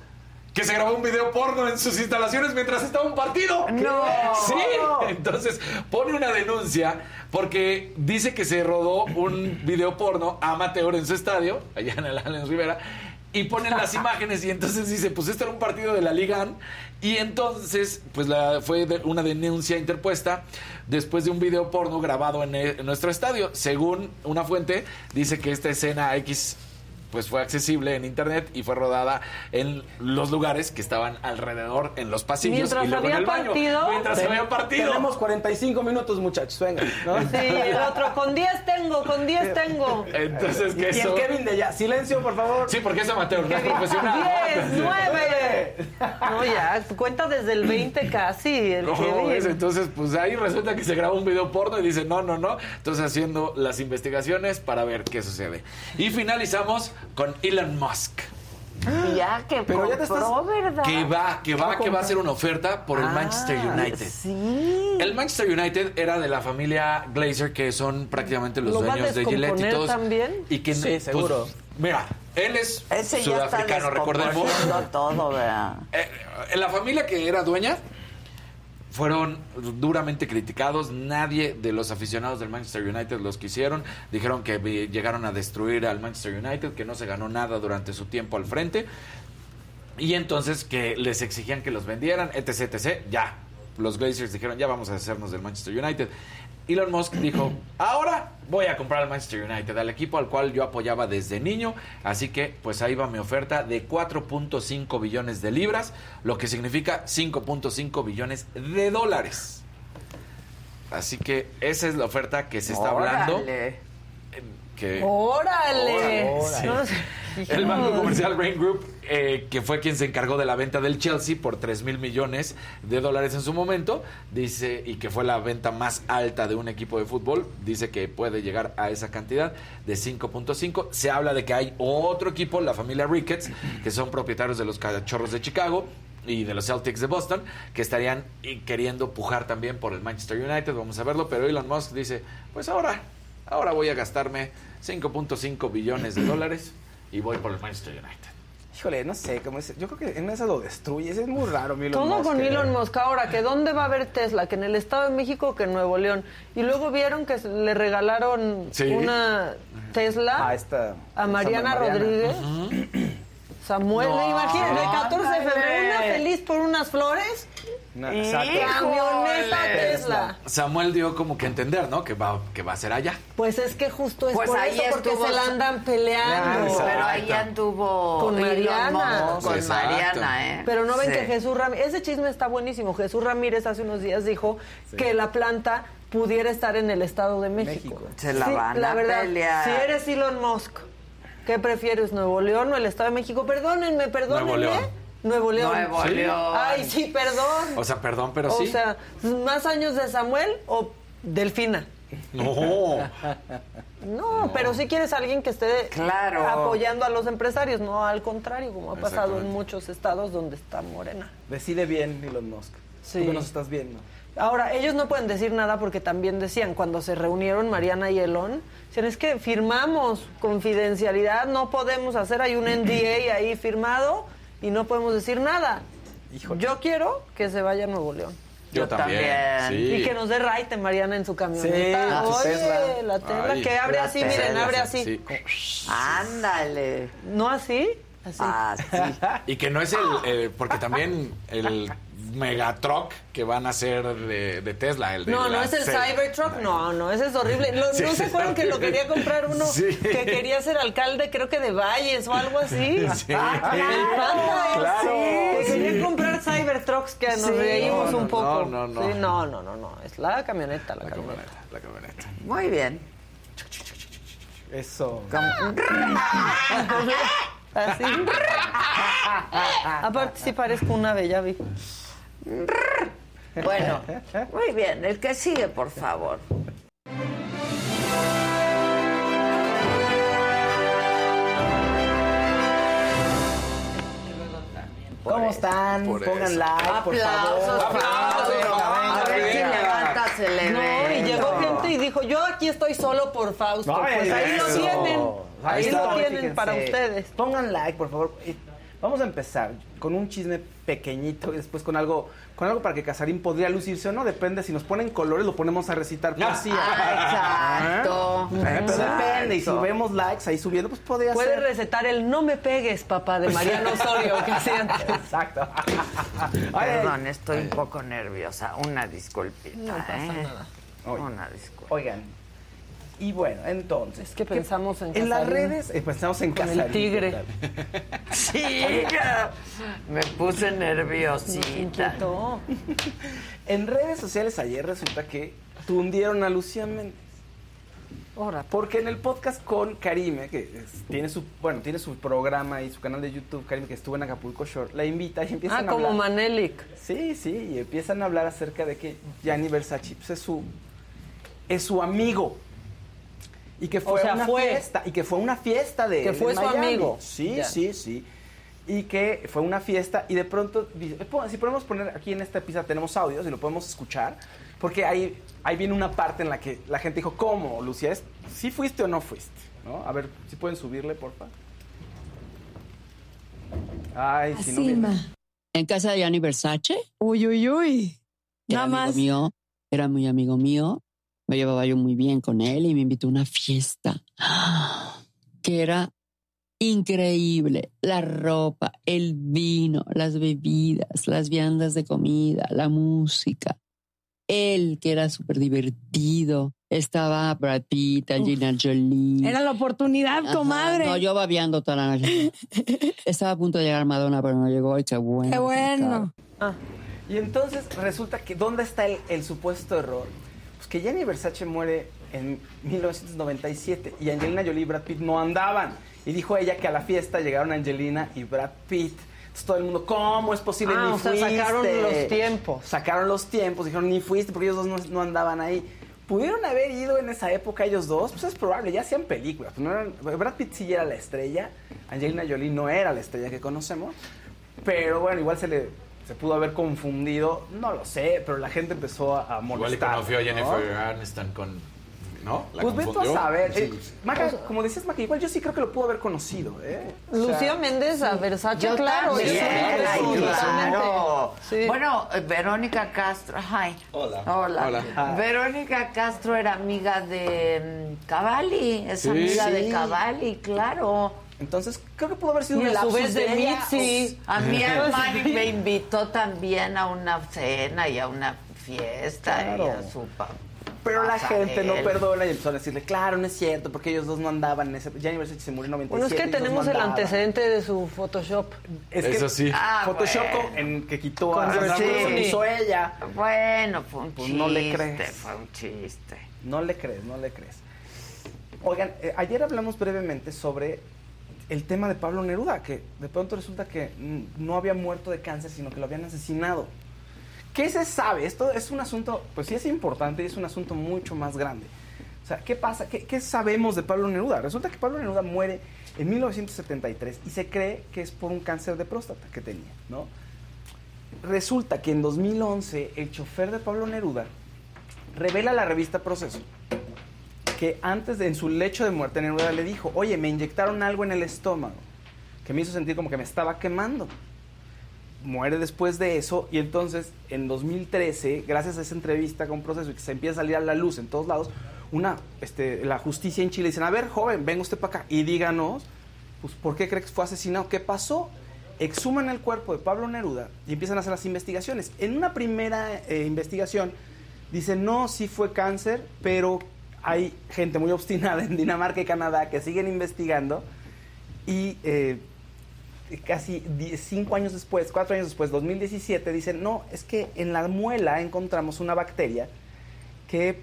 que se grabó un video porno en sus instalaciones mientras estaba un partido. ¡No! Sí, entonces pone una denuncia porque dice que se rodó un video porno amateur en su estadio, allá en el Allen Rivera, y ponen las imágenes y entonces dice, pues este era un partido de la Liga AN. y entonces pues la, fue de- una denuncia interpuesta después de un video porno grabado en, eh, en nuestro estadio. Según una fuente, dice que esta escena X pues fue accesible en internet y fue rodada en los lugares que estaban alrededor en los pasillos Mientras y luego había en el baño. partido. mientras Ten- había partido Tenemos 45 minutos, muchachos, venga. ¿no? Sí, el otro, con 10 tengo, con 10 tengo. Entonces, ¿qué Y el son? Kevin de ya. Silencio, por favor. Sí, porque es amateur, no es Kevin. profesional. 10, 9. No, ya, cuenta desde el 20 casi. El No, Kevin. es, entonces, pues ahí resulta que se grabó un video porno y dice, no, no, no. Entonces, haciendo las investigaciones para ver qué sucede. Y finalizamos con Elon Musk, Y ya que Pero compró, ya te estás- ¿verdad? que va, que va, que va a hacer una oferta por el Ah, Manchester United. El Manchester United era de la familia Glazer, que son prácticamente los ¿Lo va a dueños de Gillette y descomponer todos. también? Y que Sí, pues, seguro. mira, él es Ese ya está sudafricano, recordemos. descomponiendo todo, ¿verdad? Eh, En la familia que era dueña fueron duramente criticados. Nadie de los aficionados del Manchester United los quisieron. Dijeron que vi- llegaron a destruir al Manchester United, que no se ganó nada durante su tiempo al frente. Y entonces que les exigían que los vendieran, etc, etc. Ya. Los Glazers dijeron, ya vamos a hacernos del Manchester United. Elon Musk dijo, ahora voy a comprar al Manchester United, al equipo al cual yo apoyaba desde niño. Así que, pues ahí va mi oferta de 4.5 billones de libras, lo que significa 5.5 billones de dólares. Así que esa es la oferta que se está hablando. Órale. Que... ¡Órale! Órale. No, El banco Híjole. comercial Rain Group, eh, que fue quien se encargó de la venta del Chelsea por 3 mil millones de dólares en su momento, dice, y que fue la venta más alta de un equipo de fútbol, dice que puede llegar a esa cantidad de 5.5. Se habla de que hay otro equipo, la familia Ricketts, que son propietarios de los Cachorros de Chicago y de los Celtics de Boston, que estarían eh, queriendo pujar también por el Manchester United, vamos a verlo, pero Elon Musk dice, pues ahora, ahora voy a gastarme 5.5 billones de dólares y voy por el Manchester United. Híjole, no sé, como es, yo creo que en esa lo destruye. Es muy raro, mi Elon Todo Musk, con eh. Elon Musk. Ahora, que dónde va a haber Tesla, que en el Estado de México, que en Nuevo León. Y luego vieron que se- le regalaron Sí. una Tesla Ah, esta- a Mariana, esa Mariana. Rodríguez. Samuel, No. imagínate, el 14 de febrero, una Ándale. feliz por unas flores. No, y exacto. camioneta Eh, Tesla. Eh, Samuel dio como que entender, ¿no? Que va, que va a ser allá. Pues es que justo es Pues por ahí eso, porque estuvo- se la andan peleando. Claro, pero ahí anduvo Con Elon Mariana. Musk con Exacto. Mariana, ¿eh? Pero no ven Sí. que Jesús Ramírez, ese chisme está buenísimo. Jesús Ramírez hace unos días dijo que la planta pudiera estar en el Estado de México. Se la van a pelear. Si eres Elon Musk, ¿qué prefieres, Nuevo León o el Estado de México? Perdónenme, perdónenme. Nuevo León. Nuevo León. Nuevo Sí. León. Ay, sí, perdón. O sea, perdón, pero o sí. sea, ¿más años de Samuel o Delfina? no. No, pero si quieres a alguien que esté Claro. apoyando a los empresarios, no al contrario, como ha pasado en Exactamente. muchos estados donde está Morena. Decide bien Elon Musk. Sí. Tú que nos estás viendo. Ahora, ellos no pueden decir nada porque también decían, cuando se reunieron Mariana y Elon, decían, es que firmamos confidencialidad, no podemos hacer, hay un NDA ahí firmado y no podemos decir nada. Yo quiero que se vaya a Nuevo León. Yo, también. Y Sí. que nos dé raite Mariana en su Sí, camioneta. con su Oye, Tesla. la Tesla, Ay, que abre la así, Tesla, miren, abre sí. así. Ándale. ¿No así? Así. Y que no es el. eh, porque también el megatruck que van a hacer de, de Tesla. El de No, no la es el C. Cybertruck, no, no, ese es horrible. Lo- Sí, ¿No ese se es acuerdan que lo horrible. quería comprar uno Sí. que quería ser alcalde, creo que de Valles o algo así? Sí. Ah, el panda ese, Claro, que sí. quería comprar Cybertrucks que nos Sí. reímos No, un no, no, poco. no, no. Sí, no, no, no, no, es la camioneta, la, camioneta. La camioneta. Muy bien. Eso. Así. Aparte sí parezco una bella vi. Bueno, muy bien. El que sigue, por favor. ¿Cómo están? por Pongan eso. like, por Aplausos, favor. aplausos. Venga, venga, A ver venga. quién levanta, se le No, y llegó gente y dijo, yo aquí estoy solo por Fausto. Ay, pues ahí lo eso. tienen, ahí, lo está, tienen fíjense. para ustedes. Pongan like, por favor. Eh, Vamos a empezar con un chisme pequeñito y después con algo, con algo para que Casarín podría lucirse o no. Depende, si nos ponen colores lo ponemos a recitar poesía. Ah, exacto. ¿Eh? Pero Exacto. depende, y si vemos likes ahí subiendo, pues podría Puede ser. recetar el No me pegues, papá, de Mariano Osorio, que hacía antes. Exacto. Perdón, estoy un poco nerviosa. Una disculpita. No pasa ¿eh? nada. Una disculpa. Ah. Oigan, y bueno, entonces. que pensamos en En las Casarín. redes, eh, pensamos en Con el Casarín. tigre. Chica, me puse nerviosita. En redes sociales ayer resulta que tundieron a Lucía Méndez. Porque en el podcast con Karime, que es- tiene su, bueno, tiene su programa y su canal de YouTube, Karime, que estuvo en Acapulco Shore, la invita y empiezan Ah, a como hablar. Manelik. Sí, sí, y empiezan a hablar acerca de que Gianni Versace pues, es su es su amigo. Y que fue sea, una fue. fiesta. Y que fue una fiesta de Que él fue en su Miami. amigo. Sí, Ya. sí, sí. Y que fue una fiesta y de pronto, dice, eh, pon- si podemos poner aquí en esta pizza, tenemos audios y lo podemos escuchar, porque ahí, ahí viene una parte en la que la gente dijo, ¿cómo, Lucía? ¿Es- ¿Sí fuiste o no fuiste? ¿No? A ver, si pueden subirle, porfa. Ay, si no... viene. En casa de Gianni Versace. Uy, uy, uy. Era Nada amigo más. mío, era muy amigo mío. Me llevaba yo muy bien con él y me invitó a una fiesta ¡ah! que era increíble. La ropa, el vino, las bebidas, las viandas de comida, la música. Él, que era súper divertido. Estaba Brad Pitt, Gina Jolie. Era la oportunidad, Ajá, comadre. No, yo babeando toda la noche. Estaba a punto de llegar Madonna, pero no llegó. Ay, qué bueno. Qué bueno. Ah, y entonces resulta que ¿dónde está el, el supuesto error? Pues que Gianni Versace muere en 1997 y Angelina Jolie y Brad Pitt no andaban. Y dijo ella que a la fiesta llegaron Angelina y Brad Pitt. Entonces todo el mundo, ¿cómo es posible? Ah, ni o sea, fuiste". sacaron los tiempos. Sacaron los tiempos, dijeron ni fuiste porque ellos dos no, no andaban ahí. ¿Pudieron haber ido en esa época ellos dos? Pues es probable, ya hacían películas. pues no eran- Brad Pitt sí era la estrella, Angelina Jolie no era la estrella que conocemos. Pero bueno, igual se le se pudo haber confundido, no lo sé, pero la gente empezó a, a molestar. Igual y conoció a ¿no? Jennifer Aniston con. ¿No? ¿La Pues vete confundió? a saber. Eh, Sí. Maca, como decías, Maca, igual yo sí creo que lo pudo haber conocido, ¿eh? O sea, Lucía Méndez a Versace, Yo claro. también, eso es ay, un- claro. totalmente. Bueno, eh, Verónica Castro. Hi. Hola. Hola. Hola. Ah. Hi. Verónica Castro era amiga de mm, Cavalli. Es Sí. amiga Sí. de Cavalli, claro. Entonces, creo que pudo haber sido Y un a su lapsus vez de ella. Mitzi. A mí Pues, Armani me invitó también a una cena y a una fiesta y a Claro. su pa- Pero la pasarela. gente no perdona y empezó a decirle, claro, no es cierto, porque ellos dos no andaban en ese... Jenny Versace se murió en 97 Bueno, es que ellos no tenemos el andaban. antecedente Ah, de su Photoshop. Es que Photoshop con- en que quitó a... Con a- Rossini. hizo ella. Bueno, fue un Pues chiste. no le crees. Fue un chiste. No le crees, no le crees. Oigan, eh, ayer hablamos brevemente sobre el tema de Pablo Neruda, que de pronto resulta que mm, no había muerto de cáncer, sino que lo habían asesinado. ¿Qué se sabe? Esto es un asunto, pues sí es importante y es un asunto mucho más grande. O sea, ¿qué pasa? ¿Qué, qué sabemos de Pablo Neruda? Resulta que Pablo Neruda muere en 1973 y se cree que es por un cáncer de próstata que tenía, ¿no? Resulta que en 2011 el chofer de Pablo Neruda revela la revista Proceso que antes de, en su lecho de muerte Neruda le dijo, oye, me inyectaron algo en el estómago que me hizo sentir como que me estaba quemando. Muere después de eso y entonces en 2013, gracias a esa entrevista con Proceso y que se empieza a salir a la luz en todos lados, una, este, la justicia en Chile dicen, a ver, joven, venga usted para acá y díganos, pues, ¿por qué cree que fue asesinado? ¿Qué pasó? Exhuman el cuerpo de Pablo Neruda y empiezan a hacer las investigaciones. En una primera eh, investigación dicen, no, sí fue cáncer, pero hay gente muy obstinada en Dinamarca y Canadá que siguen investigando y eh, casi die- cinco años después, cuatro años después, 2017, dicen, no, es que en la muela encontramos una bacteria que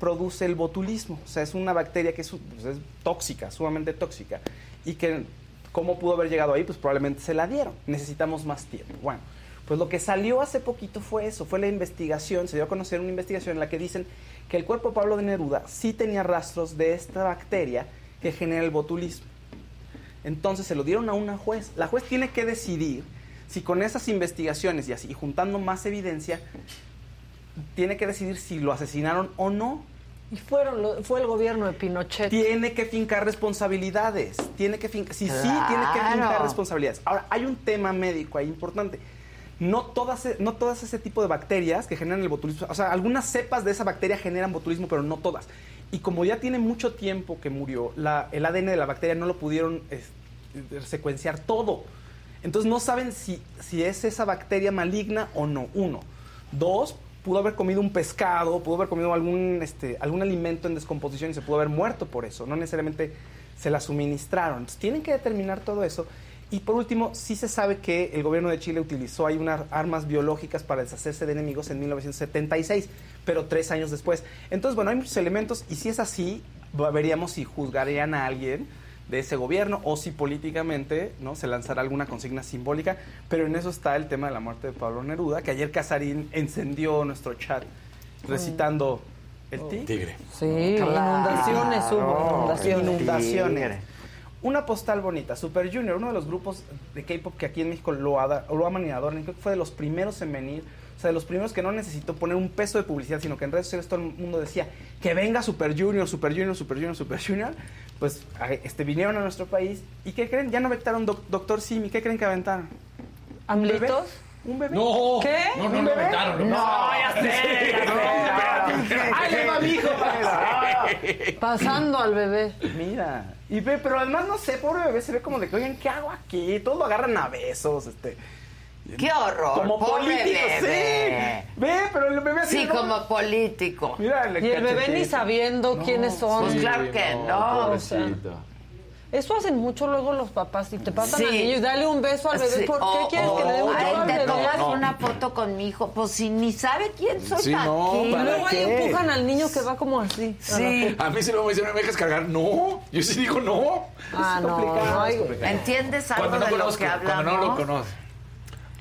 produce el botulismo. O sea, es una bacteria que es, su- pues, es tóxica, sumamente tóxica. Y que, ¿cómo pudo haber llegado ahí? Pues probablemente se la dieron. Necesitamos más tiempo. Bueno, pues lo que salió hace poquito fue eso, fue la investigación, se dio a conocer una investigación en la que dicen que el cuerpo de Pablo de Neruda sí tenía rastros de esta bacteria que genera el botulismo. Entonces se lo dieron a una juez. La juez tiene que decidir si con esas investigaciones y así, y juntando más evidencia, tiene que decidir si lo asesinaron o no. Y fueron lo- fue el gobierno de Pinochet. Tiene que fincar responsabilidades. Tiene que fincar. Sí, sí, tiene que Claro. fincar responsabilidades. Ahora, hay un tema médico ahí importante. No todas, e- no todas ese tipo de bacterias que generan el botulismo, o sea, algunas cepas de esa bacteria generan botulismo, pero no todas. Y como ya tiene mucho tiempo que murió, la- el ADN de la bacteria no lo pudieron es- secuenciar todo. Entonces no saben si, si es esa bacteria maligna o no. Uno. Dos, pudo haber comido un pescado, pudo haber comido algún, este, algún alimento en descomposición y se pudo haber muerto por eso. No necesariamente se la suministraron. Entonces, tienen que determinar todo eso. Y por último, sí se sabe que el gobierno de Chile utilizó ahí unas armas biológicas para deshacerse de enemigos en 1976, pero tres años después. Entonces, bueno, hay muchos elementos y si es así, veríamos si juzgarían a alguien de ese gobierno o si políticamente no se lanzará alguna consigna simbólica, pero en eso está el tema de la muerte de Pablo Neruda, que ayer Casarín encendió nuestro chat recitando el tigre. Sí, inundaciones hubo, inundaciones. Inundaciones. Una postal bonita, Super Junior, uno de los grupos de K-pop que aquí en México lo, ada- lo aman y adoran, y creo que fue de los primeros en venir, o sea, de los primeros que no necesitó poner un peso de publicidad, sino que en redes sociales todo el mundo decía, que venga Super Junior, Super Junior, Super Junior, Super Junior, pues a- este, vinieron a nuestro país, ¿y qué creen? Ya no aventaron Doc- Doctor Simi, ¿qué creen que aventaron? ¿Amlitos? ¿Un bebé? No. ¿Qué? No, no, no aventaron, no. ¡Ay, le va mi hijo! Pasando al bebé. Mira. Y ve, pero además no sé, pobre bebé, se ve como de que, oigan, ¿qué hago aquí? Todos lo agarran a besos, este. ¡Qué horror! Como ¡Pobre político, bebé! sí. Ve, pero el bebé así, Sí, ¿no? como político. Mira, le Y el bebé ni cachetea. sabiendo quiénes son. Pues claro que no. o sea, Eso hacen mucho luego los papás. Y te pasan Sí. al niño y dale un beso al bebé. Sí, ¿Por Oh, qué o- quieres que le dé un o, beso Ay, al te bebé? tomas una foto con mi hijo. Pues si ni sabe quién soy, Oh. Sí, ¿para no, qué? Y ¿para luego ahí qué? empujan al niño que va como así. a la puerta. A mí se lo dicen, ¿me dejas cargar? No. Yo sí digo no. Ah, no, no hay- ¿Entiendes algo Cuando no de conozco, lo que hablamos? cuando no lo conozco.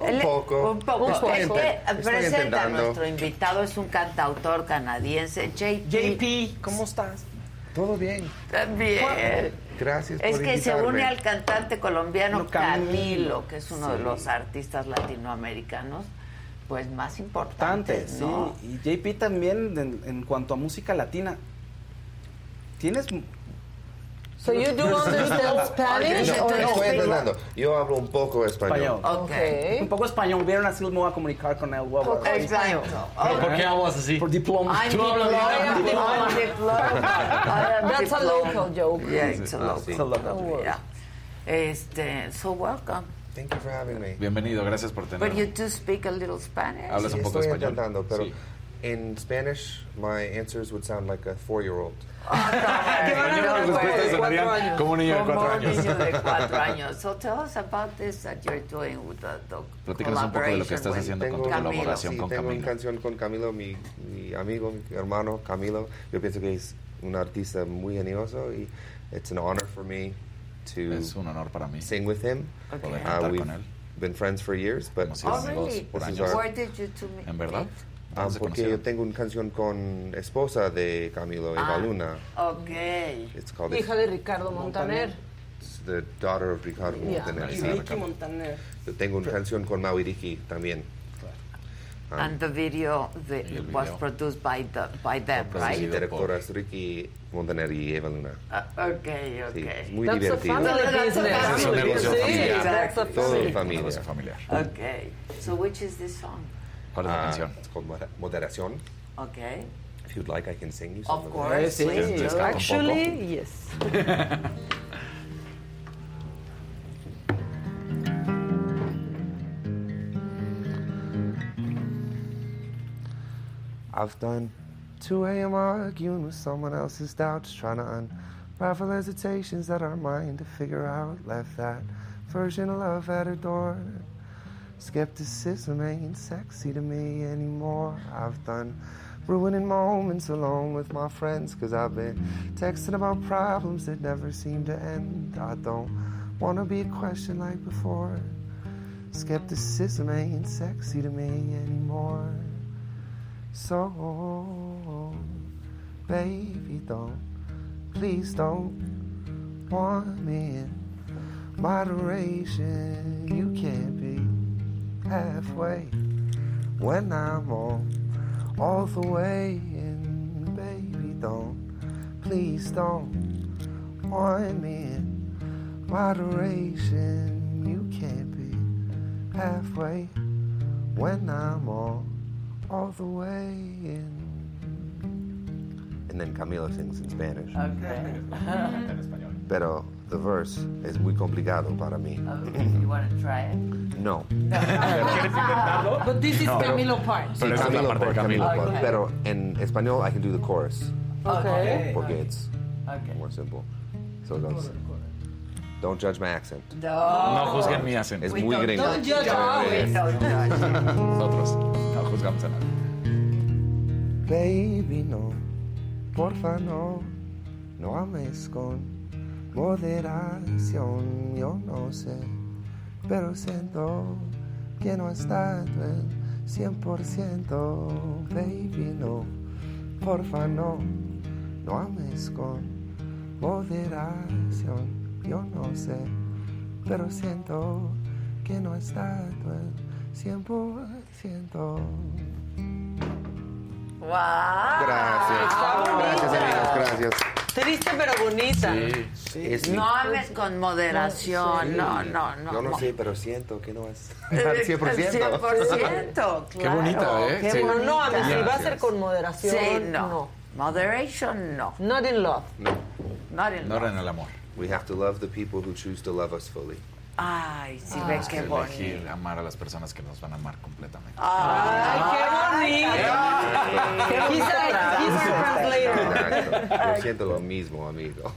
Él- poco. Un poco. Un poco. Es Estoy que eh, intentando. presenta a nuestro invitado, es un cantautor canadiense, JP. JP, ¿cómo estás? Todo bien. También. Gracias Es por que se invitarme. une al cantante colombiano No, Camilo. Camilo, que es uno de Sí. los artistas latinoamericanos pues más Importante, importantes, sí. ¿no? Y JP también, en, en cuanto a música latina, tienes. So you do understand Spanish? No, or no estoy speak- entendiendo. Yo hablo un poco español. Español. Un poco español. Vieron así, me voy a comunicar con el huevo. Exacto. ¿Pero por qué hablas así? Por diploma. I'm deployed, I'm deployed, I am That's a deployed. local joke. Yeah, it's a Ah, local. It's a local joke, yeah. Este, so welcome. Thank you for having me. Bienvenido, gracias por But you tenerme. do speak a little Spanish. Hablas un Sí, poco estoy español. intentando, pero Sí. in Spanish my answers would sound like a four-year-old. Don't Las worry. respuestas sonarían como un niño de Como cuatro un años. niño de cuatro años. So tell us about this that you're doing with the, the Platícanos un poco de lo que estás collaboration haciendo con with tu Camilo. colaboración Sí, con tengo Camilo. una canción con Camilo, mi, mi amigo, mi hermano Camilo. Yo pienso que es un artista muy genioso y it's an honor for me to Es un honor para mí. sing with him. Uh, Ok. Poder cantar we've con él. been friends for years, but Hemos sido Oh, this really? is our- Where did you two meet? ¿En verdad? ¿Dónde Ah, se porque yo conocieron? tengo una canción con esposa de Camilo, Eva Ah. Luna. Okay. It's called Hija de Ricardo Montaner. It's the Daughter of Ricardo Yeah. Montaner. Y sí. Ricky Montaner. Yo tengo una canción con Maui Ricky también. Um, Ah, And the video, the, el was video. produced by the by them, las right? directoras Ricky Montaner y Eva Luna. Ah, okay, Sí, okay. muy divertido. That's a family negocio business. familiar. Exactly. Todo en Un familia. negocio familiar. Okay. So which is this song? ¿Cuál es la canción? Ah, Con moder- moderación. Okay. If you'd like, I can sing you Of some course, Sí, sí, please sí. do. Actually, yes. I've done 2 a.m. arguing with someone else's doubts, trying to unravel hesitations that are mine to figure out. Left that version of love at her door. Skepticism ain't sexy to me anymore. I've done ruining moments alone with my friends, cause I've been texting about problems that never seem to end. I don't wanna be a question like before. Skepticism ain't sexy to me anymore. So, baby, don't, please don't want me in moderation. You can't be halfway when I'm all, all the way in, baby, don't. please don't want me in moderation. You can't be halfway when I'm all, all the way in. And then Camilo sings in Spanish. Okay. Pero the verse es muy complicado para mí. you want to try it? No. But this is No. Camilo part. Sí, Okay. Camilo parte de Park, Camilo. Camilo Park. Okay. Pero en español I can do the chorus. Porque it's more simple. So don't, don't judge my accent. No. No juzguen mi acento. Es muy gringo. Nosotros no juzgamos a nadie. Baby, no, porfa no, no ames con moderación, yo no sé, pero siento que no está en el 100%. Baby, no, porfa no, no ames con moderación, yo no sé, pero siento que no está en el 100%. ¡Wow! Gracias. Gracias, amigos. Gracias. Triste pero bonita. Es mi- No ames con moderación. Sí. No, no, no. Yo no sé, pero siento que no es. Eh, 100%. 100%, Qué claro. bonita, ¿eh? Qué Sí. bonita. No, a mí sí va a Gracias. ser con moderación. Sí, no. Moderation, no. Not in love. Not in love. en el amor. We have to love the people who choose to love us fully. Ay, sí, Ah, ve Tenemos qué que bonito. elegir amar a las personas que nos van a amar completamente. ¡Ay, qué bonito! He's a- he's a translator. Yo siento lo mismo, amigo.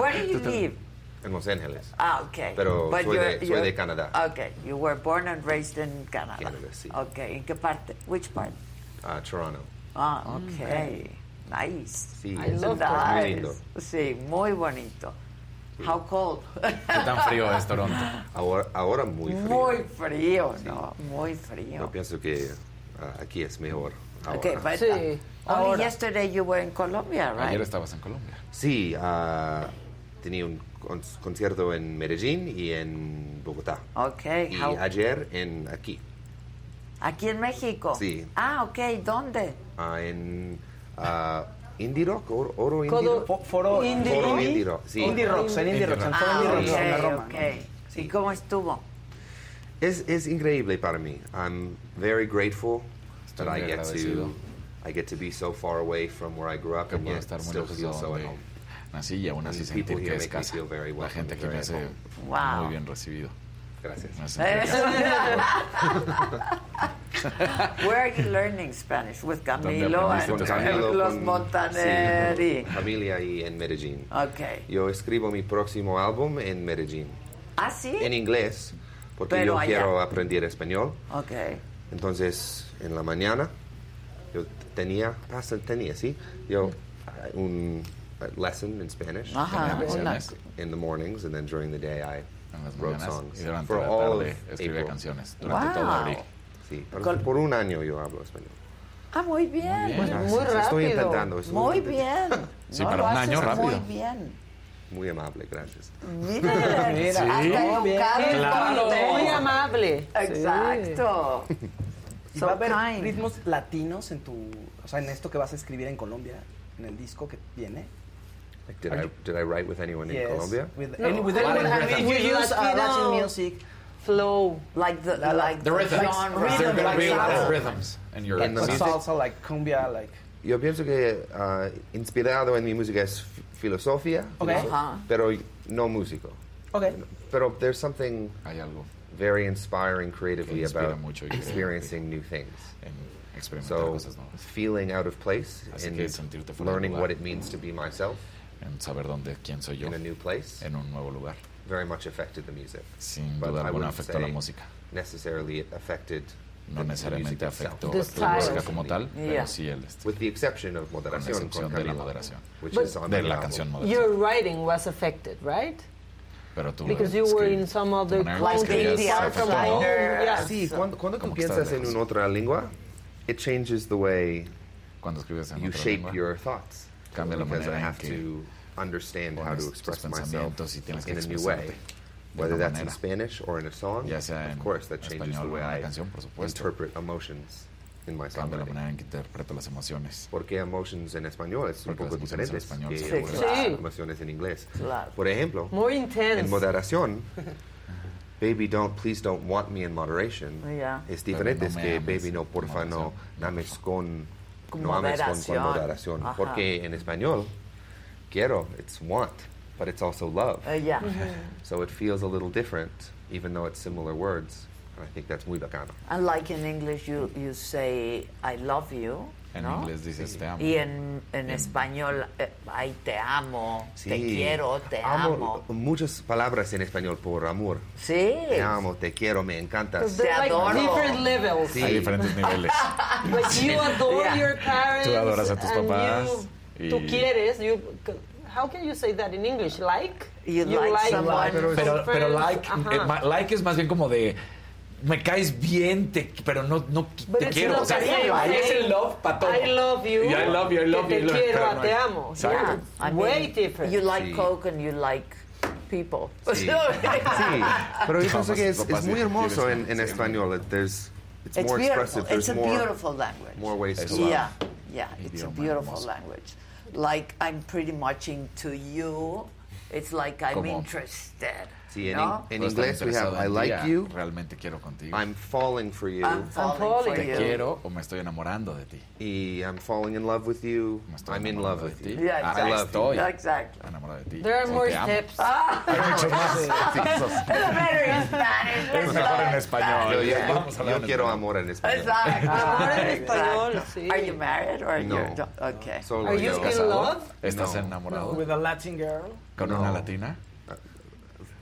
Where do you live? En Los Ángeles. Ah, okay. Pero But soy you're- de- soy you're- de Canadá. Okay, you were born and raised in Canadá. Canadá, sí. Okay, ¿en qué parte? Which part? Ah, Toronto. Ah, okay. Nice. Sí, I es love muy that. lindo. Sí, muy bonito. How cold? Ahora, ahora muy frío. Muy frío, no, muy frío. Yo pienso que ah, aquí es mejor. Ahora. Okay, but uh, only ahora. yesterday you were in Colombia, right? estabas en Colombia. Sí, ah, tenía un con- concierto en Medellín y en Bogotá. Okay, Y how- ayer en aquí, Aquí en México. Sí. Ah, okay. ¿Dónde? ah, en ah, Indie Rock, Oro, Oro Indie Codo- Rock. Fo- Foro- Indie- Foro Indie- Indie Rock, sí. Indie Rocks, en Indie Rocks, en Foro Ah, Indie ok, Rocks, en la Roma. ok. ¿Y cómo estuvo? Es, es increíble para mí. I'm very grateful that I muy get agradecido. to I get to be so far away from where I grew up Que and puedo yet estar muy still lejos de feel so at donde home. nací y aún And así the sentir people que here es make me casa. feel very La welcome and gente aquí me very hace Wow. muy bien recibido. Gracias. Where are you learning Spanish? With Camilo aprendiste con and Camilo, los con- Montaneri. sí, con familia y en Medellín. Ok. Yo escribo mi próximo álbum en Medellín, ¿Ah, sí? en inglés, porque Pero yo allá. quiero aprender español. Ok. Entonces, en la mañana, yo tenía, pasa- tenía, ¿sí? Yo, eh, un eh, lesson in Spanish. Ajá, en una- In the mornings, and then during the day I wrote mañanas songs. y durante for la all tarde of escribía April. canciones, durante Wow. todo abril. Sí, pero por un año yo hablo español. Ah, muy bien. Muy bien. Muy Estoy rápido. intentando, estoy Muy bien. intentando. Sí, para lo un año, haces Muy rápido. bien. Muy amable, gracias. Mira, Mira. hasta Sí. educado y Claro. todo. Muy amable. Exacto. ¿Y va a haber ritmos latinos en tu, o sea, en esto que vas a escribir en Colombia, en el disco que viene? Did I, did I write with anyone Yes, in Colombia? with- No, any- with I any- mean, I mean, we with use uh, Latino Latin music. Flow. Like the, like The rhythm. genre. Rhythm, They're gonna be salsa. rhythms in your- like In the music. salsa, like cumbia, like Yo pienso que ah, inspirado en mi música es fi- filosofía, Ok. filoso- Ajá. pero no músico. okay. Pero there's something very inspiring creatively Que inspira about mucho y que- experiencing new things. experimentar So cosas nuevas. feeling out of place Así and que sentirte fuera de learning lugar. what it means to be myself. En saber dónde quién soy yo. In a new place. En un nuevo lugar. Very much affected the music. Sin duda alguna wouldn't afectó la say música. Necessarily it affected the- No the necesariamente music itself. afectó The tu música style. como tal, pero Yeah. sí el With the exception of moderación con excepción de la Camilo, moderación. which But- is on De the la album. canción moderación. Your writing was affected, right? Pero tú Because you were in some other manera en que country, escribías far afectó, from ¿no? home. Yeah. Sí, cuando, cuando tú Como que estás piensas en lejos. una otra lengua, it changes the way you otra shape lengua, your thoughts. cambia la because manera I en have que to understand how pones to tus express myself pensamientos y tienes que in a new way. expresarte de Whether otra that's in manera. Spanish or in a song, Ya sea of en course, that changes español the o way en una I canción, por supuesto. interpret emotions. in my Cambia la manera en que interpreta las emociones. Porque emotions en español es Porque un poco las emociones diferente en que español son las buenas. Sí. emociones en inglés. Claro. Por ejemplo, Muy intenso. en moderación, baby don't, please don't want me in moderation Ya. es Pero diferente no me que ames baby no, porfa, no, no ames con, Con no ames con, con moderación. moderación. Ajá. Porque en español, quiero, it's want, but it's also love. Eh, ya. Mm-hmm. So it feels a little different, even though it's similar words. And I think that's muy bacano. And like in English, you, you say, I love you. En ¿no? inglés dices, "Te amo". Y en, en español, eh, ay, te amo, te Sí. quiero, te Amo, amo. Muchas palabras en español por amor. Sí. Te amo, te quiero, me encantas. They're like adoro. different levels. Sí. Hay diferentes niveles. Like you adore your parents. Tú adoras a tus and papás. you- y- Tú quieres. You, how can you say that in English? Like? You like someone. Pero, pero, pero friends, like, ajá. eh, ma- like es más bien como de. Me caes bien, te, pero no, no qui- te it's quiero. not O sea, the same ahí es el thing. love para todo. I love you. Y I love you, I love que you. I Te love you, quiero, pero no te hay- amo. Exacto. Yeah, I Way mean, different. You like Sí. Coke and you like people. Sí. Sí, pero yo pienso que es, es muy hermoso en, en español. It- There's, it's, It's more beautiful. expressive. There's It's a more, beautiful language. more ways to love. Yeah, yeah. It's a Idioma beautiful hermoso. language. Like I'm pretty much into you. It's like I'm Como- interested. Sí, en, ¿no? en Puedo estar inglés we have Pues interesado I en like ti, ah, you, Realmente quiero contigo. I'm falling for you. I'm falling falling for Te you. quiero o me estoy enamorando de ti. Y I'm falling in love with you. I'm in love with you. Yeah, Ah, exactly. I love you. Yeah, exactly. Ah. Enamorado de ti. There are o more te amo. steps. Hay muchos más. Sí, esos. Better in Spanish. Es mejor en español. Yo, yo- yo- Vamos a hablar yo en quiero amor en español. Exactly. Amor en Exactly. español, sí. Are you married or No. you're not? Okay. Solo Are you yo. still love? ¿Estás enamorado? With a Latin girl. ¿Con una latina?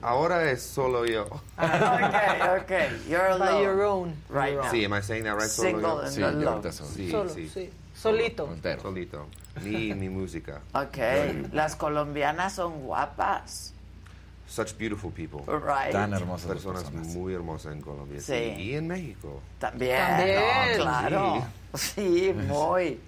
Ahora es solo yo. Okay, okay. You're alone. By your own. Right now. Sí, am I saying that right? Solo Single yo. and Sí, yo alone. ahorita solo. Sí, Solo, sí. sí. Solito. Solito. Ni mi música. Ok, las colombianas son guapas. Such beautiful people. Right. Tan hermosas las Personas, muy hermosas en Colombia. Sí. Y en México. También, También. no, claro. Sí, muy.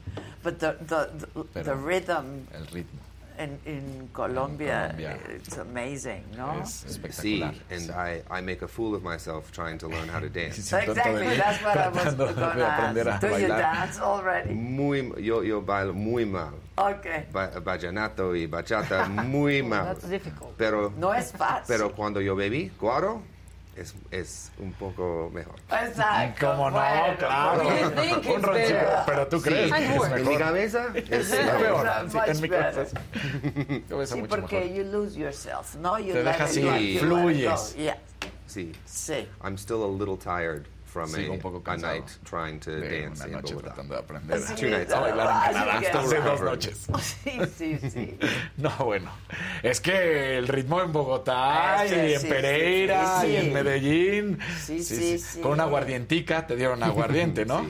But the, the, the, the Pero rhythm El ritmo. in, in Colombia, Colombia. it's amazing, ¿no? Sí, and I, I make a fool of myself trying to learn how to dance. Exactly, that's what I was Tratando going de to aprender a ask. Do you bailar. dance already? Muy, yo, yo bailo muy mal. Okay. Ba- vallenato y bachata muy mal. That's difficult. Pero, No es fácil. pero cuando yo bebí guaro, es, es un poco mejor. Exacto. ¿Cómo no? bueno. Claro. You think Un it's roncito. better. Pero tú Sí. crees que And es worse. mejor. En mi cabeza es Sí, la peor. mejor. Sí, en mi Much cabeza es- cabeza Sí, mucho porque mejor. you lose yourself, ¿no? You Te let dejas it ir, go, you let it fluyes. go. Yeah. Sí. Sí. I'm still a little tired from Sigo a, un poco a cansado night trying to de dance una in noche Bogotá. tratando de aprender Sí, Two nights a claro. bailar en Así Canadá. que- Hasta hace dos noches. Sí, sí, sí. No, bueno. Es que el ritmo en Bogotá Ah, sí, y en sí, Pereira sí, sí. y en Medellín. Sí, sí, sí. Con una aguardientica te dieron aguardiente, ¿no?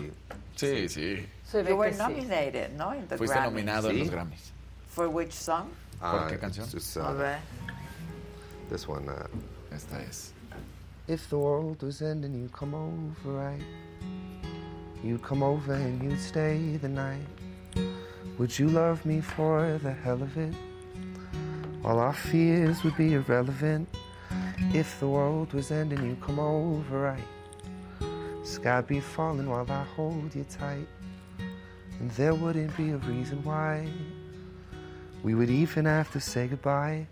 Sí, sí. Se ve You were que sí. nominated, ¿no? In the Fuiste Grammys. nominado en Sí. los Grammys. For which song? ¿Por Ah, qué canción? it's just, A uh, ver. this one. uh, Esta es. If the world was ending, you'd come over, right? You'd come over and you'd stay the night. Would you love me for the hell of it? All our fears would be irrelevant. If the world was ending, you'd come over, right? Sky be falling while I hold you tight. And there wouldn't be a reason why. We would even have to say goodbye.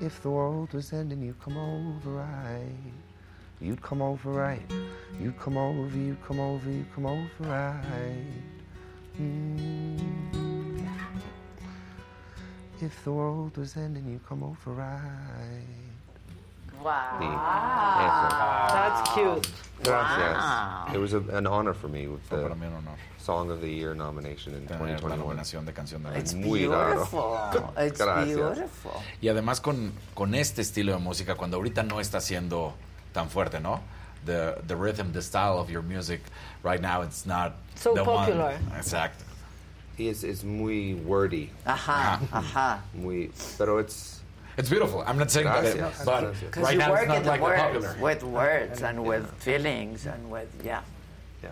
If the world was ending, you'd come over right. You'd come over right. You'd come over, you'd come over, you'd come over right. Mm. If the world was ending, you'd come over right. Wow. Sí. That's cute. Gracias. Ah. Wow. It was a, an honor for me with Fue the para mí un honor Song of the Year nomination in tener la 2021. nominación de canción del It's año. Muy raro. beautiful. It's Gracias. beautiful. Y además con, con este estilo de música, cuando ahorita no está siendo tan fuerte, ¿no? The, the rhythm, the style of your music right now, it's not So the popular. One. Exacto. Y es, es muy wordy. Ajá, ajá. Muy, pero it's... It's beautiful. I'm not saying Gracias. that, but Because right you now work it's not in the like the popular. words, with words and with feelings and with, yeah.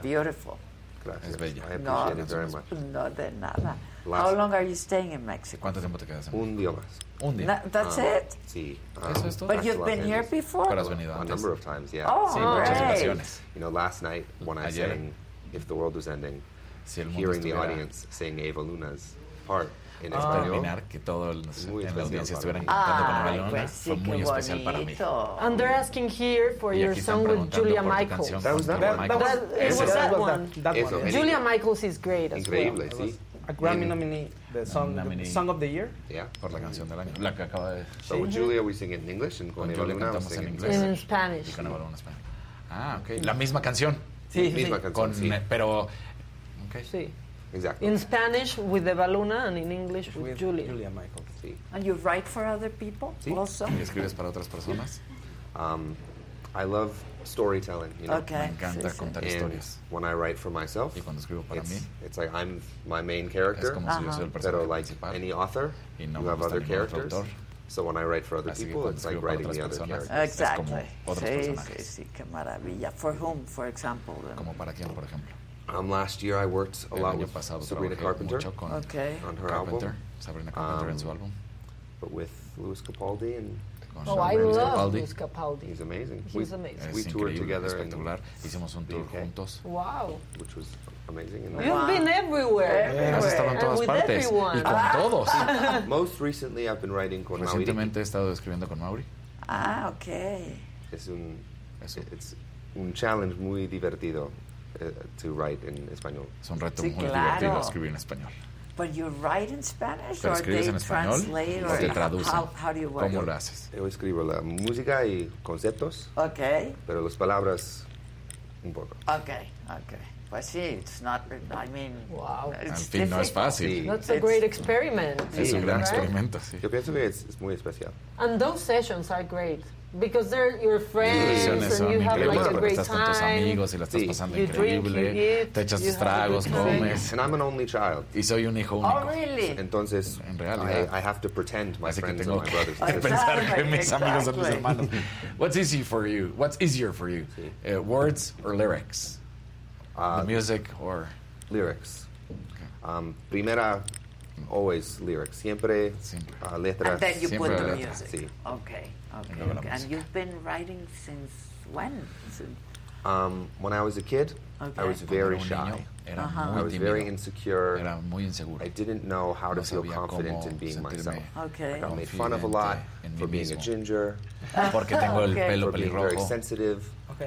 Beautiful. Gracias. Es bella. I No, appreciate it very much. no de nada. Last- How long are you staying in Mexico? ¿Cuánto tiempo te quedas? en- Un día más. Un día. No, that's Ah, it? Sí. Eso es todo. But you've been here before? Pero has venido A antes. number of times, yeah. Oh, Sí, all muchas right. ocasiones. You know, last night when I Ayer. sang If the World Was Ending, Si el mundo hearing the estuviera- audience sing Eva Luna's part in Ah. español. Terminar que todo el- en la especial audiencia para estuvieran mí. cantando con Eva Luna fue muy qué especial para mí. bonito. And they're asking here for Y your aquí están song with preguntando Julia por tu Michaels. canción con Julia Michaels. Ese- That- it was that That was one. that- that Eso, one. Julia Michaels is great as Increíble, well. sí. A Grammy nominee, the song, Nominee. song of the year. Por la canción del año. Eh, La que acaba de. So with Julia we sing in English and con, Con Eva Julia Luna we cantamos sing en in inglés. In Spanish. Y con Eva Luna en español. Ah, ok. La misma canción. Sí, sí, Misma sí. canción, sí. eh, Pero. Sí. Exactly. In Spanish with Eva Luna and in English with, Julia. Julia Michaels. Sí. And you write for other people also? ¿Y escribes para otras personas? Um, I love storytelling. You know? Okay. Me encanta Sí, sí. contar And historias. When I write for myself, it's, it's like I'm my main character. uh-huh. Es como si yo soy el Ajá. Pero like any author, you me have gusta other ningún otro characters. autor. So when I write for other Así que people, cuando it's like escribo para writing otras the other personas, characters. Exactly. Exactly. otros Sí, sí, personajes. sí, qué maravilla. For whom, for example. Como para quién, por ejemplo. Um, last year I worked a El lot año with pasado Sabrina trabajé Carpenter mucho con Okay. on her Carpenter, album. Um, Sabrina Carpenter en su álbum. But with Louis Capaldi and Oh, I love Luis Capaldi. He's amazing. He's amazing. We Es toured increíble, together in espectacular. Hicimos un tour juntos. Wow. which was amazing. And You've been everywhere. Has estado en And todas with partes. everyone. Most recently I've been writing con Mauri. Recientemente he estado escribiendo con Mauri. Ah, ok. Es un, it's un challenge muy divertido eh, to write en español. Es un reto Sí, muy claro. divertido escribir en español. But you write in Spanish Pero or escribes they en español translate o or te traducen. How, how do you work? ¿Cómo lo haces? Yo escribo la música y conceptos, Okay, pero las palabras un poco. okay, okay. Pues sí, it's not, I mean, wow. En it's fin, no es difficult. fácil. Sí. That's a great experiment. right? Yo pienso que es, es muy especial. And those sessions are great because they're your friends and sesiones son you have increíbles like a porque great estás con tus time. amigos y la estás pasando You drink, you increíble. eat, Te echas you tus have a good tragos, time. Oh, comes. And I'm an only child. Y soy un hijo único. really? Entonces, realidad. I, I have to pretend my Así que friends are tengo my que brothers. and sisters. pensar que mis amigos son mis Exactly. hermanos. What's easy for you? What's easier for you? Eh, words or lyrics? The music or Uh, lyrics. Um, primera, always lyrics. Siempre, uh, letras. And then you put the letras, music. Sí. Okay, okay. luego la okay. And you've been writing since when? Since- Um, when I was a kid, I Okay. was very Cuando era un shy. niño, era Ajá. muy I was tímido. very insecure. I didn't know how to No feel sabía confident cómo in being sentirme myself. Okay. Like, I made fun of a lot confidente en mí for being a mismo. ginger. Porque tengo el Okay. pelo for being very pelirrojo. sensitive.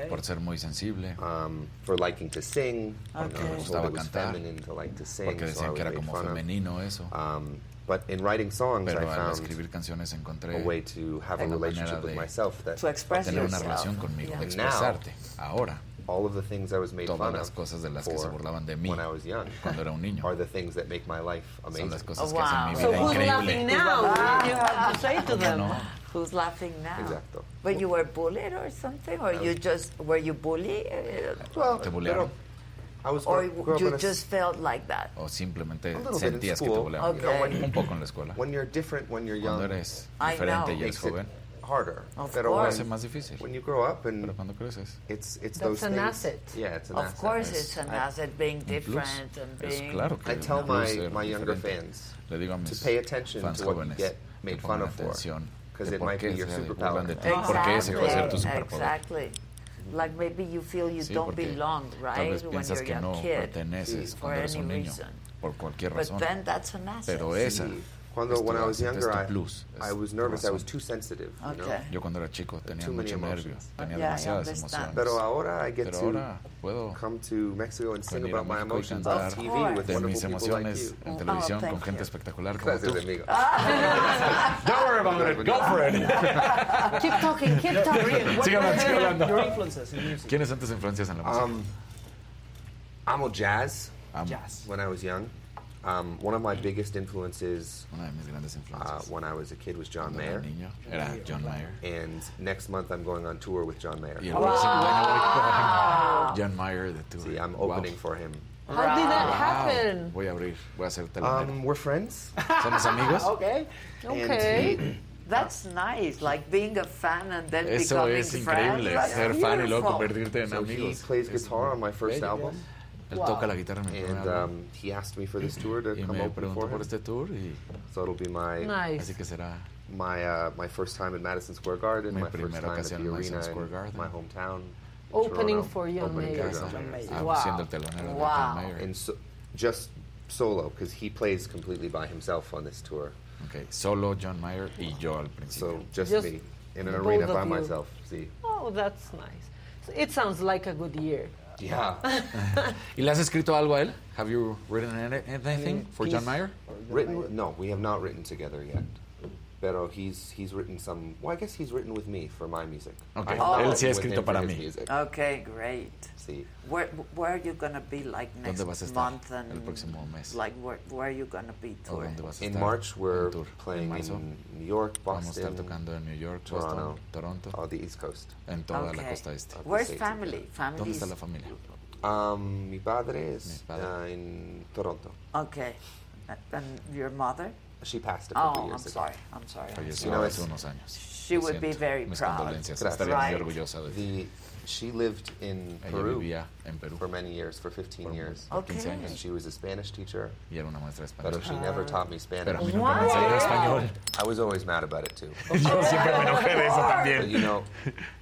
por ser muy sensible. Um, for liking to sing. Porque I was me told gustaba it was cantar. feminine to like to sing, Porque so I decían que was era made como fun of. femenino eso. Um, but in writing songs, Pero I al found escribir canciones encontré a way to have a una relationship manera with de myself that To express tener una yourself. relación conmigo, de And expresarte. now, Ahora, all of the things I was made todas fun las of cosas de las for que se burlaban de mí when I was young cuando era un niño are the things that make my life amazing. son las cosas que hacen mi vida So who's increíble. laughing now? What do you have to say to ¿Cómo them? no? Who's laughing now? Exacto. But you were bullied or something, or I you was- just were you bullied? Well, Te bulearon. I was or grow- grew up in you a- just felt like that. O simplemente a little bit in sentías que te school. buleaban. You know, when- Un poco en la escuela. When you're different, when you're young, Cuando eres I diferente know. y eres makes it joven, harder. Of Pero course. when- Lo hace más difícil. When you grow up and pero cuando creces. it's it's That's those an things. asset. Yeah, it's an Of asset. course it's an I- asset, being un plus. different and Es being... claro que I tell un plus my- ser my younger diferente. fans Le digo a mis to pay attention fans to what you jóvenes get que made pongan fun of for, atención 'cause de it por might qué be your se burlan superpower. de ti, porque ese puede ser tu superpoder. Oh, Exactly. Like maybe you feel you Sí, don't porque belong, Tal right? vez When you're piensas a que young no kid. perteneces for cuando eres any un niño reason. por cualquier But razón. then that's an asset. Pero Sí. esa Cuando es tu when I was asset, es younger, tu I, plus, I es was tu nervous. I razón. was too sensitive. You know? Okay. Yo cuando era chico tenía Too many mucho emotions. nervio, tenía Yeah, I demasiadas understand. emociones. Pero ahora I get Pero to ahora puedo come to Mexico and sing venir a about my México y emotions Oh, on cantar TV with de mis wonderful people like emociones you. en televisión con gente espectacular como tú. Gracias, amigo. Don't worry about it, go for it. Keep talking, keep talking. What Sigan were hablando, sigan your- hablando. Your influences in music. ¿Quiénes son tus influencias en la música? Um, amo jazz. When I was young, um, one of my biggest influences. Uh, when I was a kid was John Cuando era Mayer. niño, era John Mayer. And next month I'm going on tour with John Mayer. Y el próximo año voy Wow. con John Mayer de tour. See, I'm opening for him. How did that Wow. happen? Voy a abrir, voy a hacer telonero. Um, we're friends. ¿Somos amigos? Okay. Okay. That's nice, like being a fan and then Eso becoming es friends. increíble, That's ser fan y luego beautiful. convertirte en So he amigos. plays guitar on my first bello. album. Él toca la guitarra en mi primer And álbum. um, he asked me for this tour to Y come me open preguntó for por him. este tour y So it'll be my Nice. así que será my uh, my first time at Madison Square Garden, Mi my first primera time at ocasión the en Madison arena, Square in Garden. my hometown. Opening Toronto, for John opening Mayer. for John Mayer. Ah, Wow. Wow. And so, just solo, because he plays completely by himself on this tour. Okay, solo John Mayer y yo al principio. So just, Just me in an the arena both by of you. myself. See. Oh, that's nice. So It sounds like a good year. Yeah. ¿Y le has escrito algo a él? Have you written any- anything for John Mayer? Written? No, we have not written together yet. Pero he's he's written some. Well, I guess he's written with me for my music. Okay. I have not written Oh. Él sí ha with him escrito for para his mí. music. Okay, Oh. great. See. Where where are you gonna be like next ¿Dónde vas a estar month and el próximo mes? like where where are you gonna be Oh, touring? In March, we're en playing marzo. in New York, Vamos a estar Boston, tocando en New York, Boston, Toronto, Toronto. all the East Coast. En toda la costa este. Of the Where's States. family? Family. ¿Dónde está la familia? Um, mi padre es uh, in Toronto. Okay. And your mother? She passed a couple Oh, I'm years ago. sorry. I'm sorry. I'm Falleció sorry. No, hace es- unos años. She Lo would be siento. very Mis proud. condolencias. Gracias. Estaría muy Right. orgullosa de ti. The, she lived in Ella Peru, vivía for many years, for 15 years. por 15 Okay. años. And she was a Spanish teacher. Y era una maestra But she never Uh, Ah. taught me Spanish. Pero a mí nunca me enseñó Wow. español. I was always mad about it too. Yo siempre me enojé de eso también. But you know,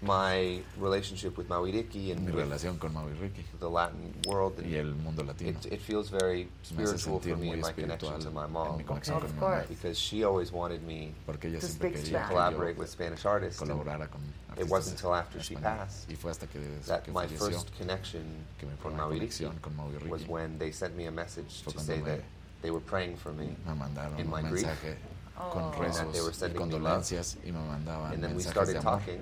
my relationship with Mawiriki and Mi with relación con Mawiriki. the Latin world and Y el mundo latino. It, it feels very Me hace spiritual sentir for me muy in my connection espiritual to my en mom. mi conexión con mi mamá. Because she always wanted me ella to siempre quería que collaborate yo with Spanish artists. and colaborara con it artistas wasn't until after she españoles. passed Y fue hasta que, des- that que my falleció first connection que mi con primera Mawiriki conexión con Mawiriki was when they sent me a message fue to say cuando me, that they were praying for me me mandaron in un my grief. mensaje con and that they were rezos y sending me love. condolencias y me mandaban And then we mensajes de started amor talking,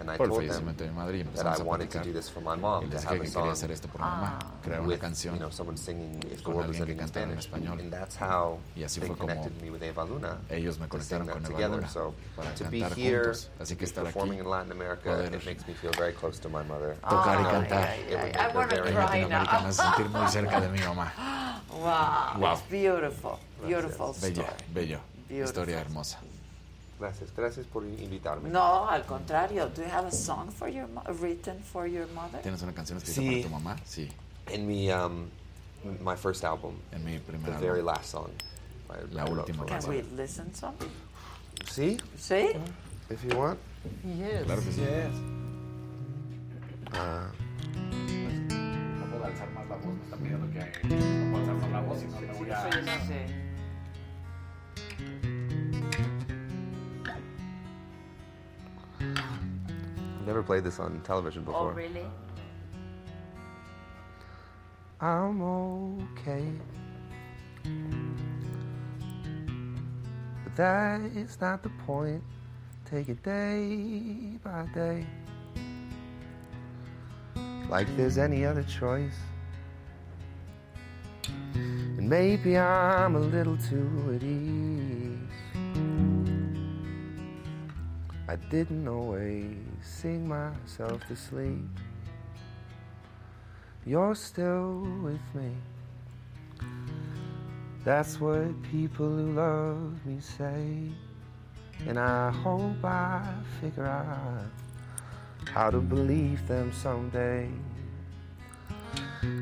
and I por el told them fallecimiento de mi madre y that empezamos I a wanted to platicar. do this for my mom, y to les have a dije que quería song hacer esto por mi mamá, crear una ah, with, canción you know, someone singing If the con World Was alguien que Ending in cantara en Spanish. español. And that's how Y así they fue como connected me with Eva Luna. ellos me to sing conectaron that con Eva together. Luna So para to be cantar here, juntos. Así to be que estar aquí, performing in Latin America, poder Ah, it makes me feel very close to my mother. tocar y It cantar would make I me wanna very en cry now. Latinoamérica me hace sentir muy cerca de mi mamá. Wow. Wow. It's beautiful. Beautiful Bello, story. bello. Beautiful. Historia hermosa. Gracias, gracias por invitarme. No, al contrario. Do you have a song for your mo- written for your mother? ¿Tienes una canción escrita Sí. para tu mamá? Sí. In mi, um, my first album, the álbum. very last song. I, La I wrote última for my Can mother. we listen some? See? See? If you want. Yes. Claro que sí. Ah. Uh, No puedo alzar más la voz, me está pidiendo que no puedo alzar más la voz y no me voy a. I've never played this on television Oh, before. really? I'm okay. But that is not the point. Take it day by day. Like there's any other choice. And maybe I'm a little too at ease. I didn't always sing myself to sleep. You're still with me. That's what people who love me say. And I hope I figure out how to believe them someday.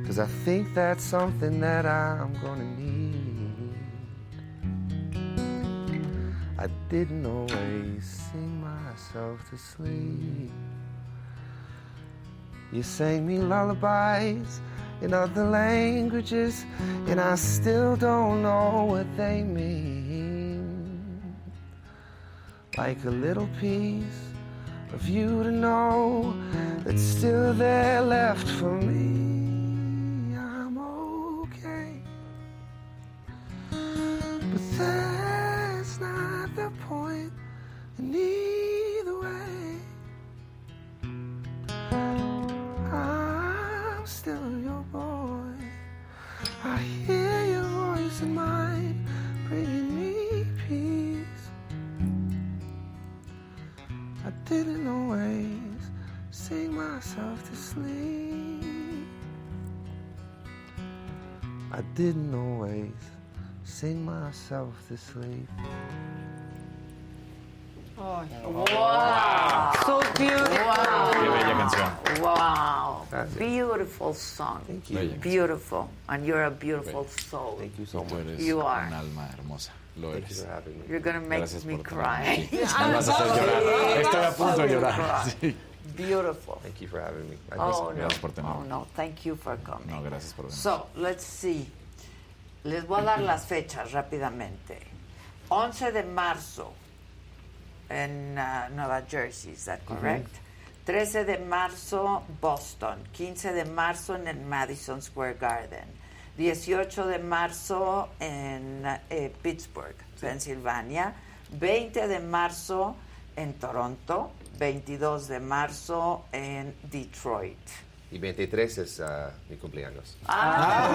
Cause I think that's something that I'm gonna need. I didn't always sing myself to sleep. You sang me lullabies in other languages, and I still don't know what they mean. Like a little piece of you to know that's still there left for me. I'm okay, but that's not the point. And either way, I'm still your boy. I hear your voice in mine, bringing me peace. I didn't always sing myself to sleep. I didn't always sing myself to sleep. Wow. So beautiful. Wow. Qué bella canción. Wow. Gracias. Beautiful song. Thank you. Bella canción. Beautiful. And you're a beautiful soul. Y tú eres You are. un alma hermosa. Lo Thank eres. you for having me. You're gonna make Gracias me por tenerme cry. aquí. Me vas a hacer llorar. Estoy a punto de llorar. Sí. Beautiful. Thank you for having me. I pues, Oh, think- no. Oh, no. Thank you for coming. No, gracias por venir. So, let's see. Les voy a dar las fechas rápidamente. 11 de marzo en uh, Nueva Jersey, is that correct? 13 de marzo, Boston. 15 de marzo en el Madison Square Garden. 18 de marzo en eh, Pittsburgh, Pensilvania. 20 de marzo en Toronto. 22 de marzo en Detroit. Y 23 es ah, mi cumpleaños. Ah,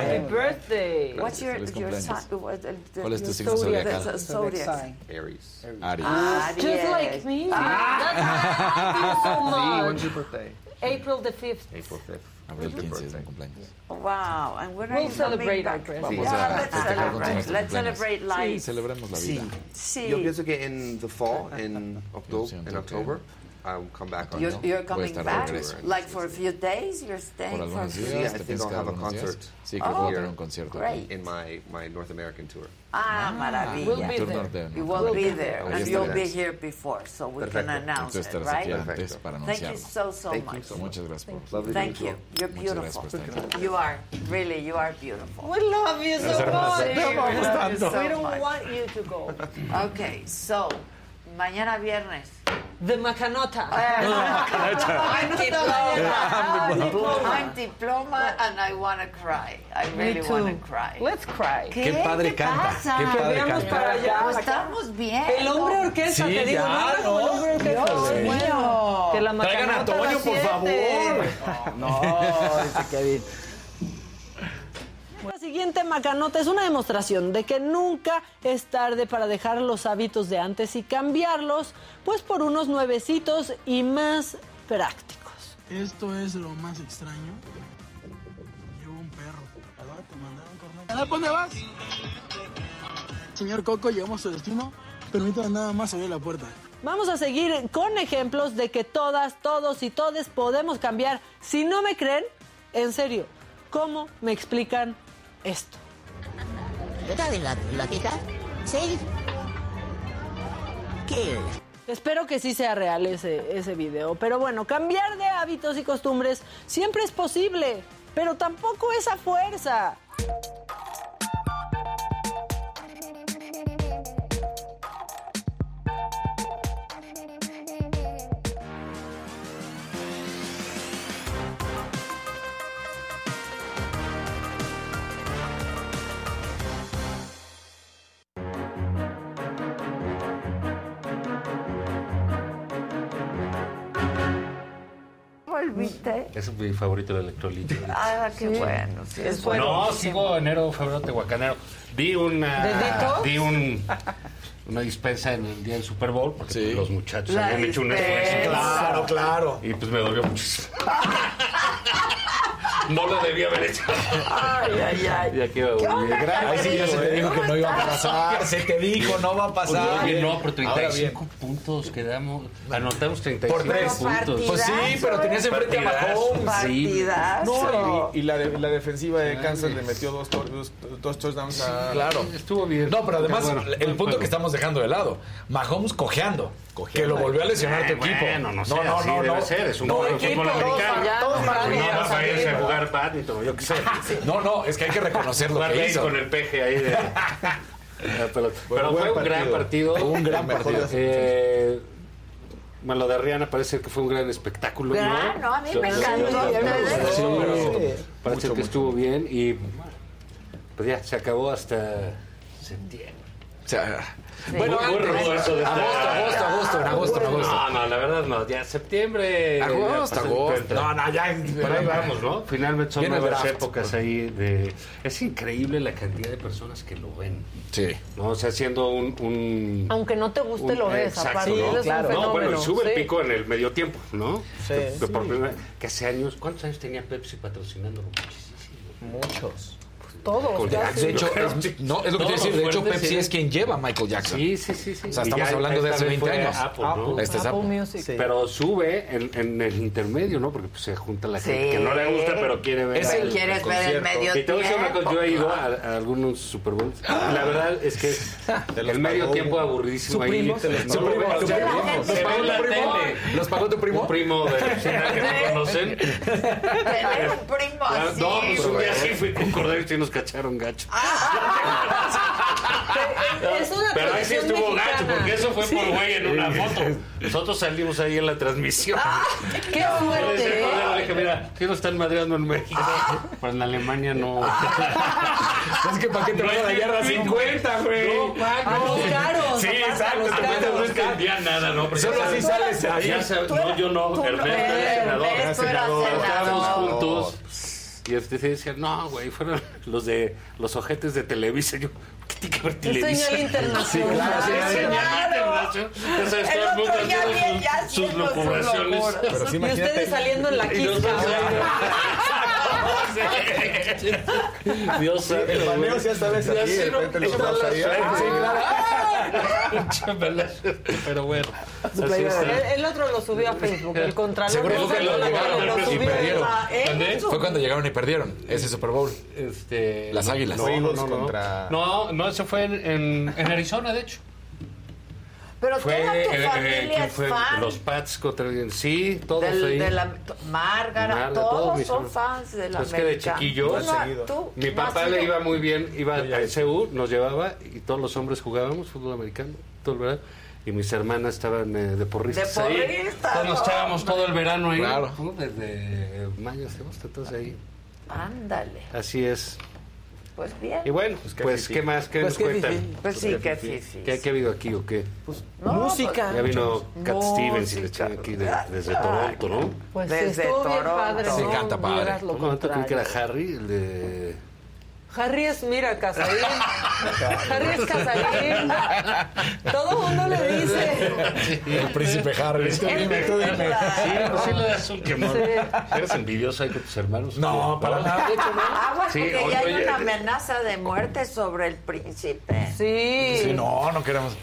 Happy birthday. What's your, Feliz your cumpleaños. sign? what- uh, the- ¿Cuál es tu your signo zodiacal? the- the Zodiac sign. Aries. Aries. Ah, Just Aries. like me. Sí, That's when's your birthday? April the 5th. April 5th. Abril 15 es mi cumpleaños. Wow, and when are We'll you celebrate coming our back? Christmas. Vamos Yeah, a let's festejar con celebrate. nuestros Let's cumpleaños. celebrate Sí, life. celebremos la vida. Sí. Yo pienso que en the fall, en octubre, en October, I'll come back on. You're, you're coming back, Tour and- like for a few days. You're staying Por for a algunos few días, days. I think I'll have a algunos días. concert. Sí, creo que Oh, voy a tener un concierto aquí. great. in my my North American tour. Ah, maravilla. We'll be Tour there. norte, ¿no? You will We'll be be there. there. And Ahí you'll be estaremos. here before, so we Perfecto. can announce Entonces it, estarás right? aquí antes para Thank you anunciarlo. so, so Thank you much. so much. Muchas gracias por- Lovely to meet Thank you. you. You're Muchas gracias beautiful. por estar aquí. You are. Really, you are beautiful. We love you so much. Gracias, hermosa. Te amamos We love you tanto. so We don't much. want you to go. Okay, so, mañana viernes. Ah, The Macanota. I'm Ah, diploma. diploma. I'm diploma and I want to cry. I really want to cry. Let's cry. ¿Qué? ¿Qué padre ¿Qué canta, pasa? qué que padre veamos canta. para allá. Pues Lo estamos viendo. El hombre orquesta, Sí, te digo. ya, no, era como el ¿no? hombre orquesta. Dios Sí. Oh. mío. Que la Traigan a macanota Toño, por las siete. favor. No, dice Kevin. La siguiente macanota es una demostración de que nunca es tarde para dejar los hábitos de antes y cambiarlos, pues por unos nuevecitos y más prácticos. Esto es lo más extraño. Llevo un perro. Ahora te mandaron, carnal. ¿Dónde vas? Señor Coco, llegamos a su destino. Permítame nada más abrir la puerta. Vamos a seguir con ejemplos de que todas, todos y todes podemos cambiar. Si no me creen, en serio, ¿cómo me explican esto? ¿Sabes la, la teta? ¿Sí? ¿Qué? Espero que sí sea real ese, ese video. Pero bueno, cambiar de hábitos y costumbres siempre es posible, pero tampoco esa fuerza. ¿Volviste? Es mi favorito el electrolito. Ah, qué bueno. sí, es No, buenísimo. sigo enero, febrero, tehuacanero. Di una. ¿Deditos? Di un. Una dispensa en el día del Super Bowl, porque pues, los muchachos La habían hecho un dispensa. esfuerzo. Claro, claro. Y pues me dolió muchísimo. no lo debía haber hecho. Ay, ay, ay. Y aquí va a volver. Ahí sí ya se te dijo que no iba a pasar. Se te dijo, no va a pasar. Pues, Oye, no, por Ahora bien. 35 puntos quedamos. Anotamos 35 Por tres. puntos. Pues sí, pero tenías enfrente a Mahomes. No, No, y, y la, de- la defensiva de Kansas le metió dos, tor- dos, dos touchdowns a... Claro. Estuvo bien. No, pero además, Qué bueno. el punto que estamos dejando de lado, Mahomes cojeando. Que lo volvió a lesionar tu Eh, equipo. bueno, no sé, así no, debe no. ser, es un No, juego de equipo, fútbol todos americano. fallados, Todos fallados, fallados, fallados. no, vayas a jugar badminton, yo qué sé. No, no, es que hay que reconocer lo Jugar que tenis hizo. con el peje ahí de... Pero, Bueno, fue un buen gran partido. partido. Un gran partido. Eh, bueno, lo de Rihanna parece que fue un gran espectáculo. Gran, Ah, no, a mí me encantó, Sí, ustedes. sí, Sí. pero Parece que estuvo bien y pues ya, se acabó hasta septiembre. O sea, Bueno, Muy antes, rudo eso de agosto, estar- agosto, agosto, en agosto, en Bueno, agosto. no, no, la verdad no, ya septiembre. ya Agosto, pasó el agosto. cuento. No, no, ya. Por ahí vamos, ¿no? Finalmente son Viene el nuevas draft. épocas ahí de. Es increíble la cantidad de personas que lo ven. Sí. ¿No? O sea, siendo un. un Aunque no te guste, lo un- ves. Exacto, aparte, ¿no? eres un No, fenómeno. bueno, y sube el sí. pico en el medio tiempo, ¿no? Sí. Que- que por Sí. primera- que hace años, ¿cuántos años tenía Pepsi patrocinándolo? Muchísimos. Muchos. Pues Todos. ya De hecho, es, no, es lo que te Todos decir. De hecho, fuertes, Pepsi sí. es quien lleva a Michael Jackson. Sí, sí, sí, sí. O sea, Y estamos ya hablando de esta hace vez 20 fue años. Apple, ¿no? Este es Apple Apple. Music. Sí. Pero sube en, en el intermedio, ¿no? Porque pues, se junta la Sí. gente que no le gusta, pero quiere ver. Ese el- quieres ver concierto. el medio Y te voy a decir una cosa, tiempo, yo he ido a, claro. a algunos Super Bowls. La verdad es que es el medio pagó tiempo uno. aburridísimo ¿Su ahí. primo? Se los Su pagó. primo, ¿Su o sea, primo? se ¿Los ve pagó en la tu primo? tele. ¿Los pagó tu primo? Un primo de personas que no conocen. Tener un primo Ah, así. No, pues un día sí fui con Corderito y nos cacharon gacho. Es una Pero ahí sí tradición estuvo gacho, mexicana. porque eso fue por Sí. güey en una foto. Nosotros salimos ahí en la transmisión. Ah. ¡Qué Yo le decía a fuerte! ¿eh? Cordero, le dije, mira, ¿qué nos están madreando en México? Pues en Alemania no. Es que para qué te van a dañar así. 50, güey. No, A los caros, Sí, aparte, a exacto. los Aparte caros. no entendía nada, ¿no? Porque Solo ya así sabes, sales ahí. ya sabes- Tú no, yo no. tú Ernesto no era eras, senador. Ernesto era senador. senador. Estábamos juntos. Y este se decía, no, güey, fueron los de los ojetes de Televisa. Yo, ¿qué tiene que ver Televisa? señal internacional. Sí, claro, sí, Claro. señal internacional. Ya sabes, El todo el mundo otro ya haciendo bien, sus- ya sus haciendo sus lucubraciones. locuras. Pero sí, Y imagínate- ustedes saliendo en la Y nosotros quinta. ahí. Dios Sí, el santo, paneo güey. sí sabes aquí, Ya sé, el ¿no? Pepe lo Echa conoce la ahí. suerte. Sí, Echa mala suerte, Pero bueno. Su así ¿eh? playera. está. El, el otro lo subió a Facebook, el contralor. Seguro No, fue no, cuando no, llegaron lo y subió perdieron. a- ¿Eh? ¿Dónde? Fue cuando llegaron y perdieron ese Super Bowl. Este, Las Águilas. No, no, no, no. No, no, eso fue en, en- en Arizona, de hecho. Pero Fue, toda tu eh, eh, familia ¿quién es fue? fan. Los Pats contra sí, todos del- ahí. de la Márgara, Márgara, todos, todos mis son hermanos. fans de la Pues que de chiquillo, mi papá le iba muy bien, iba al CEU, nos llevaba y todos los hombres jugábamos fútbol americano, todo el verano. Y mis hermanas estaban eh, de porristas. De ahí. porristas, Entonces nos no, echábamos todo el verano ahí. Claro. ¿no? Desde eh, mayo hasta agosto, entonces ahí. Ah, Ándale, Así es. pues bien. Y bueno, pues, qué fifí. ¿qué más? ¿Qué Pues nos qué cuentan? fifí. Pues sí, qué fifí. ¿Qué, Pues, qué ha habido aquí o qué? No, pues, música. Ya vino Cat Música. Stevens y le echó aquí de- desde Toronto, ¿no? Pues Desde estuvo bien Toronto. padre, Sí, ¿no? canta padre. Vieras lo Un momento creí que contrario. era Harry, el de... Harry es, mira, Casarín. Harry es Casarín. Todo mundo le dice. El príncipe Harry. Tú dime, tú dime. Sí, pues sí le das un quemón. ¿Eres envidioso ahí con tus hermanos? No, para nada. Aguas, porque oye, ya hay oye, una amenaza de muerte sobre el príncipe. Sí. Sí, no, no queremos.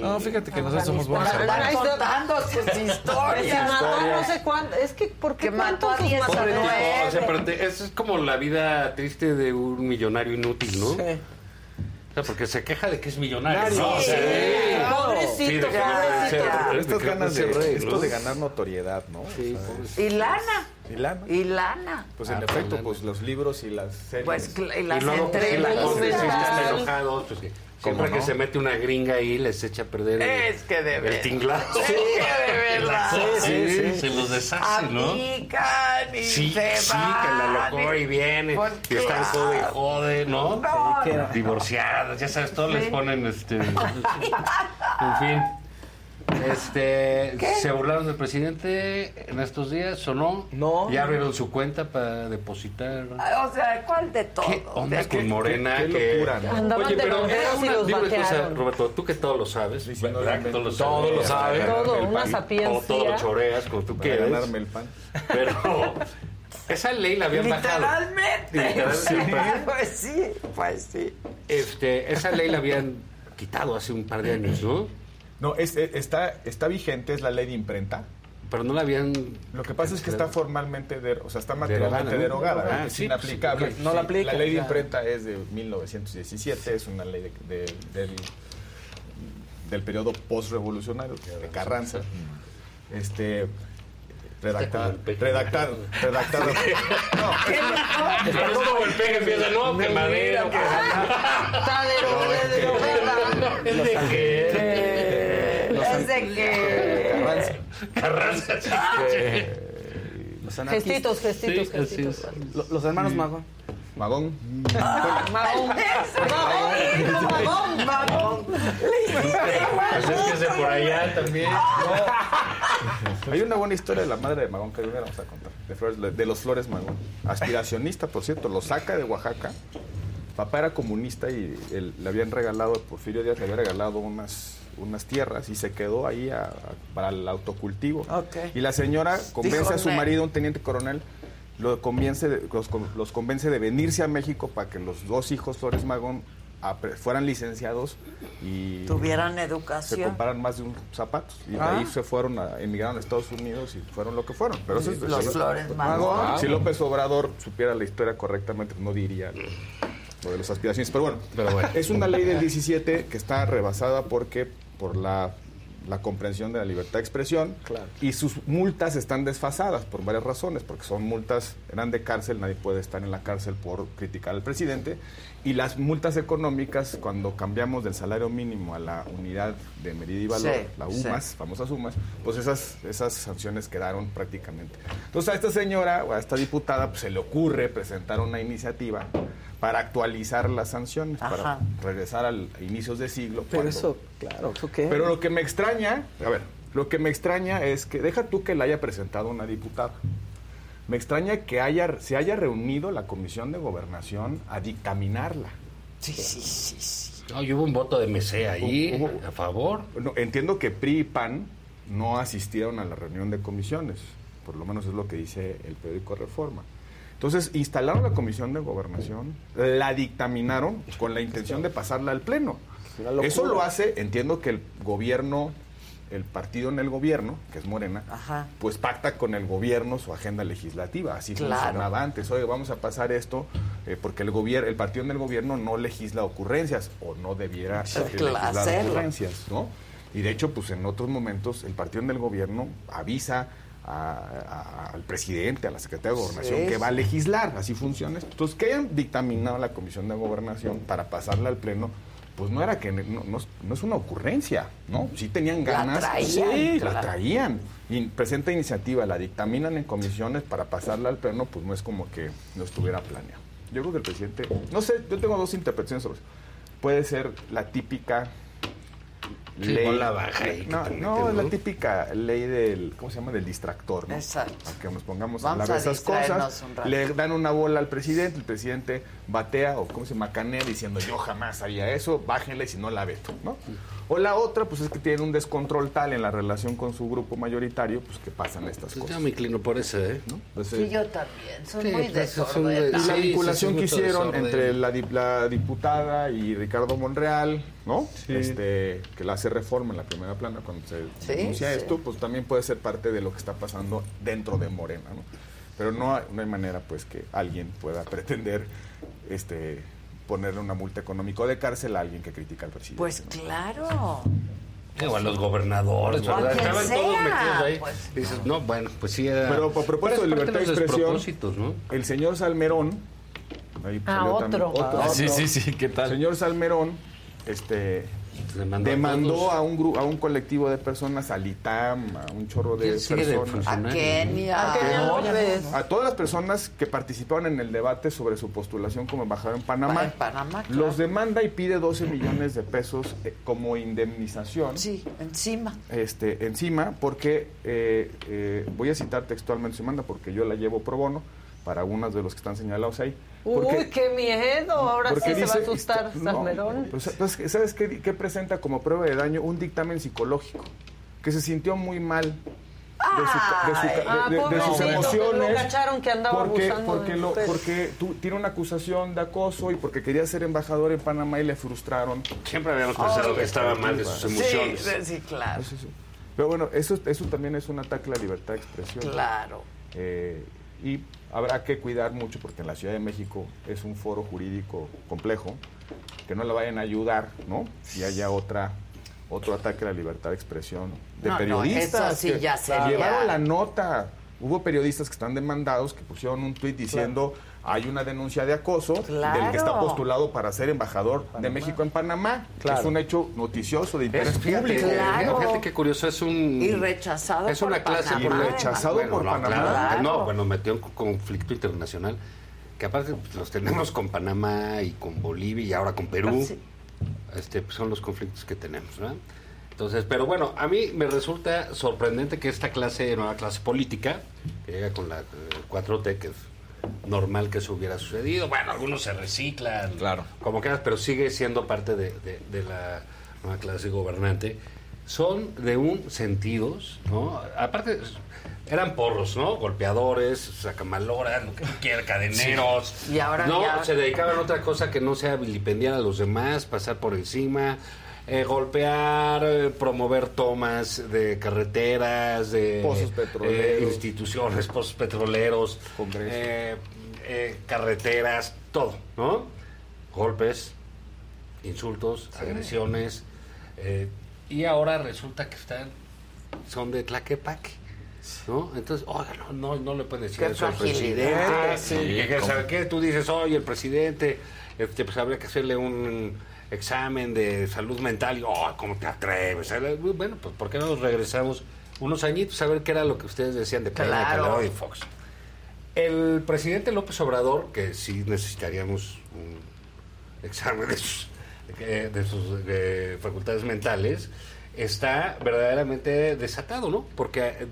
No, fíjate que nosotros somos buenos Afganistán. hermanos. Están contando sus Se Pues historias. mató no sé cuánto. Es que, ¿por qué Que mató cuántos a sus diez mataron? hombres. O sea, pero te- eso es como la vida triste de un millonario inútil, ¿no? Sí. O sea, porque se queja de que es millonario. ¿no? O sea, Sí, pobrecito, Sí, de que pobrecito. no ser- Pero de Estas que no ganas de, ser rey, esto ¿no? de ganar notoriedad, ¿no? Sí, Y lana, Y lana. y lana. Pues Ah, en efecto, pues los libros y las series. Pues cl- y Y las luego pues, sí, entregas. la congresista está tal. enojado, pues, que ¿Cómo siempre que no? se mete una gringa ahí les echa a perder eh, el, Es que de el veras. tinglado. Es que de La veras. cosa, Sí, sí, Se los deshace, ¿no? Abdican y Sí, se sí, van. que la locura y viene. ¿Por Y qué? están jode y jode, ¿no? No, no. Divorciadas, ya sabes, todos les ponen este. en fin. Este, se burlaron del presidente en estos días o no? No. Ya abrieron su cuenta para depositar. O sea, ¿cuál de todo? ¿Qué onda ¿De qué? con Morena? qué que- locura, ¿no? Andaban Oye, de pero era bomberos y una, los dime una cosa, batearon. Roberto, tú que todo lo sabes, ¿verdad? Que todo lo Todo lo sabe. Todo, El una pan. sapiencia. O todo lo choreas, como tú Para quieras. ganarme el pan. Pero esa ley la habían bajado. Literalmente. Literalmente. Pues sí, pues sí. Este, esa ley la habían quitado hace un par de años, ¿no? No, es- es- está, está vigente, es la ley de imprenta. Pero no la habían... Lo que pasa es que está formalmente, de- o sea, está Derogada, materialmente ¿no? derogada, Ah, es sí, inaplicable. pues, sí, ok, no la aplica, La ley de ya. imprenta es de 1917, es una ley de- de- del, del periodo postrevolucionario, de Carranza. Este, redactada, redactada, redactada. Es como el peje empieza, no, que madera, que... Está de de ¿Es de qué? Es de que. Carranza. Carranza. Los anarquistas. Gestitos, gestitos, Sí, así gestitos. es. Lo- Los hermanos Magón. Magón. Magón. Magón, Magón, Magón. Pues es que es de por allá también. Hay una buena historia de la madre de Magón que ahorita la vamos a contar. De, Flores- de los Flores Magón. Aspiracionista, por cierto, lo saca de Oaxaca. Papá era comunista y él- le habían regalado, Porfirio Díaz le había regalado unas, unas tierras y se quedó ahí a- a- para el autocultivo. Ok. Y la señora convence a su Dijo, "Me- marido, un teniente coronel, lo convence de- los, con- los convence de venirse a México para que los dos hijos Flores Magón apre- fueran licenciados y Tuvieran se educación. compraran más de un zapato y de Ah. ahí se fueron a, emigraron a Estados Unidos y fueron lo que fueron pero eso es Los eso es- Ah, Flores Magón. Ah. si López Obrador supiera la historia correctamente no diría lo, lo de las aspiraciones pero bueno, es una ley del 17 que está rebasada porque por la la comprensión de la libertad de expresión Claro. y sus multas están desfasadas por varias razones, porque son multas, eran de cárcel, nadie puede estar en la cárcel por criticar al presidente, y las multas económicas, cuando cambiamos del salario mínimo a la unidad de medida y valor, Sí, la UMAS, sí. famosas UMAS, pues esas, esas sanciones quedaron prácticamente. Entonces a esta señora, o a esta diputada, pues, se le ocurre presentar una iniciativa para actualizar las sanciones, Ajá. para regresar al, a inicios de siglo. Pero cuando- eso, claro, ¿eso qué? pero lo que me extraña, a ver, lo que me extraña es que deja tú que la haya presentado una diputada. Me extraña que haya, se haya reunido la Comisión de Gobernación a dictaminarla. Sí, sí, sí. No, y hubo un voto de Mese ahí, a favor. entiendo que PRI y PAN no asistieron a la reunión de comisiones, por lo menos es lo que dice el periódico Reforma. Entonces, instalaron la Comisión de Gobernación, la dictaminaron con la intención de pasarla al Pleno. locura. Eso lo hace, entiendo que el gobierno, el partido en el gobierno, que es Morena, pues pacta con el gobierno su agenda legislativa. Así Claro. funcionaba antes. Oye, vamos a pasar esto eh, porque el, gobierno, el partido en el gobierno no legisla ocurrencias o no debiera Sí, eh, legislar claro. ocurrencias, ¿no? Y de hecho, pues en otros momentos el partido en el gobierno avisa a- a- al presidente, a la secretaria de Gobernación, Sí, que va a sí. legislar, así funciona. esto. Entonces, que hayan dictaminado la Comisión de Gobernación para pasarla al Pleno, pues no era que, no, no es- no es una ocurrencia, ¿no? Sí tenían ganas. traían, sí, claro. la traían. Y presenta iniciativa, la dictaminan en comisiones para pasarla al Pleno, pues no es como que no estuviera planeado. Yo creo que el presidente, no sé, yo tengo dos interpretaciones sobre eso. Puede ser la típica Sí, pon la baja ahí que no, te metes, no, es ¿no? la típica ley del, ¿cómo se llama? Del distractor, ¿no? Exacto. Para que nos pongamos Vamos a hablar a de esas distraernos cosas. un rato. Le dan una bola al presidente, el presidente batea o, ¿cómo se llama? Canea diciendo, yo jamás haría eso, bájenle si no la veto, ¿no? O la otra, pues es que tienen un descontrol tal en la relación con su grupo mayoritario, pues que pasan estas Yo cosas. me inclino por ese, ¿eh? Entonces, Sí, yo también. Son Sí, muy pues, son de- y desordenados. la sí, vinculación sí, que mucho hicieron desorden. entre la, dip- la diputada y Ricardo Monreal, ¿no? Este, que la hace reforma en la primera plana cuando se Sí, anuncia sí. esto, pues también puede ser parte de lo que está pasando dentro de Morena, ¿no? Pero no hay, no hay manera, pues, que alguien pueda pretender, este, ponerle una multa económica o de cárcel a alguien que critica al presidente. Pues claro. O a los gobernadores, O a ¿verdad? quien Estaban todos sea, metidos ahí. pues. Dices, no, bueno, pues sí. era- Pero a Pero es propósito de parte libertad de los expresión, despropósitos, ¿no? el señor Salmerón, ahí Ah, salió otro. también- Ah, sí, sí, sí, El señor Salmerón, este, demandó, a todos. a, un grupo, a un colectivo de personas, al ITAM, a un chorro de ¿Quién sigue de personas. funcionarios? A Kenia. A Kenia López. A todas las personas que participaron en el debate sobre su postulación como embajador en Panamá. En Panamá, claro. Los demanda y pide 12 millones de pesos eh, como indemnización. Sí, encima. Este, encima, porque eh, eh, voy a citar textualmente su manda, porque yo la llevo pro bono para algunos de los que están señalados ahí. Porque- Uy, qué miedo. Ahora sí porque se va a dice- asustar no, Salmerón. pues, pues, ¿Sabes qué, di- qué presenta como prueba de daño? Un dictamen psicológico, que se sintió muy mal de, su ca- de su ca- Ah, de- de- de sus pobrecito, Lo emociones. cacharon que andaba Porque, abusando porque, de lo- mujeres. porque tú, tiene una acusación de acoso y porque quería ser embajador en Panamá y le frustraron. Siempre habíamos pensado que estaba mal de sus emociones. sí, claro. Pero bueno, eso, eso también es un ataque a la libertad de expresión. Claro. Eh, y habrá que cuidar mucho porque en la Ciudad de México es un foro jurídico complejo, que no la vayan a ayudar, ¿no? Si haya otra otro ataque a la libertad de expresión de No, no, periodistas eso sí que ya sería- llevaron la nota. Hubo periodistas que están demandados que pusieron un tuit diciendo hay una denuncia de acoso del que está Claro. postulado para ser embajador de México en Panamá. que Claro. Es un hecho noticioso de interés Es, fíjate, público. Claro. fíjate qué curioso, es un... Y rechazado Es una por clase Panamá, por Rechazado por no, Panamá. Claro. No, bueno, metió en co- conflicto internacional. Que aparte pues, los tenemos con Panamá y con Bolivia y ahora con Perú. Sí. Este, pues, son los conflictos que tenemos, ¿verdad? Entonces, pero bueno, a mí me resulta sorprendente que esta clase, nueva clase política, que llega con la eh, 4T, que es normal que eso hubiera sucedido. Bueno, algunos se reciclan, claro. como quieras, pero sigue siendo parte de, de- de la nueva clase gobernante. son de un sentidos, ¿no? Aparte, eran porros, ¿no? Golpeadores, sacamaloras, lo que tú quieras, cadeneros. Y ahora no, ya- se dedicaban a otra cosa que no sea vilipendiar a los demás, pasar por encima, eh, golpear, eh, promover tomas de carreteras, de Pozos petroleros. eh, instituciones, pozos petroleros, eh, eh, carreteras, todo, ¿no? Golpes, insultos, agresiones. eh, y ahora resulta que están son de Tlaquepaque. ¿No? Entonces, oiga, no, no, no le pueden decir Qué eso al fragilidad. presidente. Ah, sí. Que, que, ¿Cómo? ¿sabe qué? Tú dices, oye, el presidente, este, pues habría que hacerle un examen de salud mental. Y, oh, ¿cómo te atreves? Bueno, pues, ¿por qué no nos regresamos unos añitos a ver qué era lo que ustedes decían de Peña, Claro. Calderón y Fox? El presidente López Obrador, que sí necesitaríamos un examen de sus, eh, de sus eh, facultades mentales, está verdaderamente desatado, ¿no? Porque eh,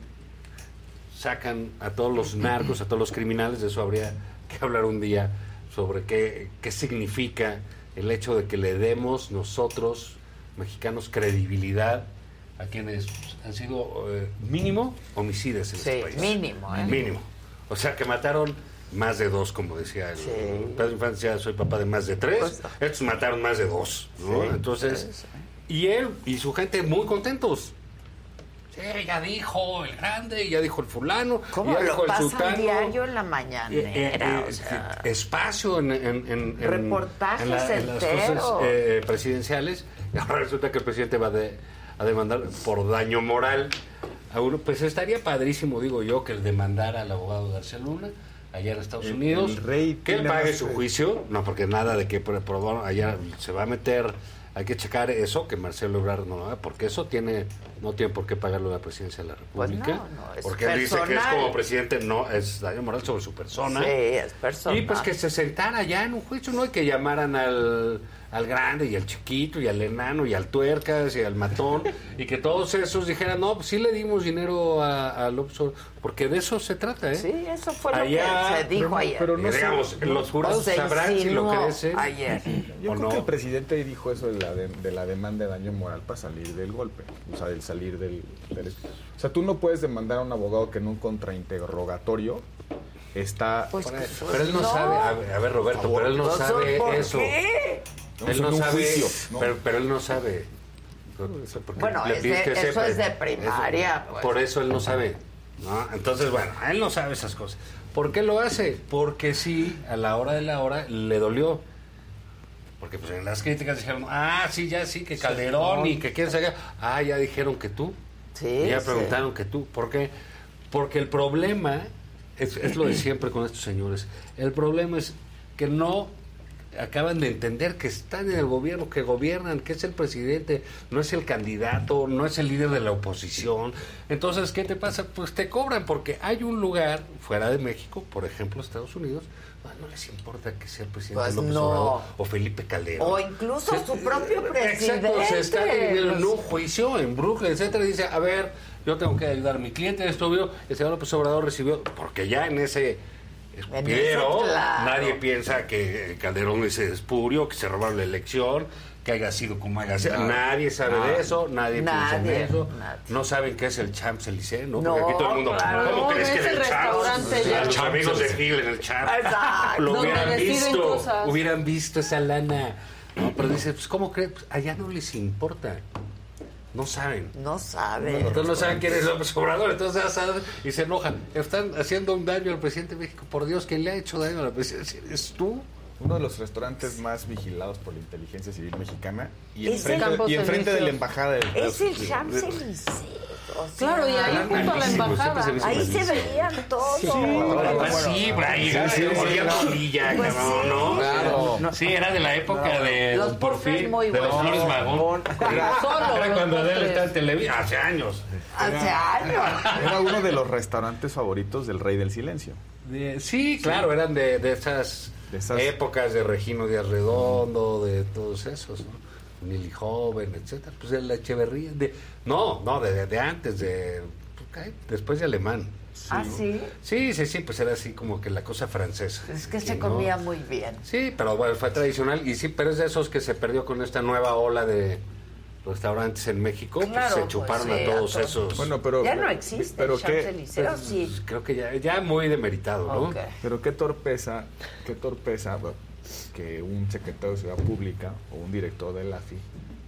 sacan a todos los narcos, a todos los criminales, de eso habría que hablar un día, sobre qué, qué significa el hecho de que le demos nosotros, mexicanos, credibilidad a quienes han sido eh, mínimo homicidas en este país. mínimo, ¿eh? Mínimo. O sea, que mataron más de dos, como decía el padre de infancia, soy papá de más de tres. Estos mataron más de dos, ¿no? Sí, Entonces, y él y su gente muy contentos. Sí, ya dijo el grande, ya dijo el fulano, ¿Cómo ya dijo lo el pasan sultano. diario en la mañanera? Eh, eh, o eh, sea, espacio en, en- en- en- Reportajes en en las enteros. cosas eh, presidenciales y ahora resulta que el presidente va de- a demandar por daño moral a uno pues estaría padrísimo digo yo que el demandara al abogado García Luna allá en Estados El- Unidos el rey que él tiene pague más su rey. juicio no porque nada de que pro- probaron allá se va a meter hay que checar eso que Marcelo Ebrard no lo haga, porque eso tiene no tiene por qué pagarlo la presidencia de la República Pues es porque él dice que es personal. como presidente no es daño moral sobre su persona Sí, es personal. y pues que se sentara ya en un juicio, ¿no? Y que llamaran al, al grande y al chiquito y al enano y al tuercas y al matón y que todos esos dijeran, no, pues sí le dimos dinero a, a López Obrador", porque de eso se trata, ¿eh? Sí, eso fue lo Allá- que se dijo Pero- ayer. pero no Digamos, sé- los jurados se sabrán si lo insinuó ¿eh? crecen. Ayer. Yo ¿O creo no? que el presidente dijo eso de la, de, de la demanda de daño moral para salir del golpe, o sea, del salir del, del- O sea, tú no puedes demandar a un abogado que en un contrainterrogatorio está... Pero él no, sabe, a ver, a ver, Roberto, pero él no sabe eso. Él no En un sabe, juicio, ¿no? pero, pero él no sabe. Porque Bueno, le es pides de- que eso sepa. es de primaria, Eso- pues. Por eso él no sabe. ¿no? Entonces, bueno, él no sabe esas cosas. ¿Por qué lo hace? Porque sí, a la hora de la hora le dolió. Porque pues en las críticas dijeron, ah, sí, ya sí, que Calderón y que quién sabe. qué". Ah, ya dijeron que tú. Sí, Ya sí. preguntaron que tú. ¿Por qué? Porque el problema, es, es lo de siempre con estos señores, el problema es que no acaban de entender que están en el gobierno, que gobiernan, que es el presidente, no es el candidato, no es el líder de la oposición. Entonces, ¿qué te pasa? Pues te cobran, porque hay un lugar fuera de México, por ejemplo, Estados Unidos, ah, no les importa que sea el presidente Pues López no. Obrador o Felipe Calderón. O incluso Se- su propio presidente. Exacto, se está dividiendo en un Los- juicio en Brooklyn, etcétera, y dice, a ver, yo tengo que ayudar a mi cliente, esto obvio, el señor López Obrador recibió, porque ya en ese escupidero, eso, claro. nadie piensa que eh, Calderón es espurio, que se robaron la elección, que haya sido como haya sido, No. nadie sabe No. de eso, nadie, piensa Nadie, en eso, nadie. no saben qué es el Champs-Élysées, ¿no? No, Porque aquí todo el mundo, claro. ¿cómo No, crees que es en el el Champs? restaurante ya. Los amigos de Champs-Élysées. Gil en el Champs, Exacto. lo Donde hubieran deciden visto, cosas. hubieran visto esa lana. No, pero dice, pues, ¿cómo crees? Pues, allá no les importa. No saben. No saben. Entonces no saben quién es López Obrador, entonces ya saben y se enojan. Están haciendo un daño al presidente de México. Por Dios, ¿quién le ha hecho daño a la presidencia? ¿Eres tú? Uno de los restaurantes más vigilados por la inteligencia civil mexicana y Es el enfrente, Campos y enfrente de Elíseos. la embajada de Es el de- Champs-Élysées. o sea, Claro, y ahí junto a la Malísimo, embajada. siempre se me Ahí hizo se malísimo. veían todos. Pues sí, Sí, Brian, sí, sí, olía claro. polilla, Pues cabrón, sí. ¿no? Claro. No, Sí, era de la época No. de Los don Porfirio, muy de los buenos. Flores Magón. Era, Solo era los cuando Adele postres. estaba en Televisa, hace años. Hace años. Era uno de los restaurantes favoritos del Rey del Silencio. De- sí, claro, eran de, de esas épocas de Regino Díaz Redondo, de todos esos, ¿no? Nili Joven, etcétera. Pues de la Echeverría, de, no, no, de, de antes, de después de Alemán. Ah, ¿no? sí. Sí, sí, sí, pues era así como que la cosa francesa. Es que se ¿no? comía muy bien. Sí, pero bueno, fue tradicional y sí, pero es de esos que se perdió con esta nueva ola de, restaurantes en México, pues, Claro, se chuparon pues, sí, a a todos todos. esos. Bueno, pero- Ya no existe pero el qué- Champs-Élysées, ¿o sí? Creo que ya, ya muy demeritado, ¿no? Ok. Pero qué torpeza, qué torpeza bro, que un secretario de Ciudad Pública o un director del AFI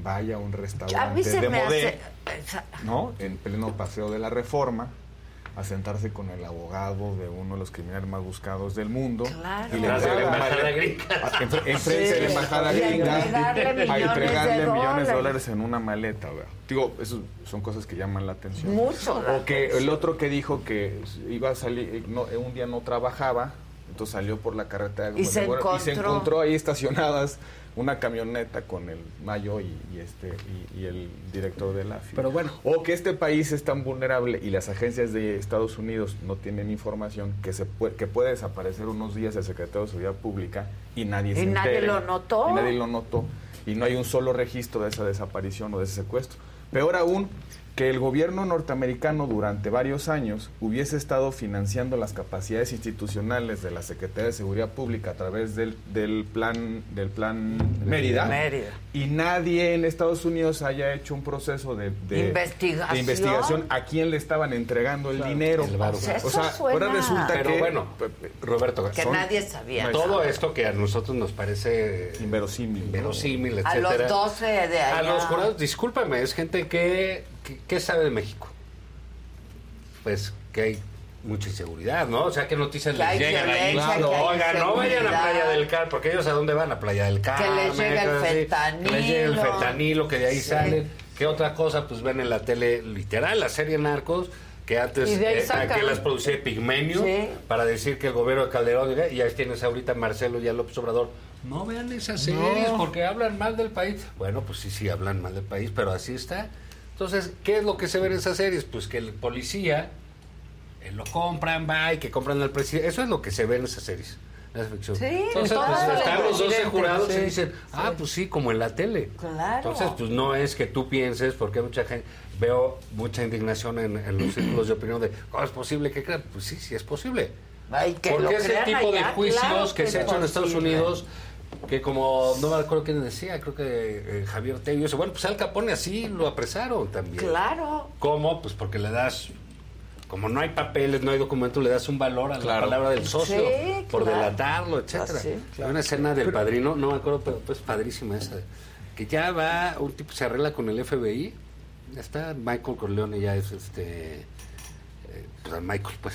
vaya a un A mí restaurante se de me modé, hace... ¿no? En pleno paseo de la Reforma a sentarse con el abogado de uno de los criminales más buscados del mundo. Claro. Y le Detrás de la entrega- embajada madre- gringa. en fre- en frente de la Sí. embajada Y gringa. entregarle A millones de entregarle millones de dólares. dólares en una maleta. bro. Digo, eso son cosas que llaman la atención. Mucho la O que el otro que dijo que iba a salir, eh, no, eh, un día no trabajaba, entonces salió por la carretera de Y se Guanajuato y se encontró. encontró ahí estacionadas una camioneta con el Mayo y, y este y, y el director del AFI. Pero bueno. O que este país es tan vulnerable y las agencias de Estados Unidos no tienen información que se puede, que puede desaparecer unos días el secretario de Seguridad Pública y nadie Y se nadie entere. lo notó. Y nadie lo notó. Y no hay un solo registro de esa desaparición o de ese secuestro. Peor aún, que el gobierno norteamericano durante varios años hubiese estado financiando las capacidades institucionales de la Secretaría de Seguridad Pública a través del, del plan del plan Mérida, Mérida. y nadie en Estados Unidos haya hecho un proceso de, de- Investigación. de investigación a quién le estaban entregando el dinero. varo. o sea, Pues Eso ahora suena- resulta Pero que bueno, Roberto, Que son- nadie sabía. Todo esto que a nosotros nos parece inverosímil, inverosímil, A etcétera. los 12 de allá. A los jurados, discúlpame, es gente que, que, que sabe de México. Pues que hay mucha inseguridad, ¿no? O sea, ¿qué noticias Que hay les llegan ahí? violencia, que hay Oigan, no vayan a inseguridad. Playa del Carmen, porque ellos a dónde van, a Playa del Carmen. les llega el cosas Ah, así. Que les llega el fentanilo. fentanilo, que de ahí Sí. salen. ¿Qué otra cosa? Pues ven en la tele, literal, la serie Narcos, que antes Y de ahí eh, sacan. aquí las producía Pigmenio Sí. para decir que el gobierno de Calderón, y ya tienes ahorita a Marcelo y a López Obrador. No vean esas series porque hablan mal del país. Bueno, pues sí, sí, hablan mal del país, pero así está. Entonces, ¿qué es lo que se ve en esas series? Pues que el policía eh, lo compran, va y que compran al presidente. Eso es lo que se ve en esas series. en esa ficción. Sí, Entonces, en todas pues, las están los 12 presidentes, jurados sí, y dicen, ah, pues sí, como en la tele. Claro. Entonces, pues no es que tú pienses, porque hay mucha gente, veo mucha indignación en, en los círculos de opinión de, ¿cómo es posible que crean? Pues sí, sí es posible. Ay, que lo porque ese crean tipo de allá, juicios claro que, que se ha es hecho en Estados posible. Unidos, que como no me acuerdo quién decía, creo que eh, Javier Tello, dice, bueno, pues Al Capone así lo apresaron también. Claro. ¿Cómo? Pues porque le das, como no hay papeles, no hay documentos, le das un valor a la palabra del socio Sí, por claro. delatarlo, etcétera. Ah, sí, Hay una escena del padrino, no me acuerdo, pero pues padrísima esa. Que ya va, un tipo se arregla con el FBI, ya está Michael Corleone, ya es este. eh, pues, al Michael, pues,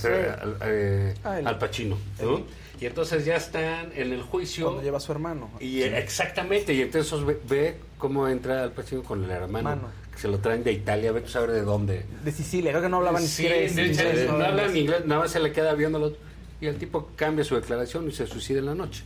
Sí. al, eh, Ah, el- al Pacino. ¿no? el- Y entonces ya están en el juicio. Cuando lleva a su hermano. Y eh, exactamente, y entonces ve, ve cómo entra Al Pacino con el hermano, Mano. que se lo traen de Italia, ve tú saber de dónde. De Sicilia, creo que no hablaban Sí, ni de siquiera hecho, inglés, no hablaban hablan inglés, nada más se le queda viendo al otro. Y el tipo cambia su declaración y se suicida en la noche.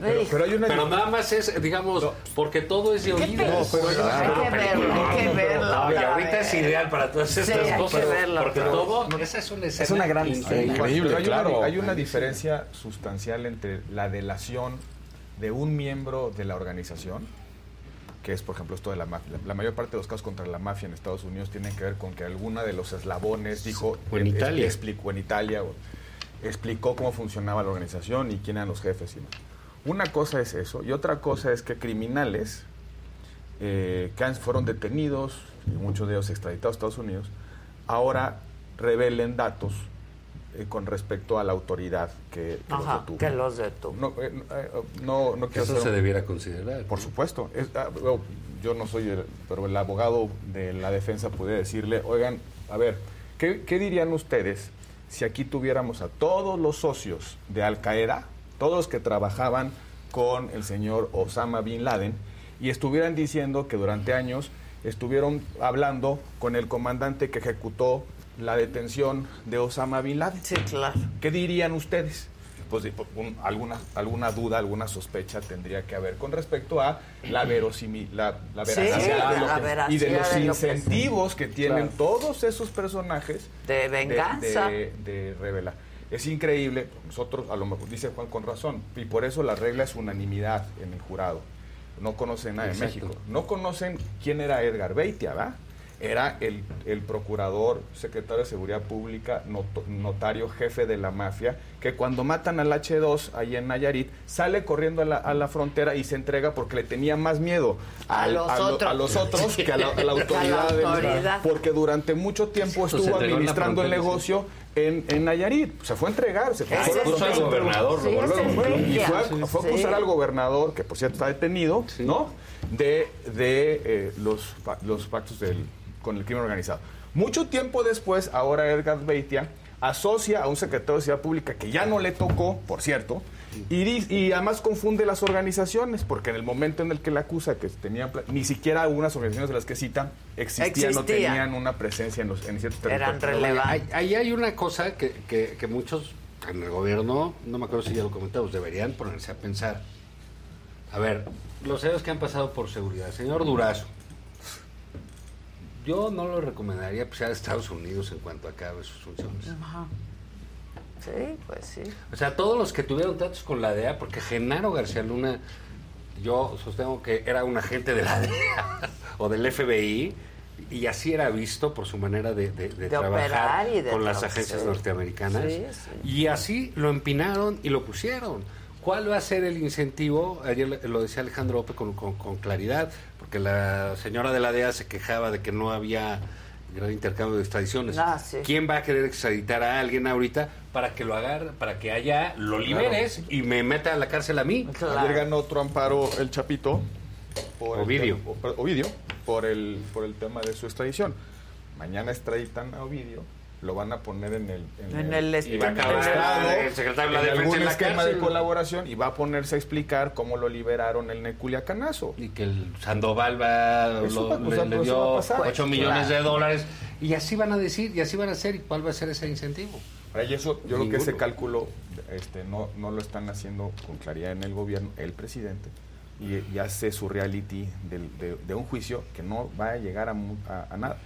Pero- Pero, nada más es, digamos, porque todo es de oído. No, pero hay- hay que verlo, hay que verlo. No, y ahorita es ideal para todas Sí, estas hay que cosas. verlo. porque Pero- todo, esa es una escena. historia. Increíble, Pero hay claro. Una, hay una diferencia sustancial entre la delación de un miembro de la organización, que es, por ejemplo, esto de la mafia. La, la mayor parte de los casos contra la mafia en Estados Unidos tienen que ver con que alguna de los eslabones dijo. O en eh, Italia. Explicó, en Italia. o- explicó cómo funcionaba la organización y quién eran los jefes. y más. Una cosa es eso, y otra cosa es que criminales eh, que han- fueron detenidos, y muchos de ellos extraditados a Estados Unidos, ahora revelen datos eh, con respecto a la autoridad que, que Ajá, los detuvo. que los detuvo. No, eh, no, eh, no, no quiero Eso ser se un- debiera considerar. Por supuesto. Es- ah, bueno, yo no soy, el- pero el abogado de la defensa puede decirle, oigan, a ver, ¿qué, qué dirían ustedes si aquí tuviéramos a todos los socios de Al Qaeda, todos los que trabajaban con el señor Osama Bin Laden, y estuvieran diciendo que durante años estuvieron hablando con el comandante que ejecutó la detención de Osama Bin Laden? Sí, claro. ¿Qué dirían ustedes? pues, de- un- alguna, alguna duda, alguna sospecha tendría que haber con respecto a la verosimi, la, la Sí, veracidad, de lo la que- veracidad y de los de lo que- incentivos que, tienen Claro. todos esos personajes De venganza. de, de revelar. Es increíble, nosotros a lo mejor dice Juan con razón, y por eso la regla es unanimidad en el jurado. No conocen nada de Exacto. México. No conocen quién era Edgar Beitia, ¿va? era el, el procurador, secretario de Seguridad Pública, noto- notario, jefe de la mafia, que cuando matan al H2 ahí en Nayarit, sale corriendo a la, a la frontera y se entrega porque le tenía más miedo A al- los lo- otros. a los otros que a la, a la Que a la autoridad. del- autoridad. porque durante mucho tiempo Pues se estuvo entregó en la administrando el frontera, sí. negocio en, en Nayarit. Se fue a entregar, se fue Ah, se puso al Pero- gobernador, sí, luego, se luego. fue. Y Sí, fue a, sí, fue a sí. acusar al gobernador, que por cierto está detenido, ¿no? De, de eh, los, fa- los pactos del- con el crimen organizado. Mucho tiempo después, ahora Edgar Beitia asocia a un secretario de Ciudad Pública que ya no le tocó, por cierto, y, di- y además confunde las organizaciones, porque en el momento en el que la acusa, que tenía, pla- ni siquiera algunas organizaciones de las que cita existían, no Existían. tenían una presencia en, los, en ciertos territorios. Ahí, ahí hay una cosa que, que- que muchos en el gobierno, no me acuerdo si ya lo comentamos, deberían ponerse a pensar. A ver, los héroes que han pasado por seguridad. Señor Durazo, yo no lo recomendaría pues, a Estados Unidos en cuanto acabe sus funciones. Sí, pues sí. O sea, todos los que tuvieron tratos con la DEA, porque Genaro García Luna, yo sostengo que era un agente de la DEA o del FBI, y así era visto por su manera de, de- de trabajar operar y de con las tra- agencias sí. norteamericanas. Sí, Y así lo empinaron y lo pusieron. ¿Cuál va a ser el incentivo? Ayer le- lo decía Alejandro Ope con, con- con claridad, porque la señora de la DEA se quejaba de que no había gran intercambio de extradiciones. Ah, sí. ¿Quién va a querer extraditar a alguien ahorita para que lo agarre, para que allá lo liberes y me meta a la cárcel a mí? Ayer ganó otro amparo el Chapito. Por el Ovidio. tem- o- por- Ovidio, por el, por el tema de su extradición. Mañana extraditan a Ovidio, lo van a poner en el... En el este- y va a acabar en el- estado, el secretario de la en Defensa algún en la esquema de cárcel. colaboración y va a ponerse a explicar cómo lo liberaron en el Culiacanazo. Y que el Sandoval va, Eso lo- va a le, pasar, le pero eso va dio a pasar. 8 millones Claro. de dólares. Y así van a decir, y así van a hacer, y cuál va a ser ese incentivo. Ahora, y eso, yo creo que Ninguno. ese cálculo este, no, no lo están haciendo con claridad en el gobierno, el presidente, y, y hace su reality del- de, de un juicio que no va a llegar a, mu- a- a nada.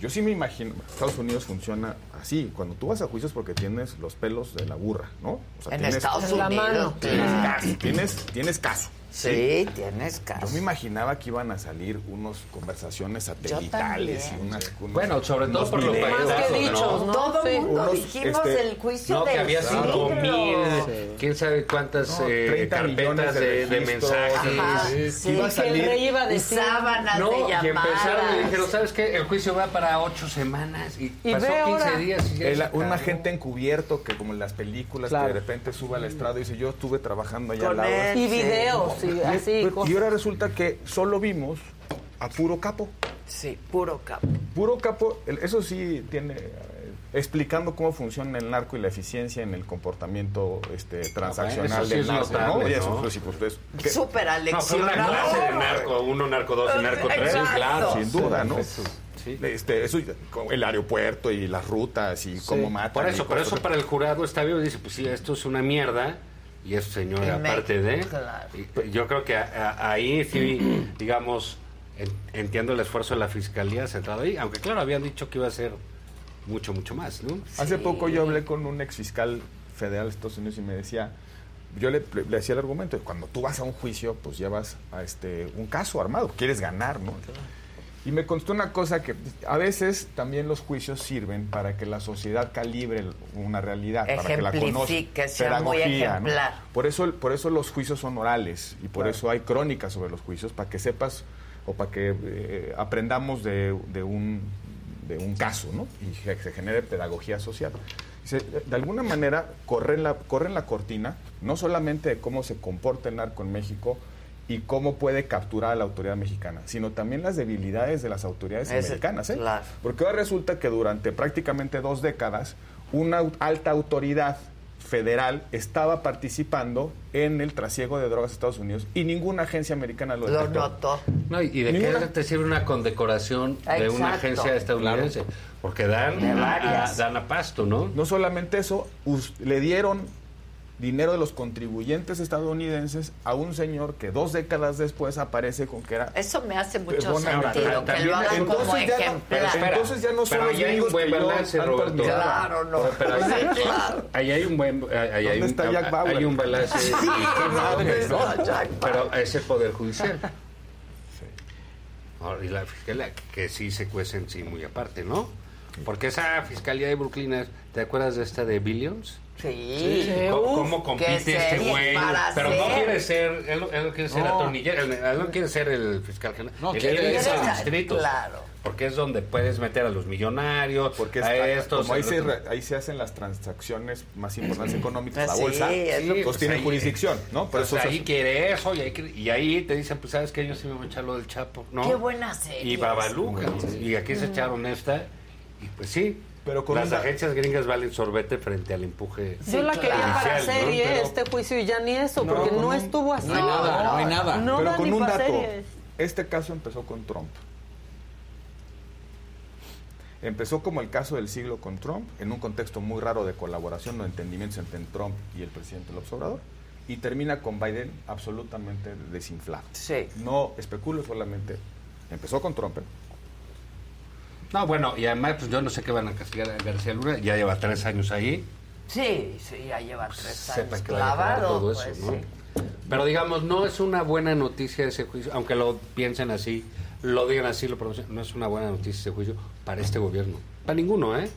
Yo sí me imagino, Estados Unidos funciona así, cuando tú vas a juicios porque tienes los pelos de la burra, ¿no? O En Estados En la Unidos, mano. Tienes claro. caso, tienes, tienes caso. Sí, tienes caso. Yo me imaginaba que iban a salir unos conversaciones satelitales y unas... unos- Bueno, sobre todo unos por lo videos, payaso, ¿no? Todo ¿no? Todo Sí. mundo Unos, dijimos este, el juicio No, del que había cinco siglo. mil, quién sabe cuántas No, eh, 30 carpetas millones de de, de registros. mensajes. Ajá, Sí. sí, que el rey iba a decir. Sábanas No, de y llamadas. empezaron y dijeron, ¿sabes qué? El juicio va para ocho semanas y, Y pasó ve 15 ahora. días. Y ya El- se un acabó. agente encubierto que como en las películas Claro. que de repente sube al estrado y dice yo estuve trabajando allá Con al lado. él, Y sí. videos, y así, pero- cosas. y ahora resulta que solo vimos a puro capo. Sí, puro capo. Puro capo, el- eso sí tiene eh, explicando cómo funciona el narco y la eficiencia en el comportamiento este, transaccional eso sí del es narco, notable, ¿no? Y eso, ¿no? pues, sí, pues, es- que- Súper No, fue una aleccionado. clase de narco, uno, narco dos y narco tres. Exacto. Claro, sin duda, ¿no? Eso, Este, eso, con el aeropuerto y las rutas y cómo matan. Por eso, y por cosas. eso para el jurado está bien, dice, pues sí, esto es una mierda. Y eso, señor, En aparte de... México, claro. y- Yo creo que a- a- ahí sí, digamos, en- entiendo el esfuerzo de la Fiscalía centrado ahí, aunque claro, habían dicho que iba a ser mucho, mucho más, ¿no? Hace poco yo hablé con un ex fiscal federal de Estados Unidos y me decía, yo le, le hacía el argumento, cuando tú vas a un juicio, pues llevas a este un caso armado, quieres ganar, ¿no? Y me contó una cosa que a veces también los juicios sirven para que la sociedad calibre una realidad, para que la conozca. Ejemplifique, sea muy Pedagogía, ¿no? ejemplar. Por eso, por eso los juicios son orales y por eso hay crónicas sobre los juicios, para que sepas o para que eh, aprendamos de, de un, de un caso, ¿no? Y que se genere pedagogía social. Dice, de alguna manera, corren la, corren la cortina, no solamente de cómo se comporta el narco en México y cómo puede capturar a la autoridad mexicana, sino también las debilidades de las autoridades Ese- americanas. ¿eh? claro. Porque ahora resulta que durante prácticamente dos décadas, una au- alta autoridad federal estaba participando en el trasiego de drogas a Estados Unidos y ninguna agencia americana lo Lo detectó. notó. No, y de qué te sirve una condecoración de Exacto. una agencia estadounidense, porque dan, De a, varias. dan a pasto, ¿no? No solamente eso, us- le dieron dinero de los contribuyentes estadounidenses a un señor que dos décadas después aparece con que era Eso me hace Pues, mucho Perdóname, ta- sentido, que lo también hagan como entonces ya no- pero ejemplar. entonces ya no son Pero los ahí hay gringos un buen que yo balance, tanto Roberto. admiraba. Claro, no. Pero ahí, Sí, hay, claro. ahí hay un buen. Ahí hay ¿Dónde un, está Jack Bauer? Hay un balance. Sí, ¿Dónde madre, está ¿no? Pero es el Poder Judicial. Y la fiscalía, que sí se cuecen sí muy aparte, ¿no? Porque esa fiscalía de Brooklyn, es- ¿te acuerdas de esta de Billions? Sí. ¿Cómo, Uf, cómo compite qué este serie güey? para Pero no hacer. quiere ser, él, él no quiere ser No. atornillero, él, él no quiere ser el fiscal general. No, Él quiere es ser- el distrito. claro. Porque es donde puedes meter a los millonarios, Porque a está- estos. como a ahí los se, otros. re- ahí se hacen las transacciones más importantes económicas, Ah, la Sí, bolsa, es lo- entonces pues tiene ahí- jurisdicción, ¿no? Por Entonces, eso se- ahí quiere eso y ahí, quiere- y ahí te dicen, pues sabes que yo sí me voy a echar lo del Chapo, ¿no? Qué buena serie. Y Babaluca. Y aquí se Mm. echaron esta. Y pues sí. Pero con con Las un da- agencias gringas valen sorbete frente al empuje. Yo la quería para inicial, ¿no? serie, Pero- este juicio y ya ni eso, porque con no un- estuvo así. No Pero da con ni un pa' dato, series. este caso empezó con Trump. Empezó como el caso del siglo con Trump, en un contexto muy raro de colaboración o entendimientos entre Trump y el presidente López Obrador, y termina con Biden absolutamente desinflado. No especulo solamente. Empezó con Trump. ¿eh? No, bueno, y además, pues yo no sé qué van a castigar a García Luna. Ya lleva tres años ahí. Sí, sí, ya lleva tres sepa años que va a acabar clavado. todo eso, pues, ¿no? sí. Pero digamos, no es una buena noticia ese juicio, aunque lo piensen así, lo digan así, lo pronuncien, no es una buena noticia ese juicio para este gobierno. Para ninguno, ¿eh?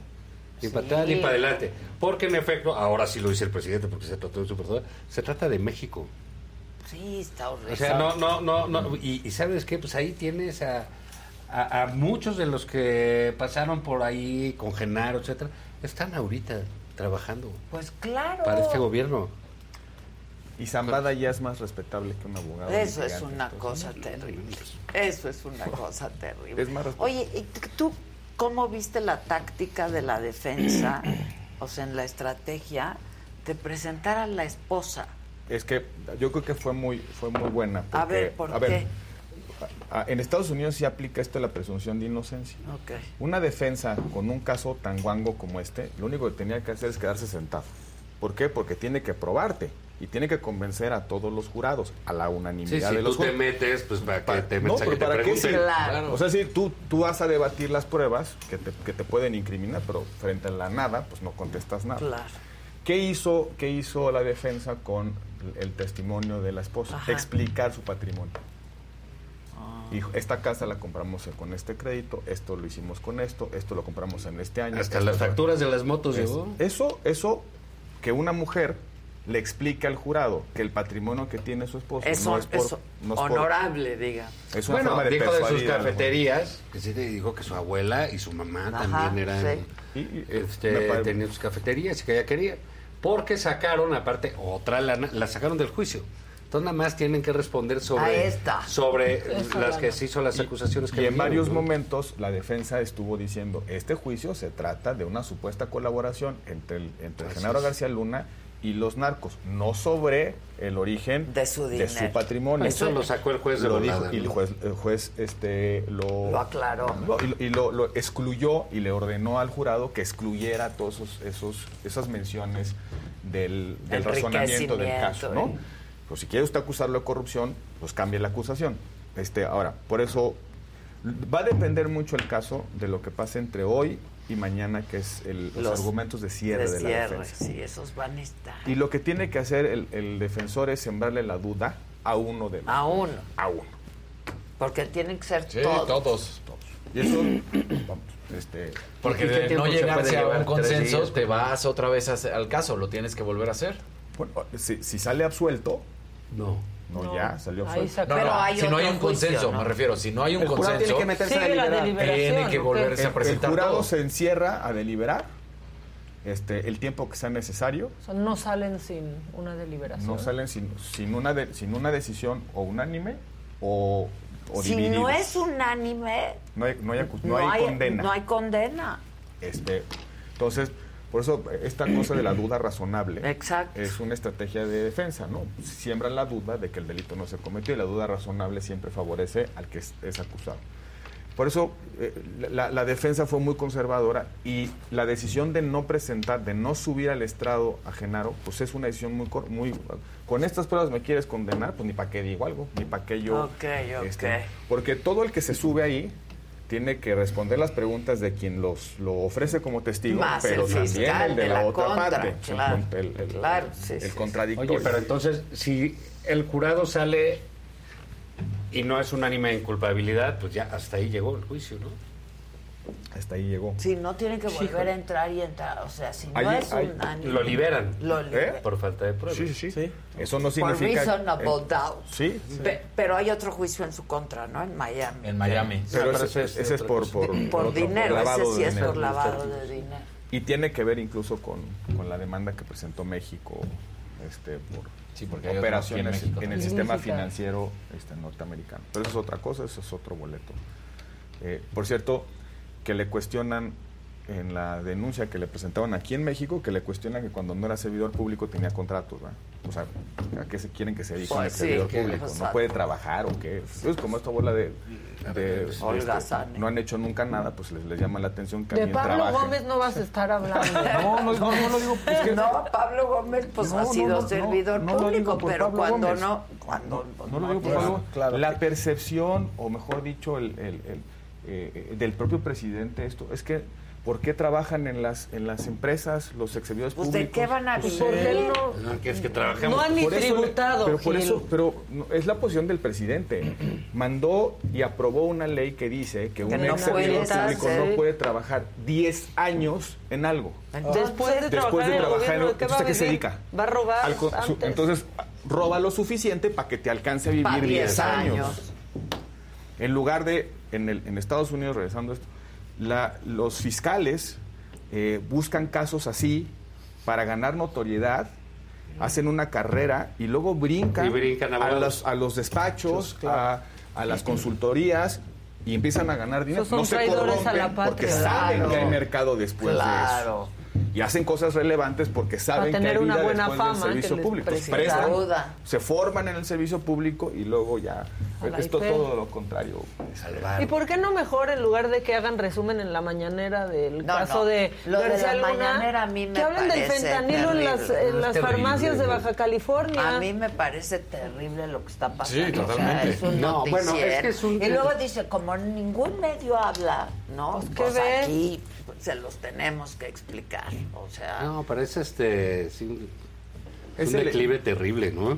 Ni para atrás ni para adelante. Porque en efecto, ahora sí lo dice el presidente, porque se trató de su persona, se trata de México. Sí, está horrible. O sea, no, no, no, no. Y, y sabes qué, pues ahí tienes a, a- a muchos de los que pasaron por ahí con Genaro, etcétera, están ahorita trabajando Pues claro. para este gobierno. Y Zambada ya es más respetable que un abogado. Eso es litigante, una entonces, cosa ¿no? terrible. Eso es una cosa terrible. Es más resp- Oye, ¿y t- tú cómo viste la táctica de la defensa, o sea, en la estrategia de presentar a la esposa? Es que yo creo que fue muy, fue muy buena. A ver, ¿por a qué? a- en Estados Unidos sí aplica esto de la presunción de inocencia. Una defensa con un caso tan guango como este, lo único que tenía que hacer es quedarse sentado. ¿Por qué? Porque tiene que probarte y tiene que convencer a todos los jurados, a la Sí, unanimidad si de los tú te jurados. metes, pues para que te No, metes a que pero te ¿para qué? pregunten. Sí. O sea, sí, tú, tú vas a debatir las pruebas que te, que te pueden incriminar, pero frente a la nada, pues no contestas nada. Claro. ¿Qué hizo, qué hizo la defensa con el testimonio de la esposa? Ajá. Explicar su patrimonio. Dijo, esta casa la compramos con este crédito, esto lo hicimos con esto, esto lo compramos en este año. Hasta esto las fue- facturas de las motos Es- llegó. Eso, eso que una mujer le explique al jurado que el patrimonio que tiene su esposo Eso no es por- eso, no es por- honorable, diga. Es una bueno, forma de dijo de sus persuadir a la cafeterías, que sí te dijo que su abuela y su mamá Ajá, también eran, este, eh, me pare- tenían sus cafeterías y que ella quería. Porque sacaron, aparte, otra lana, la sacaron del juicio. Entonces nada más tienen que responder sobre, Ahí está. sobre Esa las que lana. se hizo las acusaciones que Y le en dieron, varios ¿no? momentos la defensa estuvo diciendo, este juicio se trata de una supuesta colaboración entre el, entre Así Genaro es. García Luna y los narcos, no sobre el origen de su, dinero. patrimonio. Eso lo sacó el juez de Lo volada, dijo, Y el ¿no? juez, eh. el juez, este, lo, Lo aclaró. lo- y lo- y lo, lo excluyó y le ordenó al jurado que excluyera todos esos, esos- esas menciones del, del razonamiento del caso, ¿no? Enriquecimiento, Pues si quiere usted acusarlo de corrupción, pues cambie la acusación. Este, ahora, por eso va a depender mucho el caso de lo que pase entre hoy y mañana, que es el- los, Los argumentos de cierre de, la cierre, defensa. Sí, esos van a estar. Y lo que tiene que hacer el, el defensor es sembrarle la duda a uno de los. A uno. A uno. Porque tienen que ser todos. Y eso, vamos, este, Porque ¿Y qué de tiempo no se puede llegarse a llevar? un Tres consenso, días. te vas otra vez a hacer- al caso, lo tienes que volver a hacer. Bueno, si, si sale absuelto. No. No, ya, salió Ahí absuelto. se No, no, acaba. si no hay un consenso, me refiero, si no hay un El jurado tiene consenso, que meterse a sigue la deliberar. deliberación, tiene que ¿o qué? volverse a El- presentar El jurado todo. se encierra a deliberar este, el tiempo que sea necesario. O sea, no salen sin una deliberación. No salen sin, sin una, de- sin una decisión o unánime o, o si divididos. no es unánime, No hay, no hay acu- no hay condena. No hay condena. Este, entonces, por eso esta cosa de la duda razonable es una estrategia de defensa, ¿no? Siembran la duda de que el delito no se cometió y la duda razonable siempre favorece al que es, es acusado. Por eso eh, la, la defensa fue muy conservadora y la decisión de no presentar, de no subir al estrado a Genaro, pues es una decisión muy... cor- muy con estas pruebas me quieres condenar, pues ni para qué digo algo, ni para qué yo... este, Ok, ok. porque todo el que se sube ahí tiene que responder las preguntas de quien los lo ofrece como testigo, Más el pero también fiscal el de de la, la otra contra, parte, o sea, claro, el, el- el- claro, sí, el sí, sí. contradictorio. Oye, pero entonces, si el jurado sale y no es unánime en culpabilidad, pues ya hasta ahí llegó el juicio, ¿no? Hasta ahí llegó. Sí, no tiene que volver Híjole. a entrar y entrar. O sea, si no Ahí- es ahí- un ánimo. Lo liberan. ¿Eh? Lo liberan. Por falta de pruebas. Sí, sí, sí. Eso no Por significa. reasonable eh, doubt. sí, sí. Pe- pero hay otro juicio en su contra, ¿no? En Miami. En Miami. Pero Ah, ese- ese es por- por- Por por otro, dinero, por ese lavado sí de es por dinero. lavado de dinero. Y tiene que ver incluso con, con la demanda que presentó México este, por porque hay otro operaciones en, aquí en México el también. sistema Significa. financiero este, norteamericano. Pero eso es otra cosa, eso es otro boleto. Eh, por cierto, que le cuestionan en la denuncia que le presentaban aquí en México, que le cuestionan que cuando no era servidor público tenía contratos, ¿verdad? O sea, ¿a qué se quieren que se dedique Pues el sí, servidor que- público? exacto. ¿No puede trabajar o qué? Es como esta bola de... de- Olga ¿eh? este, Sane. no han hecho nunca nada, pues les, les llama la atención que De alguien Pablo trabaje. Gómez no vas a estar hablando. No, no, no, no lo digo, pues, que- No, Pablo Gómez, pues No, ha no, sido no, no, servidor no lo público, digo por pero Pablo cuando Gómez. no. Cuando, No lo digo por algo. La percepción, o mejor dicho, el, el- el, eh, eh, del propio presidente, esto es que, ¿por qué trabajan en las, en las empresas los exservidores Pues, ¿de públicos? qué van a Pues, vivir? ¿por qué No, que es que trabajemos. Por eso le- Pero por eso, pero no, es la posición del presidente. Mandó y aprobó una ley que dice que un Que no ex servidor puedes público hacer- no puede trabajar 10 años en algo. Después de trabajar Después de en el trabajar en gobierno, ¿de qué va ¿Entonces a qué se vivir? dedica? Va a robar Al co- su- antes. entonces, roba lo suficiente para que te alcance a Pa' vivir 10 10 años. años. En lugar de, en, el- en Estados Unidos, regresando a esto, la- los fiscales eh, buscan casos así para ganar notoriedad, hacen una carrera y luego brincan, Y brincan a, abogados. los, a los despachos, a, a las consultorías y empiezan a ganar dinero. Esos son no se traidores a la corrompen porque patria. saben que hay Claro. mercado después de eso Claro. y hacen cosas relevantes porque saben Para tener que hay una vida buena después del fama, que servicio les público. prestan. Prestan, Duda. se forman en el servicio público y luego ya A la esto IFE. todo lo contrario. ¿Y por qué no mejor en lugar de que hagan resumen en la mañanera del No, caso no. de Lo de García la Luna? mañanera a mí me que hablen del parece fentanilo en las, terrible. en las Es terrible, farmacias de güey. Baja California. A mí me parece terrible lo que está pasando. Sí, O sea, totalmente. es un No, bueno, es noticiero. que es un- Y luego dice, como ningún medio habla, ¿no? Pues, aquí pues, se los tenemos que explicar. O sea, Ah, No, parece este. sí, un- Es un el- declive terrible, ¿no?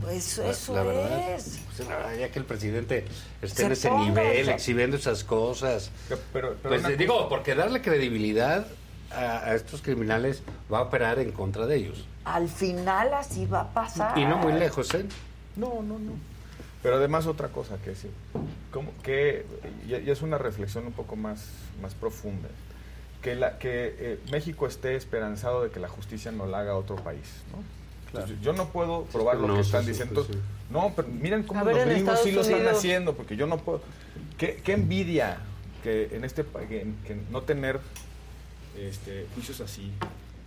pues La- eso la verdad, es. pues, la verdad, ya que el presidente esté Se en ese ponga, nivel, o sea. exhibiendo esas cosas. Pero, pues eh, digo, porque darle credibilidad a, a estos criminales va a operar en contra de ellos. Al final así va a pasar. Y no muy lejos, ¿eh? No, no, no. Pero además otra cosa que sí, como que y, y es una reflexión un poco más, más profunda, que, la, que eh, México esté esperanzado de que la justicia no la haga otro país, ¿no? Entonces, Yo no puedo probar lo que No, sí, están sí, diciendo. sí, sí. No, pero miren cómo A ver, los en gringos sí Estados lo están Unidos. haciendo, porque yo no puedo. Qué, qué envidia que en este pa- que- que no tener este, juicios así,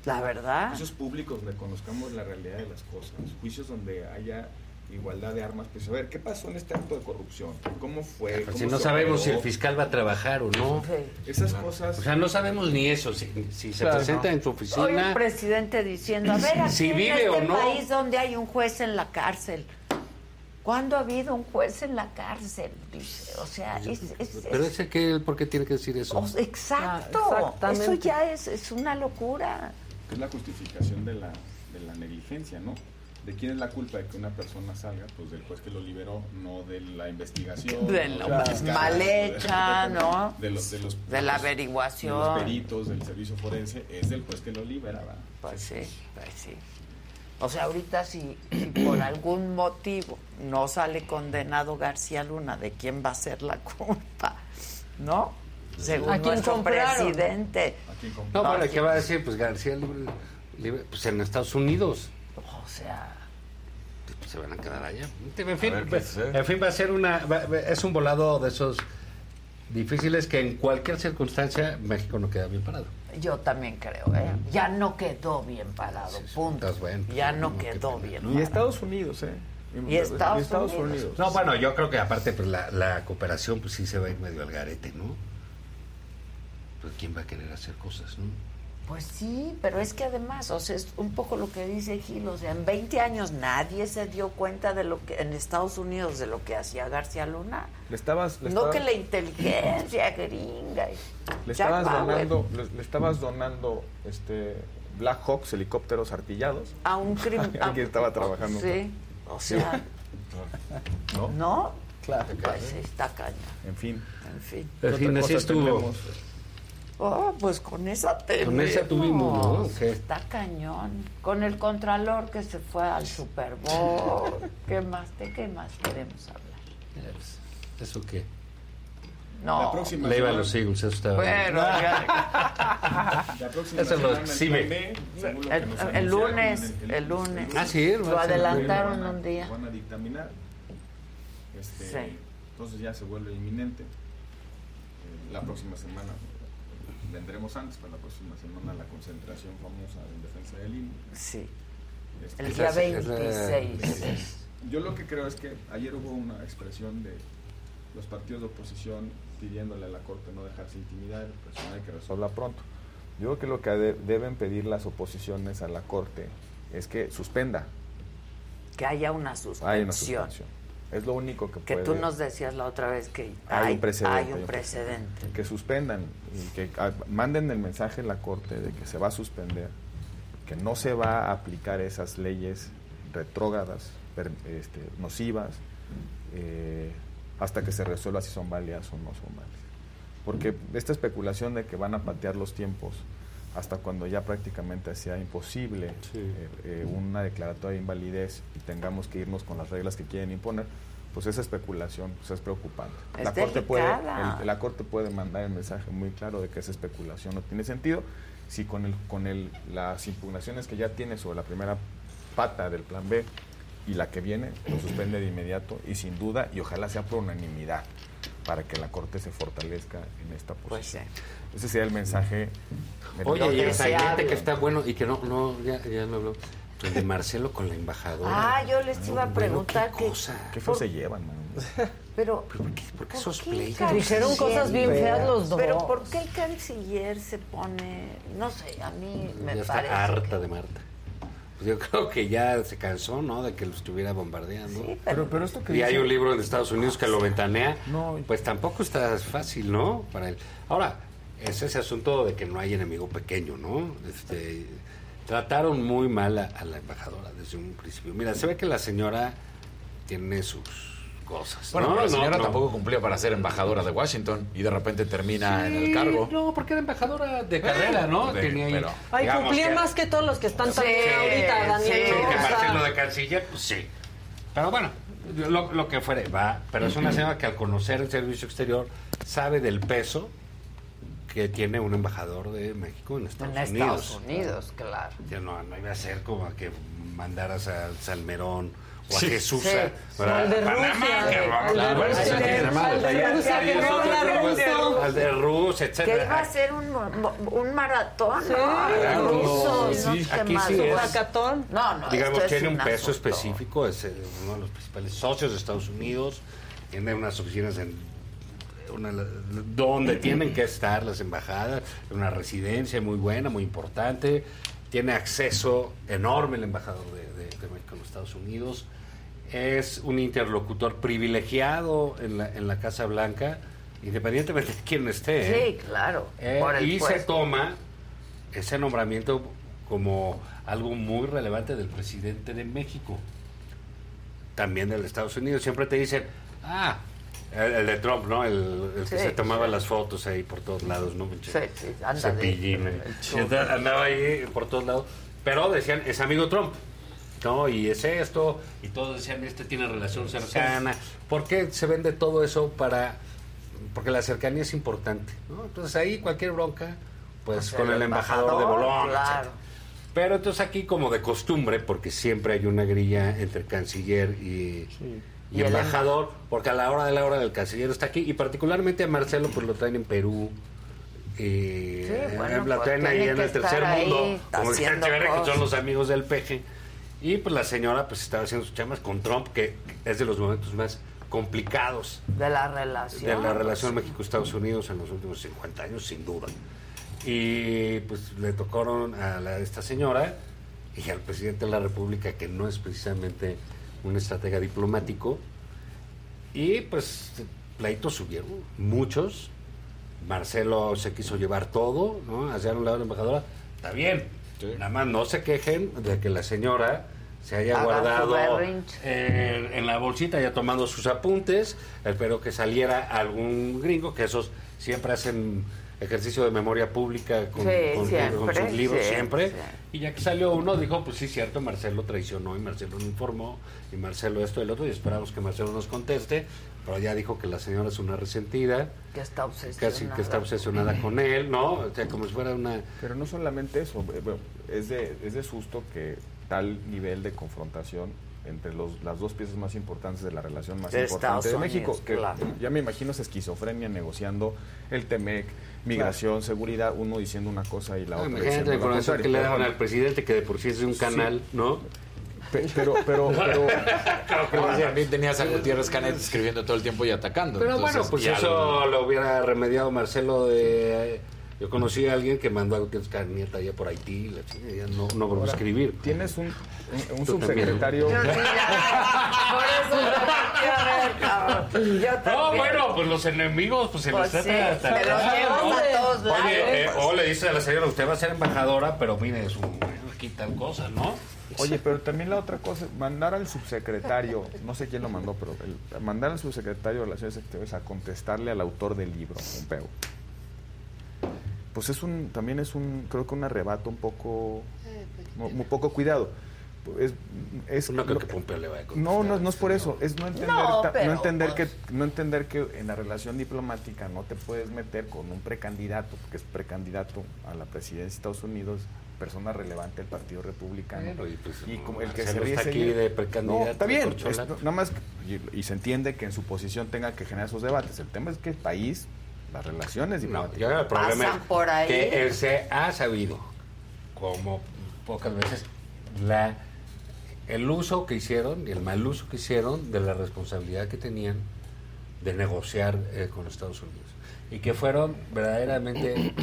La verdad. Juicios públicos donde conozcamos la realidad de las cosas. Juicios donde haya igualdad de armas. Pues a ver, ¿qué pasó en este acto de corrupción? ¿Cómo fue? ¿Cómo Pues, Si no se sabemos si el operó? fiscal va a trabajar o no. Esas cosas. O sea, no sabemos ni eso. Si, si se Claro. presenta en su Hoy un oficina. presidente diciendo, a ver, aquí Si en vive este o no. país donde hay un juez en la cárcel. ¿Cuándo ha habido un juez en la cárcel? Dice, o sea, es, es- es- Pero ese que, ¿por qué tiene que decir eso? o- Ah, exacto. exactamente. Eso ya es, es una locura. Es la justificación de la, de la negligencia, ¿no? ¿De quién es la culpa de que una persona salga? Pues del juez que lo liberó, no de la investigación. De no lo la mal- fiscal, mal no de- hecha, ¿no? De, los, pues, de, los- De la los- averiguación. de los peritos, del servicio forense, es del juez que lo libera, ¿verdad? Pues sí, pues sí. O sea, ahorita si, si por algún motivo no sale condenado García Luna, ¿de quién va a ser la culpa? ¿No? Según ¿A quién nuestro compraron? presidente. No, bueno, ¿qué va a decir? Pues García Libre, Libre- pues en Estados Unidos. O sea, pues, se van a quedar allá. En fin, A ver qué va- sucede. en fin, va a ser una. va- va- es un volado de esos difíciles que en cualquier circunstancia México no queda bien parado. yo también creo, ¿eh? Ya no quedó bien parado, punto. Estás bueno. pues, Ya no quedó bien parado. Estados Unidos, ¿eh? Y Estados Unidos. No, bueno, yo creo que aparte pues, la, la cooperación pues sí se va a ir medio al garete, ¿no? Pues quién va a querer hacer cosas, ¿no? Pues sí, pero es que además, o sea, es un poco lo que dice Gil, o sea, en 20 años nadie se dio cuenta de lo que en Estados Unidos de lo que hacía García Luna. Le estabas. le No estabas- que la inteligencia gringa. y Le Jack estabas Bauer. donando, le, le estabas donando este Black Hawks, helicópteros artillados. A un crimen. Alguien estaba trabajando. Sí, o sea. ¿No? Claro. Pues está caña. En fin. En fin. En ¿Qué fin, otra así cosa estuvo. tenemos? Oh, pues con esa tenemos. Con esa tuvimos, ¿no? ¿O qué? Está cañón. Con el contralor que se fue al Super Bowl. ¿Qué más? ¿De qué más queremos hablar? ¿Eso qué? No. La próxima Le iba a semana. los Eagles, eso estaba. Bueno, Ah. Ah. La próxima Eso semana lo el sí me- plan B, según lo que El, nos el anunciaron, lunes, el- E. el lunes. Ah, Ah, el E. Lo adelantaron un día. Van a dictaminar. Este, Sí. Entonces ya se vuelve inminente. Eh, La próxima semana vendremos antes, para la próxima semana la concentración famosa en defensa del INE. Sí. Este, El día es la- es la- 26. Yo lo que creo es que ayer hubo una expresión de los partidos de oposición pidiéndole a la Corte no dejarse intimidar, el personal que resuelva pronto. Yo creo que lo que de- deben pedir las oposiciones a la Corte es que suspenda. Que haya una Hay una suspensión. suspensión. Es lo único que, que puede. tú nos decías la otra vez que Hay un precedente. hay un precedente. Que suspendan y que ah, manden el mensaje a la Corte de que se va a suspender, que no se va a aplicar esas leyes retrógradas, per- este, nocivas, eh, hasta que se resuelva si son válidas o no son válidas. Porque esta especulación de que van a patear los tiempos hasta cuando ya prácticamente sea imposible eh, eh, una declaratoria de invalidez y tengamos que irnos con las reglas que quieren imponer, pues esa especulación pues, es preocupante. Es la, corte puede, delicada. el- la Corte puede mandar el mensaje muy claro de que esa especulación no tiene sentido si con, el, con el, las impugnaciones que ya tiene sobre la primera pata del plan B y la que viene, lo suspende de inmediato y sin duda, y ojalá sea por unanimidad, para que la Corte se fortalezca en esta posición. Ese sería el mensaje. Oye, y el siguiente siguiente que está bueno y que no, no, ya, ya no habló. El de Marcelo con la embajadora. Ah, yo les iba a preguntar que. ¿Qué feo se llevan, man? Pero. ¿Por qué esos ¿qué pleitos? canciller? Dijeron cosas bien feas los dos. Pero ¿por qué el canciller se pone.? No sé, a mí me ya parece. está harta de Marta. Pues yo creo que ya se cansó, ¿no? De que lo estuviera bombardeando. Pero, pero esto que y hay dice- un libro en Estados Unidos que lo ventanea. Pues tampoco está fácil, ¿no? Para él. Ahora, es ese asunto de que no hay enemigo pequeño, ¿no? Este, trataron muy mal a, a la embajadora desde un principio. Mira, se ve que la señora tiene sus cosas. Bueno, ¿no? pero la No, señora no. tampoco cumplía para ser embajadora de Washington y de repente termina en el Sí, cargo. No, porque era embajadora Eh, de carrera, ¿no? De- Tenía ahí- pero- Ay, Digamos cumplía que- más que todos los que están también ahorita, Daniel. Sí, ¿no? que O sea, Marcelo de Canciller, pues sí. Pero bueno, lo, lo que fuere, va. Pero es una señora que al conocer el servicio exterior sabe del peso que tiene un embajador de México en Estados En Unidos. Estados Unidos, claro. Ya no, no iba a ser como que mandaras a Salmerón o a Sí. Jesús. Sí. ¿verdad? Al de Panamá, Rusia. que Al de claro, Rusia. eso tiene Al de madre. Rusia, que Y eso no otro habla lugar, ruso. Al de Rusia, Que iba etcétera. a ser un, un maratón. Sí, ¿no? claro, Rusos, Pues sí. Ah, no sé Aquí más. sí es. Zacatón. No, no, digamos, esto es tiene un peso asunto. específico, es eh, uno de los principales socios de Estados Unidos, tiene unas oficinas en una- donde tienen que estar las embajadas, una residencia muy buena, muy importante, tiene acceso enorme el embajador de, de- de México en los Estados Unidos, es un interlocutor privilegiado en la, en la Casa Blanca, independientemente de quién esté. ¿eh? Sí, claro. Eh, por el y se puesto. toma ese nombramiento como algo muy relevante del presidente de México, también de los Estados Unidos. Siempre te dicen, ah, el, el de Trump, ¿no? El, el que Sí, se tomaba las fotos ahí por todos lados, ¿no? Sí, sí, anda de- Cepillín, eh. el Y anda- andaba ahí por todos lados. Pero decían, es amigo Trump. No, y es esto, y todos decían, este tiene relación cercana. ¿Por qué se vende todo eso para...? Porque la cercanía es importante, ¿no? Entonces ahí cualquier bronca, pues con el embajador, de Bolón. Claro. Pero entonces aquí como de costumbre, porque siempre hay una grilla entre el canciller y, y Y el em- embajador, porque a la hora de la hora del canciller está aquí, y particularmente a Marcelo pues lo traen en Perú. Y em, Sí, bueno, la pues, traen ahí tiene en que el tercer estar ahí mundo, como dijeron haciendo que son cosas. los amigos del peje. Y pues la señora pues estaba haciendo sus chamas con Trump, que es de los momentos más complicados De la relación. de la relación México-Estados Unidos en los últimos 50 años, sin duda. Y pues le tocaron a la- esta señora y al presidente de la República, que no es precisamente un estratega diplomático. Y pues pleitos subieron, muchos. Marcelo se quiso llevar todo, ¿no? Hacia un lado de la embajadora. Está bien. Nada más no se quejen de que la señora se haya Haga su guardado berrinche. eh, en la bolsita, ya tomando sus apuntes. Espero que saliera algún gringo, que esos siempre hacen ejercicio de memoria pública con, Sí, con- con siempre, sus libros, sí, siempre. sí. Y ya que salió uno, dijo, pues sí, cierto, Marcelo traicionó y Marcelo no informó y Marcelo esto y el otro y esperamos que Marcelo nos conteste, pero ya dijo que la señora es una resentida, que está casi obsesionada. que está obsesionada con él, ¿no? O sea, como si fuera una... Pero no solamente eso, eh, bueno, es de, es de susto que tal nivel de confrontación entre los, las dos piezas más importantes de la relación más De importante Estados de México, Unidos, que claro. ya me imagino es esquizofrenia negociando el TEMEC, migración, seguridad, uno diciendo una cosa y la otra Imagínate diciendo la la información contraria. que le Pero daban bueno, al presidente que de por sí es de un Sí. canal, ¿no? Pe- Pero, pero, pero, Ahora también tenías a Gutiérrez Canet escribiendo todo el tiempo y atacando. Pero entonces, bueno, pues ya eso lo- lo... hubiera remediado Marcelo de... Yo conocí a alguien que mandó a Gutiérrez Carnieta allá por Haití, la chingada, ya no, no volvió a Ahora, escribir. Tienes un, un, un Tú también. subsecretario. No, bueno, pues los enemigos, pues se Pues les sí, trata hasta se los llevas ¿no? a todos lados. Oye, eh, o le dice a la señora, usted va a ser embajadora, pero mire, es un, aquí tal cosa, ¿no? Oye, pero también la otra cosa, mandar al subsecretario, no sé quién lo mandó, pero el- mandar al subsecretario de Relaciones Exteriores a contestarle al autor del libro, Pompeo. Pues es un, también es un, creo que un arrebato un poco, mu- muy poco cuidado. Es, es No creo lo que que- Pompeo le vaya a no, no, no es por eso, es no entender, No, ta- no pero, pues entender que no entender que en la relación diplomática no te puedes meter con un precandidato, porque es precandidato a la presidencia de Estados Unidos, persona relevante del Partido Republicano. Bueno, y pues, como el que Marcelo se ríe está aquí seguido- de precandidato No, está de bien, corchola. es- nada más y, y se entiende que en su posición tenga que generar esos debates. El tema es que el país, las relaciones diplomáticas El problema Pasan es por ahí. que él se ha sabido, como pocas veces, la, el uso que hicieron y el mal uso que hicieron de la responsabilidad que tenían de negociar eh, con Estados Unidos. Y que fueron verdaderamente,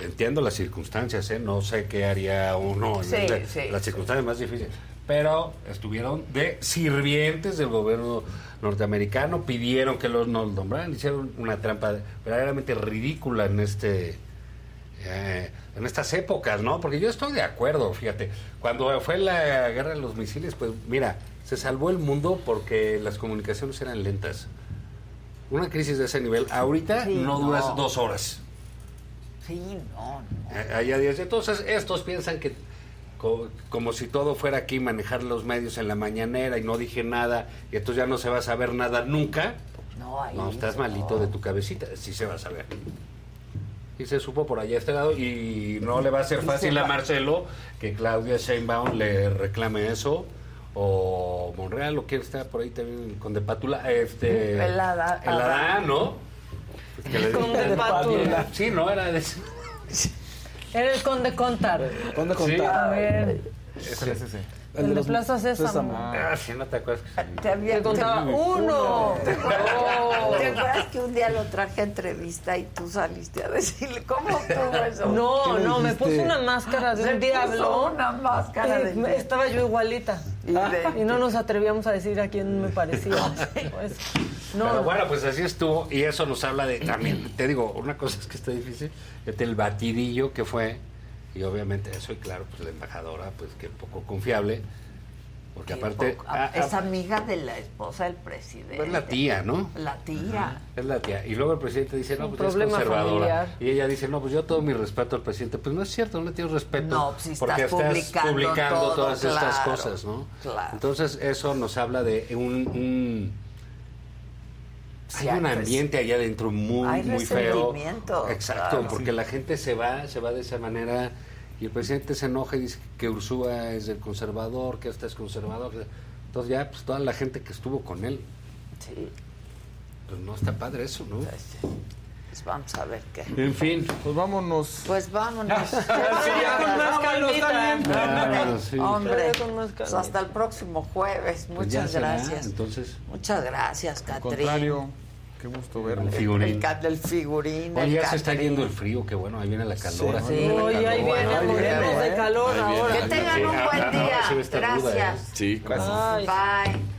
entiendo las circunstancias, ¿eh? no sé qué haría uno en Sí, el de- sí, las sí. circunstancias más difíciles, pero estuvieron de sirvientes del gobierno norteamericano, pidieron que los nos nombraran, hicieron una trampa verdaderamente ridícula en este... eh, en estas épocas, ¿no? Porque yo estoy de acuerdo, fíjate. Cuando fue la guerra de los misiles, pues mira, se salvó el mundo porque las comunicaciones eran lentas. Una crisis de ese nivel ahorita Sí, no no. duras dos horas. Sí, no, no. Eh, allá diez. Entonces, estos piensan que co- como si todo fuera aquí, manejar los medios en la mañanera y no dije nada, y entonces ya no se va a saber nada nunca. No, ahí. No, estás malito de tu cabecita. Sí se va a saber. Y se supo por allá este lado y no le va a ser Y fácil se a va. Marcelo que Claudia Sheinbaum le reclame eso o Monreal o quien está por ahí también con de pátula este El Adán. el Adán, ¿no? Pues que le- Con de pátula. Sí, no era de Era el conde Contar. ¿Dónde A ver, ¿Cuál es ese? El El de de los- Plaza Sésamo. Sésamo. Ah, sí, no te acuerdas. que- Te había contaba uno. ¿Te acuerdas, Oh. ¿Te acuerdas que un día lo traje a entrevista y tú saliste a decirle cómo tuvo eso? No, no, me puse una máscara de Se un puso diablo. una máscara Y de me- Estaba yo igualita. de- Ah, Y no nos atrevíamos a decir a quién me parecía. Pues, no, Pero bueno, pues así estuvo y eso nos habla de también, te digo, una cosa es que está difícil, este, el batidillo que fue y obviamente eso y claro, pues la embajadora, pues que poco confiable, porque aparte Poco- ah, ah, pues es amiga de la esposa del presidente. es la tía, ¿no? La tía. Es la tía. Y luego el presidente dice, no, un pues es problema conservadora. familiar. Y ella dice, no, pues yo todo mi respeto al presidente. Pues no es cierto, no le tienes respeto. No, pues, si estás porque publicando publicando todo, todas estas claro, cosas, ¿no? claro. Entonces eso nos habla de un... un- Sí, hay un hay res- ambiente allá adentro muy, hay muy feo. resentimiento, Exacto, claro. porque la gente se va, se va de esa manera y el presidente se enoja y dice que Ursúa es el conservador, que este es conservador. Entonces ya, pues toda la gente que estuvo con él. Sí. Pues no está padre eso, ¿no? Pues vamos a ver qué. En fin. Pues vámonos. Pues vámonos. ya Ah, con más calmita. Claro, sí. Hombre, Ya con más pues calmita. hasta el próximo jueves. Pues ya Muchas será, gracias. Entonces, Muchas gracias, Al Catrín. contrario, qué gusto verlo. El figurín. El, cat- el figurín. Oye, el ya se está catrín. yendo el frío, qué bueno, ahí viene la calor. Sí. Oye, ahí viene, ¿eh? morimos de calor ahora. Que tengan un buen día. Gracias. Sí, Bye.